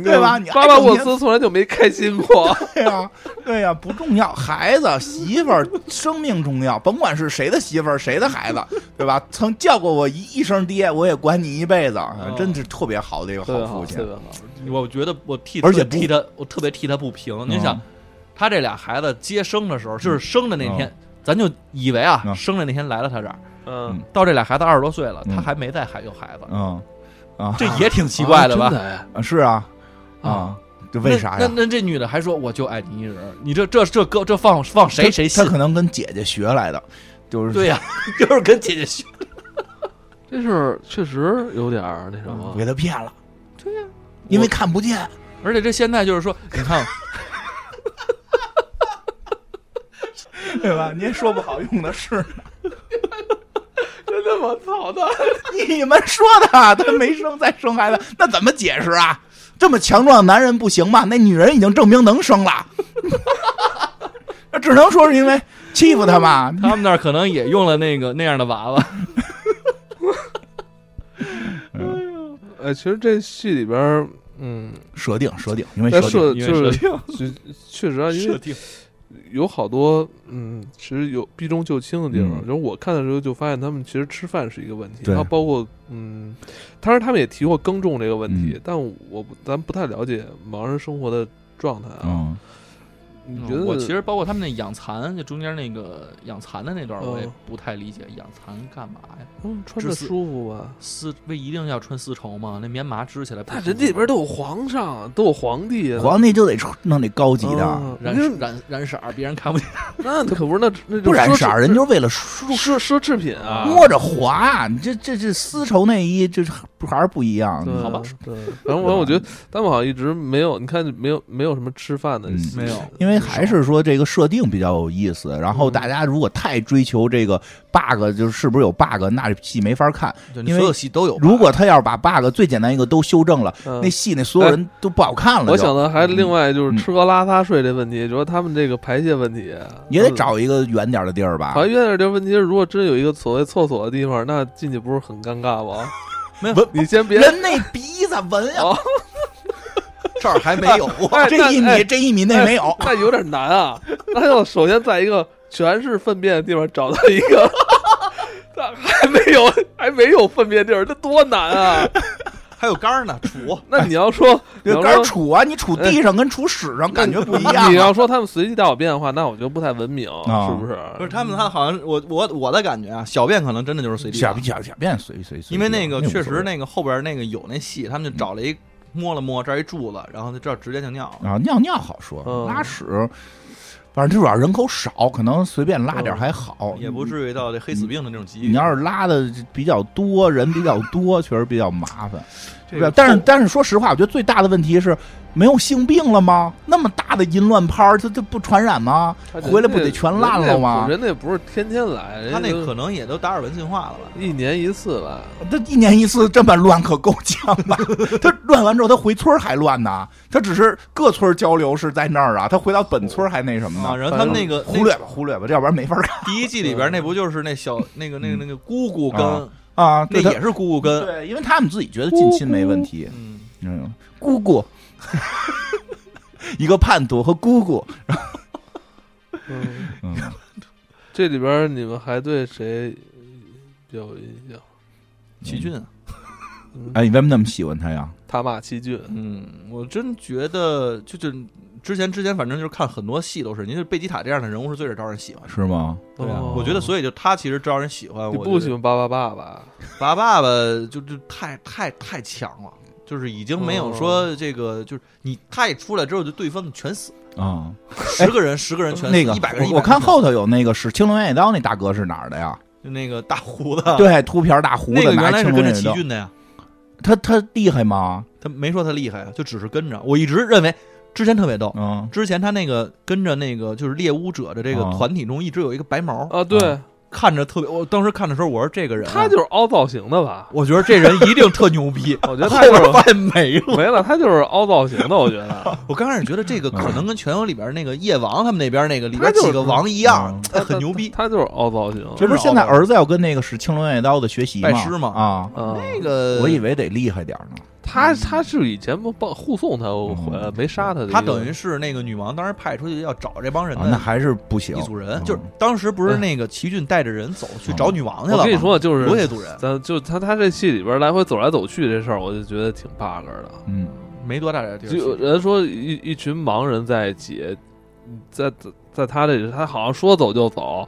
S2: 对吧你还
S1: 巴巴
S2: 整
S1: 沃
S2: 天
S1: 斯从来就没开心 过。
S2: 对呀、对呀、不重要，孩子、媳妇儿、生命重要，甭管是谁的媳妇儿、谁的孩子，对吧？曾叫过我一一声爹，我也管你一辈子，啊真是特别好的一个
S1: 特别
S2: 好
S1: 好，
S2: 父
S1: 特
S2: 亲
S1: 别。好。”
S3: 我觉得我替，
S2: 而且不
S3: 替他，我特别替他不平。你想
S2: 嗯，
S3: 他这俩孩子接生的时候，就是生的那天，咱就以为啊，
S2: 嗯
S3: 生的那天来了他这儿，
S1: 嗯，
S3: 到这俩孩子二十多岁了，
S2: 嗯
S3: 他还没再还有孩子，
S2: 嗯，啊，
S3: 这也挺奇怪的吧？
S1: 啊真哎
S2: 啊是啊，啊，这为啥
S3: 那
S2: 呀
S3: 那？那这女的还说我就爱你一人儿，你这这这搁这放放谁谁
S2: 他
S3: 信？
S2: 可能跟姐姐学来的，就是
S3: 对呀、 就是跟姐姐学。
S1: 这事儿确实有点儿那什么
S2: 我。 给他骗了，
S3: 对呀、
S2: 因为看不见。
S3: 而且这现在就是说，你看，
S2: 对吧？您说不好用的是呢，
S1: 真他妈操蛋！
S2: 你们说的，啊他没生再生孩子，那怎么解释啊？这么强壮的男人不行吗？那女人已经证明能生了， 那只能说是因为欺负他嘛。
S3: 他们那儿可能也用了那个那样的娃娃。
S1: 哎，其实这戏里边儿，嗯，
S2: 设定设定，因为
S1: 在
S2: 设定
S1: 设
S3: 因
S1: 呃就
S3: 为
S1: 是确确实啊，因为
S3: 定，
S1: 有好多嗯，其实有避重就轻的地方。
S2: 嗯
S1: 就是我看的时候就发现，他们其实吃饭是一个问题，
S2: 对
S1: 然后包括嗯，当然他们也提过耕种这个问题，
S2: 嗯
S1: 但我不咱不太了解盲人生活的状态啊。
S2: 嗯
S1: 你觉得？
S4: 嗯我其实包括他们那养蚕，就中间那个养蚕的那段，我也
S1: 嗯
S4: 不太理解养蚕干嘛呀？
S1: 他们嗯穿着
S4: 自私
S1: 舒服吧？
S4: 丝为一定要穿丝绸吗？那棉麻织起来不舒
S1: 但
S4: 服吗，
S1: 人里边都有皇上，都有皇帝啊，
S2: 皇帝就得出弄那高级的，
S1: 啊
S4: 染
S1: 那
S4: 染染色儿，别人看不见。
S1: 那可不是那那
S2: 不染色儿，人
S1: 就
S2: 嗯就是为了舒
S1: 奢奢侈品啊，
S2: 摸着滑。你这这这丝绸内衣，这是还是不一样
S1: 对。
S4: 好吧，
S1: 对，反正我我觉得他们好像一直没有，你看没有没有什么吃饭的
S2: 嗯，
S1: 习
S3: 没有
S1: 惯
S2: 因为还是说这个设定比较有意思，然
S1: 嗯
S2: 后大家如果太追求这个 bug，就是是不是有 bug，那这戏没法看。
S3: 就你
S2: 因为
S3: 所有戏都有吧。
S2: 如果他要是把 bug 最简单一个都修正了，
S1: 嗯
S2: 那戏那所有人都不好看了。
S1: 我
S2: 就
S1: 想的还另外就是
S2: 嗯
S1: 吃喝拉撒睡这问题，就是他们这个排泄问题
S2: 也得。找一个远点儿的地儿吧
S1: 好。像有点这问题，如果真有一个所谓厕所的地方，那进去不是很尴尬 吗？
S3: 没有
S1: 不你先别
S2: 人那鼻子闻呀，
S1: 哦
S3: 这儿还没有
S1: 哎
S2: 这一
S1: 那哎
S2: 米这一米那没有，
S1: 那有点难啊。那要首先在一个全是粪便的地方找到一个，那还没有还没有粪便地儿，这多难 啊！
S3: 还有杆儿呢，杵
S1: 那你要说，你
S2: 有
S1: 要
S2: 杆
S1: 说
S2: 杵啊，你杵地上跟杵屎上感觉不一样
S1: 你
S2: 啊。
S1: 要说他们随地大小便的话，那我觉得不太文明，
S2: 啊
S1: 是不是？
S3: 不是他们，他好像我我我的感觉啊，小便可能真的就是随地
S2: 小
S3: 大，
S2: 小小便随随随，
S3: 因为那个
S2: 无所
S3: 确实
S2: 谓
S3: 那个后边那个有那戏，他们就找了一摸了摸这儿一柱子，然后就这儿直接就尿了。
S2: 啊，尿尿好说，
S1: 嗯
S2: 拉屎，反正这主要人口少，可能随便拉点儿还好，
S3: 嗯也不。至于到这黑死病的那种级。
S2: 哦你要是拉的比较多，人比较多，确实比较麻烦。
S3: 这
S2: 对吧
S3: 个
S2: 但是
S3: 后
S2: 但是说实话，我觉得最大的问题是没有性病了吗？那么大的淫乱拍儿，它它不传染吗？回来不得全烂了吗
S1: 人家也不是天天来，人
S3: 他
S1: 家
S3: 那
S1: 都
S3: 可能也都达尔文进化了吧？
S1: 一年一次来。
S2: 他一年一次这么乱可够呛了。 他乱完之后，他回村儿还乱呢。他只是各村儿交流是在那儿啊，他回到本村儿还呃那什么
S3: 啊，
S2: 呢？
S3: 然后他们那个
S2: 忽略吧，忽略吧，这要不然没法看
S3: 那第一季里边那不就是那小那个那个那个姑姑跟
S2: 啊啊。
S3: 嗯那
S2: 对他
S3: 也是姑姑跟，
S2: 对，因为他们自己觉得近亲没问题。
S3: 嗯，
S2: 嗯，姑姑， 一个叛徒和姑姑，
S1: 嗯，
S2: 嗯，
S1: 这里边你们还对谁比较有印象？
S3: 奇骏啊。
S1: 嗯、
S2: 哎，你为什么那么喜欢他呀？
S1: 塔马奇骏，
S3: 嗯，我真觉得就就之前之前反正就是看很多戏都是，您就贝吉塔这样的人物是最招人喜欢的。
S2: 是吗？
S3: 对啊，
S1: 哦
S3: 我觉得所以就他其实招人喜欢。
S1: 你
S3: 我
S1: 不喜
S3: 觉得
S1: 欢巴巴爸吧？
S3: 拔爸爸就就太太太强了，就是已经没
S2: 哦
S3: 有说这个就是你他一出来之后就对方就全死，
S2: 啊、
S3: 十个人十个人全
S2: 那个
S3: 一百个人
S2: 我
S3: 100
S2: 我看
S3: 个人
S2: 后头有那个使青龙偃月刀那大哥是哪儿的呀？
S3: 就那个大胡子，
S2: 对，秃瓢大胡
S3: 啊那
S2: 子
S3: 个
S2: 拿
S3: 原来
S2: 青
S3: 是跟
S2: 龙
S3: 着
S2: 偃月
S3: 奇
S2: 刀，
S3: 骏的呀，
S2: 他他厉害吗？
S3: 他没说他厉害啊，就只是跟着。我一直认为之前特别逗。
S2: 嗯，
S3: 之前他那个跟着那个就是猎巫者的这个
S2: 哦
S3: 团体中，一直有一个白毛，
S1: 啊，对，
S3: 看着特别，我当时看的时候，我说这个人啊、
S1: 他就是凹造型的吧？。
S3: 我觉得这人一定特牛 逼
S1: 我觉得
S3: 后
S1: 他就
S3: 边发
S1: 是
S3: 现没了。
S1: 没了，他就是凹造型的，我觉得。
S3: 我刚开始觉得这个可能跟《全游》里边那个夜王他们那边那个里
S1: 他
S3: 边
S1: 就是
S3: 几个王一样，
S1: 他
S3: 很牛逼。
S1: 他他就是凹造型。
S2: 这不是现在儿子要跟那个使青龙偃月刀的学习吗？
S3: 拜师吗呃
S2: 啊，
S1: 啊，
S3: 那个
S2: 我以为得厉害点儿呢。
S1: 他他是以前不帮护送他回来，没杀他的一个。
S3: 他等于是那个女哦王当时派出去要找这帮人
S2: 啊，那
S3: 的
S2: 还是不行
S3: 呃一。组人，
S2: 嗯
S3: 就是当时不是那个齐骏带着人走去找女王去了吗？
S1: 我跟你说，就是
S3: 多一组人，
S1: 咱就他他这戏里边来回走来走去这事儿，我就觉得挺 bug 的。
S2: 嗯，
S3: 没多大点地儿
S1: 就
S3: 去。
S1: 人说一一群盲人在一起，在在他这里，他好像说走就走，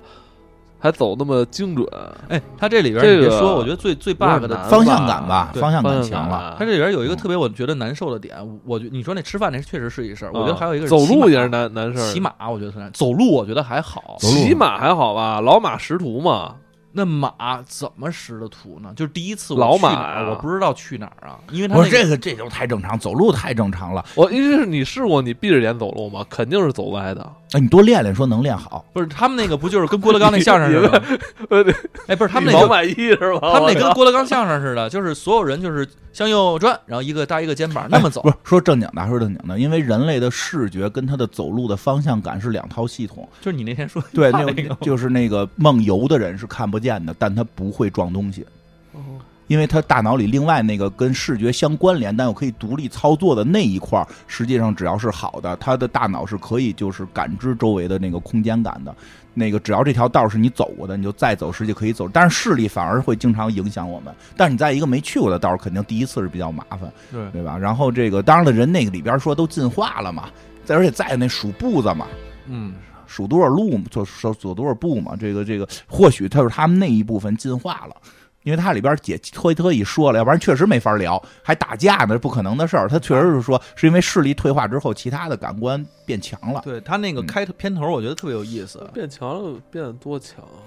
S1: 还走那么精准，
S3: 哎，他这里边
S1: 这个
S3: 你别说，我觉得最最 bug
S1: 有点
S3: 的
S1: 难
S2: 方向感吧，啊
S3: 对
S2: 方向感
S1: 感
S2: 强了。
S3: 他这里边有一个特别我觉得难受的点，我觉你说那吃饭那确实是一事儿，我觉得还有一个
S1: 啊走路也是
S3: 难。
S1: 难难事儿。
S3: 骑马我觉得很难，走路我觉得还好。
S2: 走路
S1: 骑马还好吧，老马识途嘛。
S3: 那马怎么识的途呢？就是第一次我
S1: 老
S3: 去哪
S1: 马
S3: 儿
S1: 啊
S3: 我不知道去哪儿啊，因为他
S2: 不
S3: 那
S2: 是
S3: 个
S2: 这个，这就太正常，走路太正常了。
S1: 我一是你试过你闭着眼走路吗？肯定是走歪的。
S2: 哎，你多练练，说能练好。
S3: 不是他们那个不就是跟郭德纲那相声似的？哎，不是他们那
S1: 老
S3: 个。
S1: 满意是吧？
S3: 他们那
S1: 我
S3: 跟
S1: 操
S3: 郭德纲相声似的，就是所有人就是向右转，然后一个搭一个肩膀那么走
S2: 不。是说正经的，说正经的，因为人类的视觉跟他的走路的方向感是两套系统。
S3: 就是你那天说
S2: 对，
S3: 那
S2: 那
S3: 个
S2: 就是那个梦游的人是看不见的，但他不会撞东西，因为他大脑里另外那个跟视觉相关联但又可以独立操作的那一块儿，实际上只要是好的，他的大脑是可以就是感知周围的那个空间感的。那个只要这条道是你走过的，你就再走，实际可以走。但是视力反而会经常影响我们。但是你在一个没去过的道，肯定第一次是比较麻烦，
S3: 对
S2: 对吧？然后这个当然了，人那个里边说都进化了嘛，再而且再有那数步子嘛，
S4: 嗯，
S2: 数多少路嘛，走走走多少步嘛，这个这个，或许它是他们那一部分进化了。因为它里边解特特意说了，要不然确实没法聊，还打架呢，不可能的事儿。他确实是说，是因为视力退化之后，其他的感官变强了，
S3: 对他那个
S2: 嗯
S3: 开头片头，我觉得特别有意思。
S1: 变强了，变得多强啊？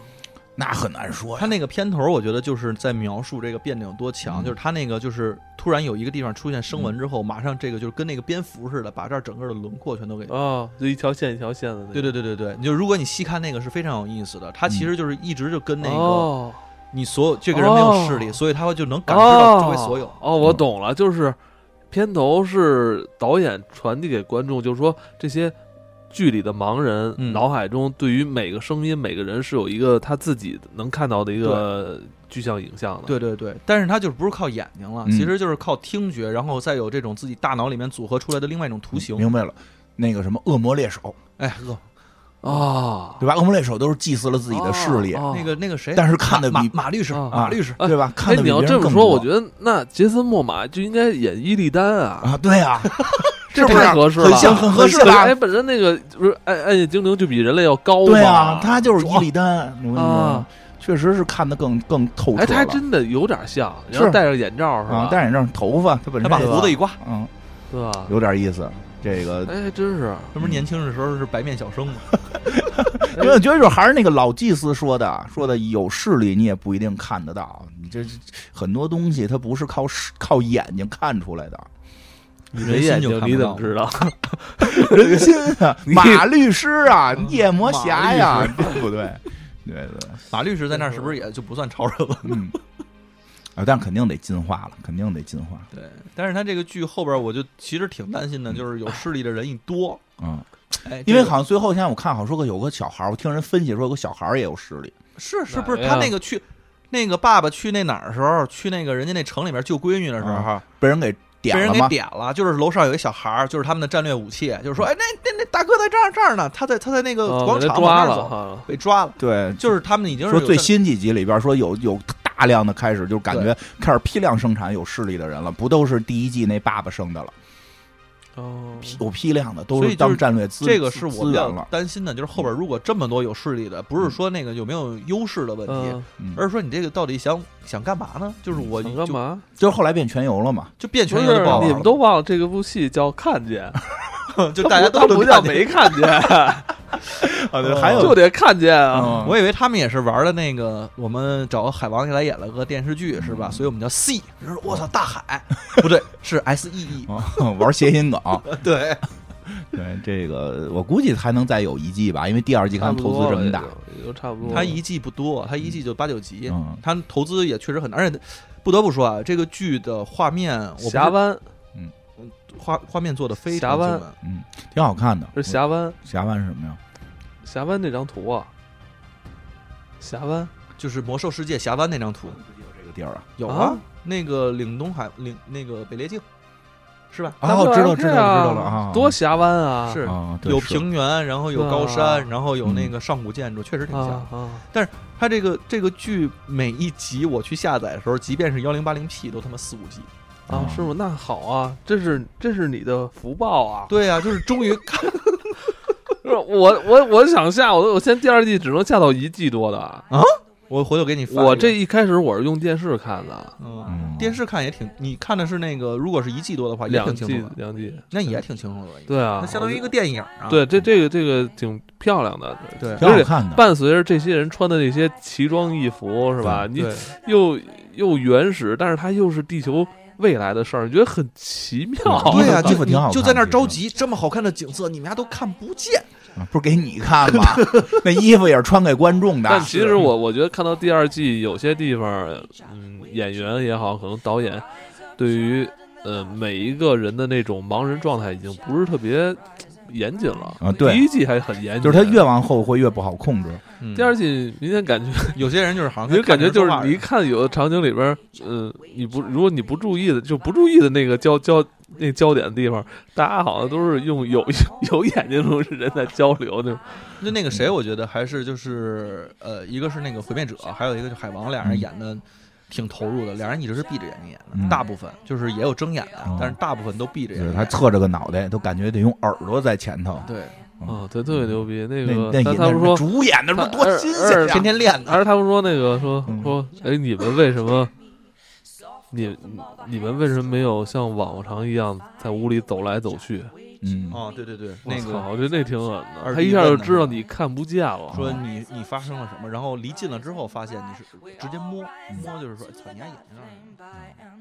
S2: 那很难说呀
S3: 他。那个片头，我觉得就是在描述这个变得有多强，
S2: 嗯
S3: 就是他那个就是突然有一个地方出现声纹之后，马上这个就是跟那个蝙蝠似的，把这儿整个的轮廓全都
S2: 哦
S3: 给。
S1: 啊，就一条线一条线的那种。
S3: 对对对对对，你就如果你细看那个是非常有意思的，
S2: 嗯
S3: 他其实就是一直就跟那个
S1: 哦，
S3: 你所有这个人没有视力，
S1: 哦
S3: 所以他就能感知到周围所有
S1: 哦。。哦，我懂了，就是片头是导演传递给观众，就是说这些剧里的盲人、
S3: 嗯
S1: 脑海中对于每个声音、每个人是有一个他自己能看到的一个具象影像的。
S3: 对对对，但是他就是不是靠眼睛了，
S2: 嗯
S3: 其实就是靠听觉，然后再有这种自己大脑里面组合出来的另外一种图形。
S2: 嗯明白哦了。那个什么恶魔猎
S1: 哦
S2: 手，
S3: 哎呵，
S1: 啊，
S2: 对吧？恶魔猎手都是祭祀了自己的视力，
S1: 哦
S3: 那个那个谁，
S2: 但是看的
S3: 马
S2: 比啊
S3: 马律师，
S1: 哦
S3: 马律师，
S1: 哎
S2: 对吧？看
S1: 哎，
S2: 的
S1: 你
S2: 比别
S1: 要
S2: 人
S1: 这
S2: 更
S1: 么
S2: 多。
S1: 说，我觉得那杰森·莫玛就应该演伊利丹啊，
S2: 啊，对啊，
S1: 这
S2: 是不是
S1: 太合适了？
S2: 很像很合适
S1: 可是
S2: 吧
S1: 哎，本身那个不是暗暗夜精灵就比人类要高嘛？
S2: 对啊，他就是伊利丹，我跟你说
S1: 啊，
S2: 确实是看得更更透彻
S1: 哎，他还
S2: 了。
S1: 真的有点像，
S2: 是
S1: 然后戴着眼罩是吧
S2: 啊，？戴眼镜，头发，他本
S3: 他
S2: 身
S3: 把
S2: 也
S3: 胡子一刮，
S2: 嗯，
S1: 对吧？
S2: 有点意思。这个，
S3: 呃
S1: 哎，真是
S3: 他
S2: 嗯
S3: 不是年轻的时候是白面小生吗？
S2: 因
S3: 呃
S2: 为我觉得就还是那个老祭司说的，说的有视力你也不一定看得到，你这很多东西它不是靠视靠眼睛看出来 的，
S1: 你
S3: 人
S1: 没
S3: 心
S1: 眼
S3: 就
S1: 睛，
S3: 看
S1: 你
S3: 不
S1: 怎
S3: 到
S1: 么知道？
S2: 人心啊，
S1: 你
S2: 马律师啊， 夜魔侠呀
S3: 马，
S2: 对不对？对对，
S3: 马律师在那儿是不是也就不算超人了？
S2: 嗯，啊，但肯定得进化了，肯定得进化，
S3: 对，但是他这个剧后边，我就其实挺担心的，就是有势力的人一多，
S2: 嗯，
S3: 嗯 哎，
S2: 因为
S3: 这个
S2: 好像最后现在我看好说个有个小孩儿，我听人分析说有个小孩儿也有视力，
S3: 是是
S1: 哪
S3: 不是
S1: 个
S3: 他
S1: 呀
S3: 那个去那个爸爸去那哪儿的时候，去那个人家那城里面救闺女的时候，
S2: 被人给点
S3: 被人
S2: 了
S3: 给
S2: 吗？
S3: 啊点了，就是楼上有一小孩儿，就是他们的战略武器，就是说，哎，那那那大哥在这儿这儿呢，他在他在 那个
S1: 哦
S3: 广
S1: 给
S3: 场
S1: 他
S3: 往
S1: 抓
S3: 那儿
S1: 了
S3: 走
S1: 哈，
S3: 被抓了，
S2: 对，
S3: 就是他们已经是
S2: 说
S3: 有
S2: 最
S3: 战
S2: 新几集里边说有有大量的开始就感觉开始批量生产有势力的人了，不都是第一季那爸爸生的了，
S3: 嗯
S1: 哦，
S2: 有批量的都
S3: 所以
S2: 是
S3: 就是
S2: 当战略资
S3: 这个是我
S2: 资
S3: 比
S2: 源
S3: 较
S2: 了，
S3: 担心的，就是后边如果这么多有势力的，不是说那个有没有优势的问题，
S1: 嗯，
S2: 嗯，
S3: 而是说你这个到底想想干嘛呢？就是我
S1: 想
S3: 就
S1: 干嘛？
S2: 就是后来变全游了嘛，
S3: 就变
S1: 不
S3: 全
S1: 是
S3: 游就不好玩
S1: 你
S3: 了
S1: 们都忘了这个部戏叫《看见》，
S3: 就大家
S1: 它
S3: 都
S1: 不它不叫
S3: 能看见
S1: 没看见，
S2: 啊
S3: 对还
S2: 还
S3: 有
S1: 就
S2: 有
S1: 得看见啊！
S2: 嗯
S3: 我以为他们也是玩的那个，我们找海王来演了个电视剧
S1: 嗯
S3: 是吧？所以我们叫 C，人说我
S1: 哦
S3: 操大海，不对，是 S E E，
S2: 哦玩谐音梗，
S1: 哦
S3: 对，
S2: 对这个我估计还能再有一季吧，因为第二季
S1: 差
S2: 看
S1: 不
S2: 投
S1: 多
S2: 资这
S1: 了
S2: 么大
S1: 也，就，也就差不多了。
S3: 他一季不多，他一季就八九集，
S1: 哦
S2: 嗯
S3: 他投资也确实很大，而且不得不说啊，这个剧的画面，我不是
S1: 峡湾
S3: 画画面做的非常
S1: 峡湾
S3: 精美
S2: 嗯，挺好看的。
S1: 是峡湾，
S2: 峡湾是什么呀？
S1: 峡湾那张图啊，峡湾
S3: 就是《魔兽世界》峡湾那张图
S2: 这个地儿啊？
S3: 有
S1: 啊，
S3: 那个岭东海岭那个北列镜是吧？
S2: 哦，知道
S1: WLK
S2: 知道知道了啊，
S1: 多峡湾啊！
S3: 是嗯
S2: 啊，对
S3: 有
S2: 是
S3: 平原，然后有高
S1: 啊
S3: 山，然后有那个上古建筑，确实挺像。
S1: 啊啊，
S3: 它这个这个剧每一集我去下载的时候，即便是幺零八零 P 都他妈四五集。
S1: 啊
S2: 啊，
S1: 是吗？那好啊，这是这是你的福报啊！
S3: 对啊，就是终于 看
S1: 不是我我我想下，我我现在第二季只能下到一季多的。
S3: 我回头给你发一个。
S1: 我这一开始我是用电视看的，
S3: 嗯
S2: 嗯，
S3: 电视看也挺，你看的是那个，如果是一季多的话，也
S1: 两
S3: 挺清
S1: 季
S3: 楚的，啊
S1: 两季，
S3: 那也挺清楚的。
S1: 对啊，
S3: 那相当于一个电影啊。
S1: 对这这个这个挺漂亮的，
S3: 对
S2: 挺好看的。
S1: 伴随着这些人穿的那些奇装异服是吧？你
S3: 对
S1: 又又原始，但是它又是地球未来的事儿，你觉得很奇妙。
S3: 对啊，
S2: 衣服
S3: 就
S2: 挺好看
S3: 就在那儿
S2: 其实
S3: 着急，这么好看的景色，你们家都看不见。
S2: 啊不是给你 看吗？那衣服也是穿给观众的。
S1: 但其实我我觉得看到第二季有些地方，嗯，演员也好，可能导演对于呃每一个人的那种盲人状态已经不是特别严谨了
S2: 啊对
S1: 第一季还很严谨，
S2: 就是它越往后会越不好控制。
S3: 嗯
S1: 第二季明显感觉，
S3: 有些人就是好像
S1: 你就感觉就是
S3: 嗯看着
S1: 你一
S3: 人说话似
S1: 看有的场景里边儿，嗯，你不如果你不注意的，就不注意的那个焦焦那焦点的地方，大家好像都是用有 有眼睛的人在交流，就
S3: 的就那个谁，我觉得还是就是呃，一个是那个毁灭者，还有一个就海王，俩人演的挺投入的，俩人一直是闭着眼睛演
S2: 嗯
S3: 的，大部分就是也有睁眼的
S2: 嗯，
S3: 但是大部分都闭着
S2: 就
S3: 眼
S2: 是
S3: 睛
S2: 他
S3: 演。
S2: 侧着个脑袋，都感觉得用耳朵在前头。
S3: 对，
S1: 啊，对，特别牛逼。那
S2: 哦那
S1: 个
S2: 那
S1: 但
S2: 演
S1: 他们
S2: 那
S1: 说，
S2: 主演的
S1: 他
S2: 他妈多
S1: 二
S2: 新
S1: 二
S2: 鲜啊呀
S3: 天！天练的，
S1: 还是啊他们说那个说
S2: 嗯
S1: 说，哎，你们为什么？你你们为什么没有像往常一样在屋里走来走去？
S2: 嗯，
S3: 哦，对对对，那
S1: 我操
S3: 个
S1: 我觉得那挺狠的，
S3: 二
S1: 他
S3: 逼
S1: 一下就
S3: 问的
S1: 知道你看不见了。
S3: 说你你发哎生了什么，然后离近了之后发现你是直接摸摸，就是说操你家眼睛上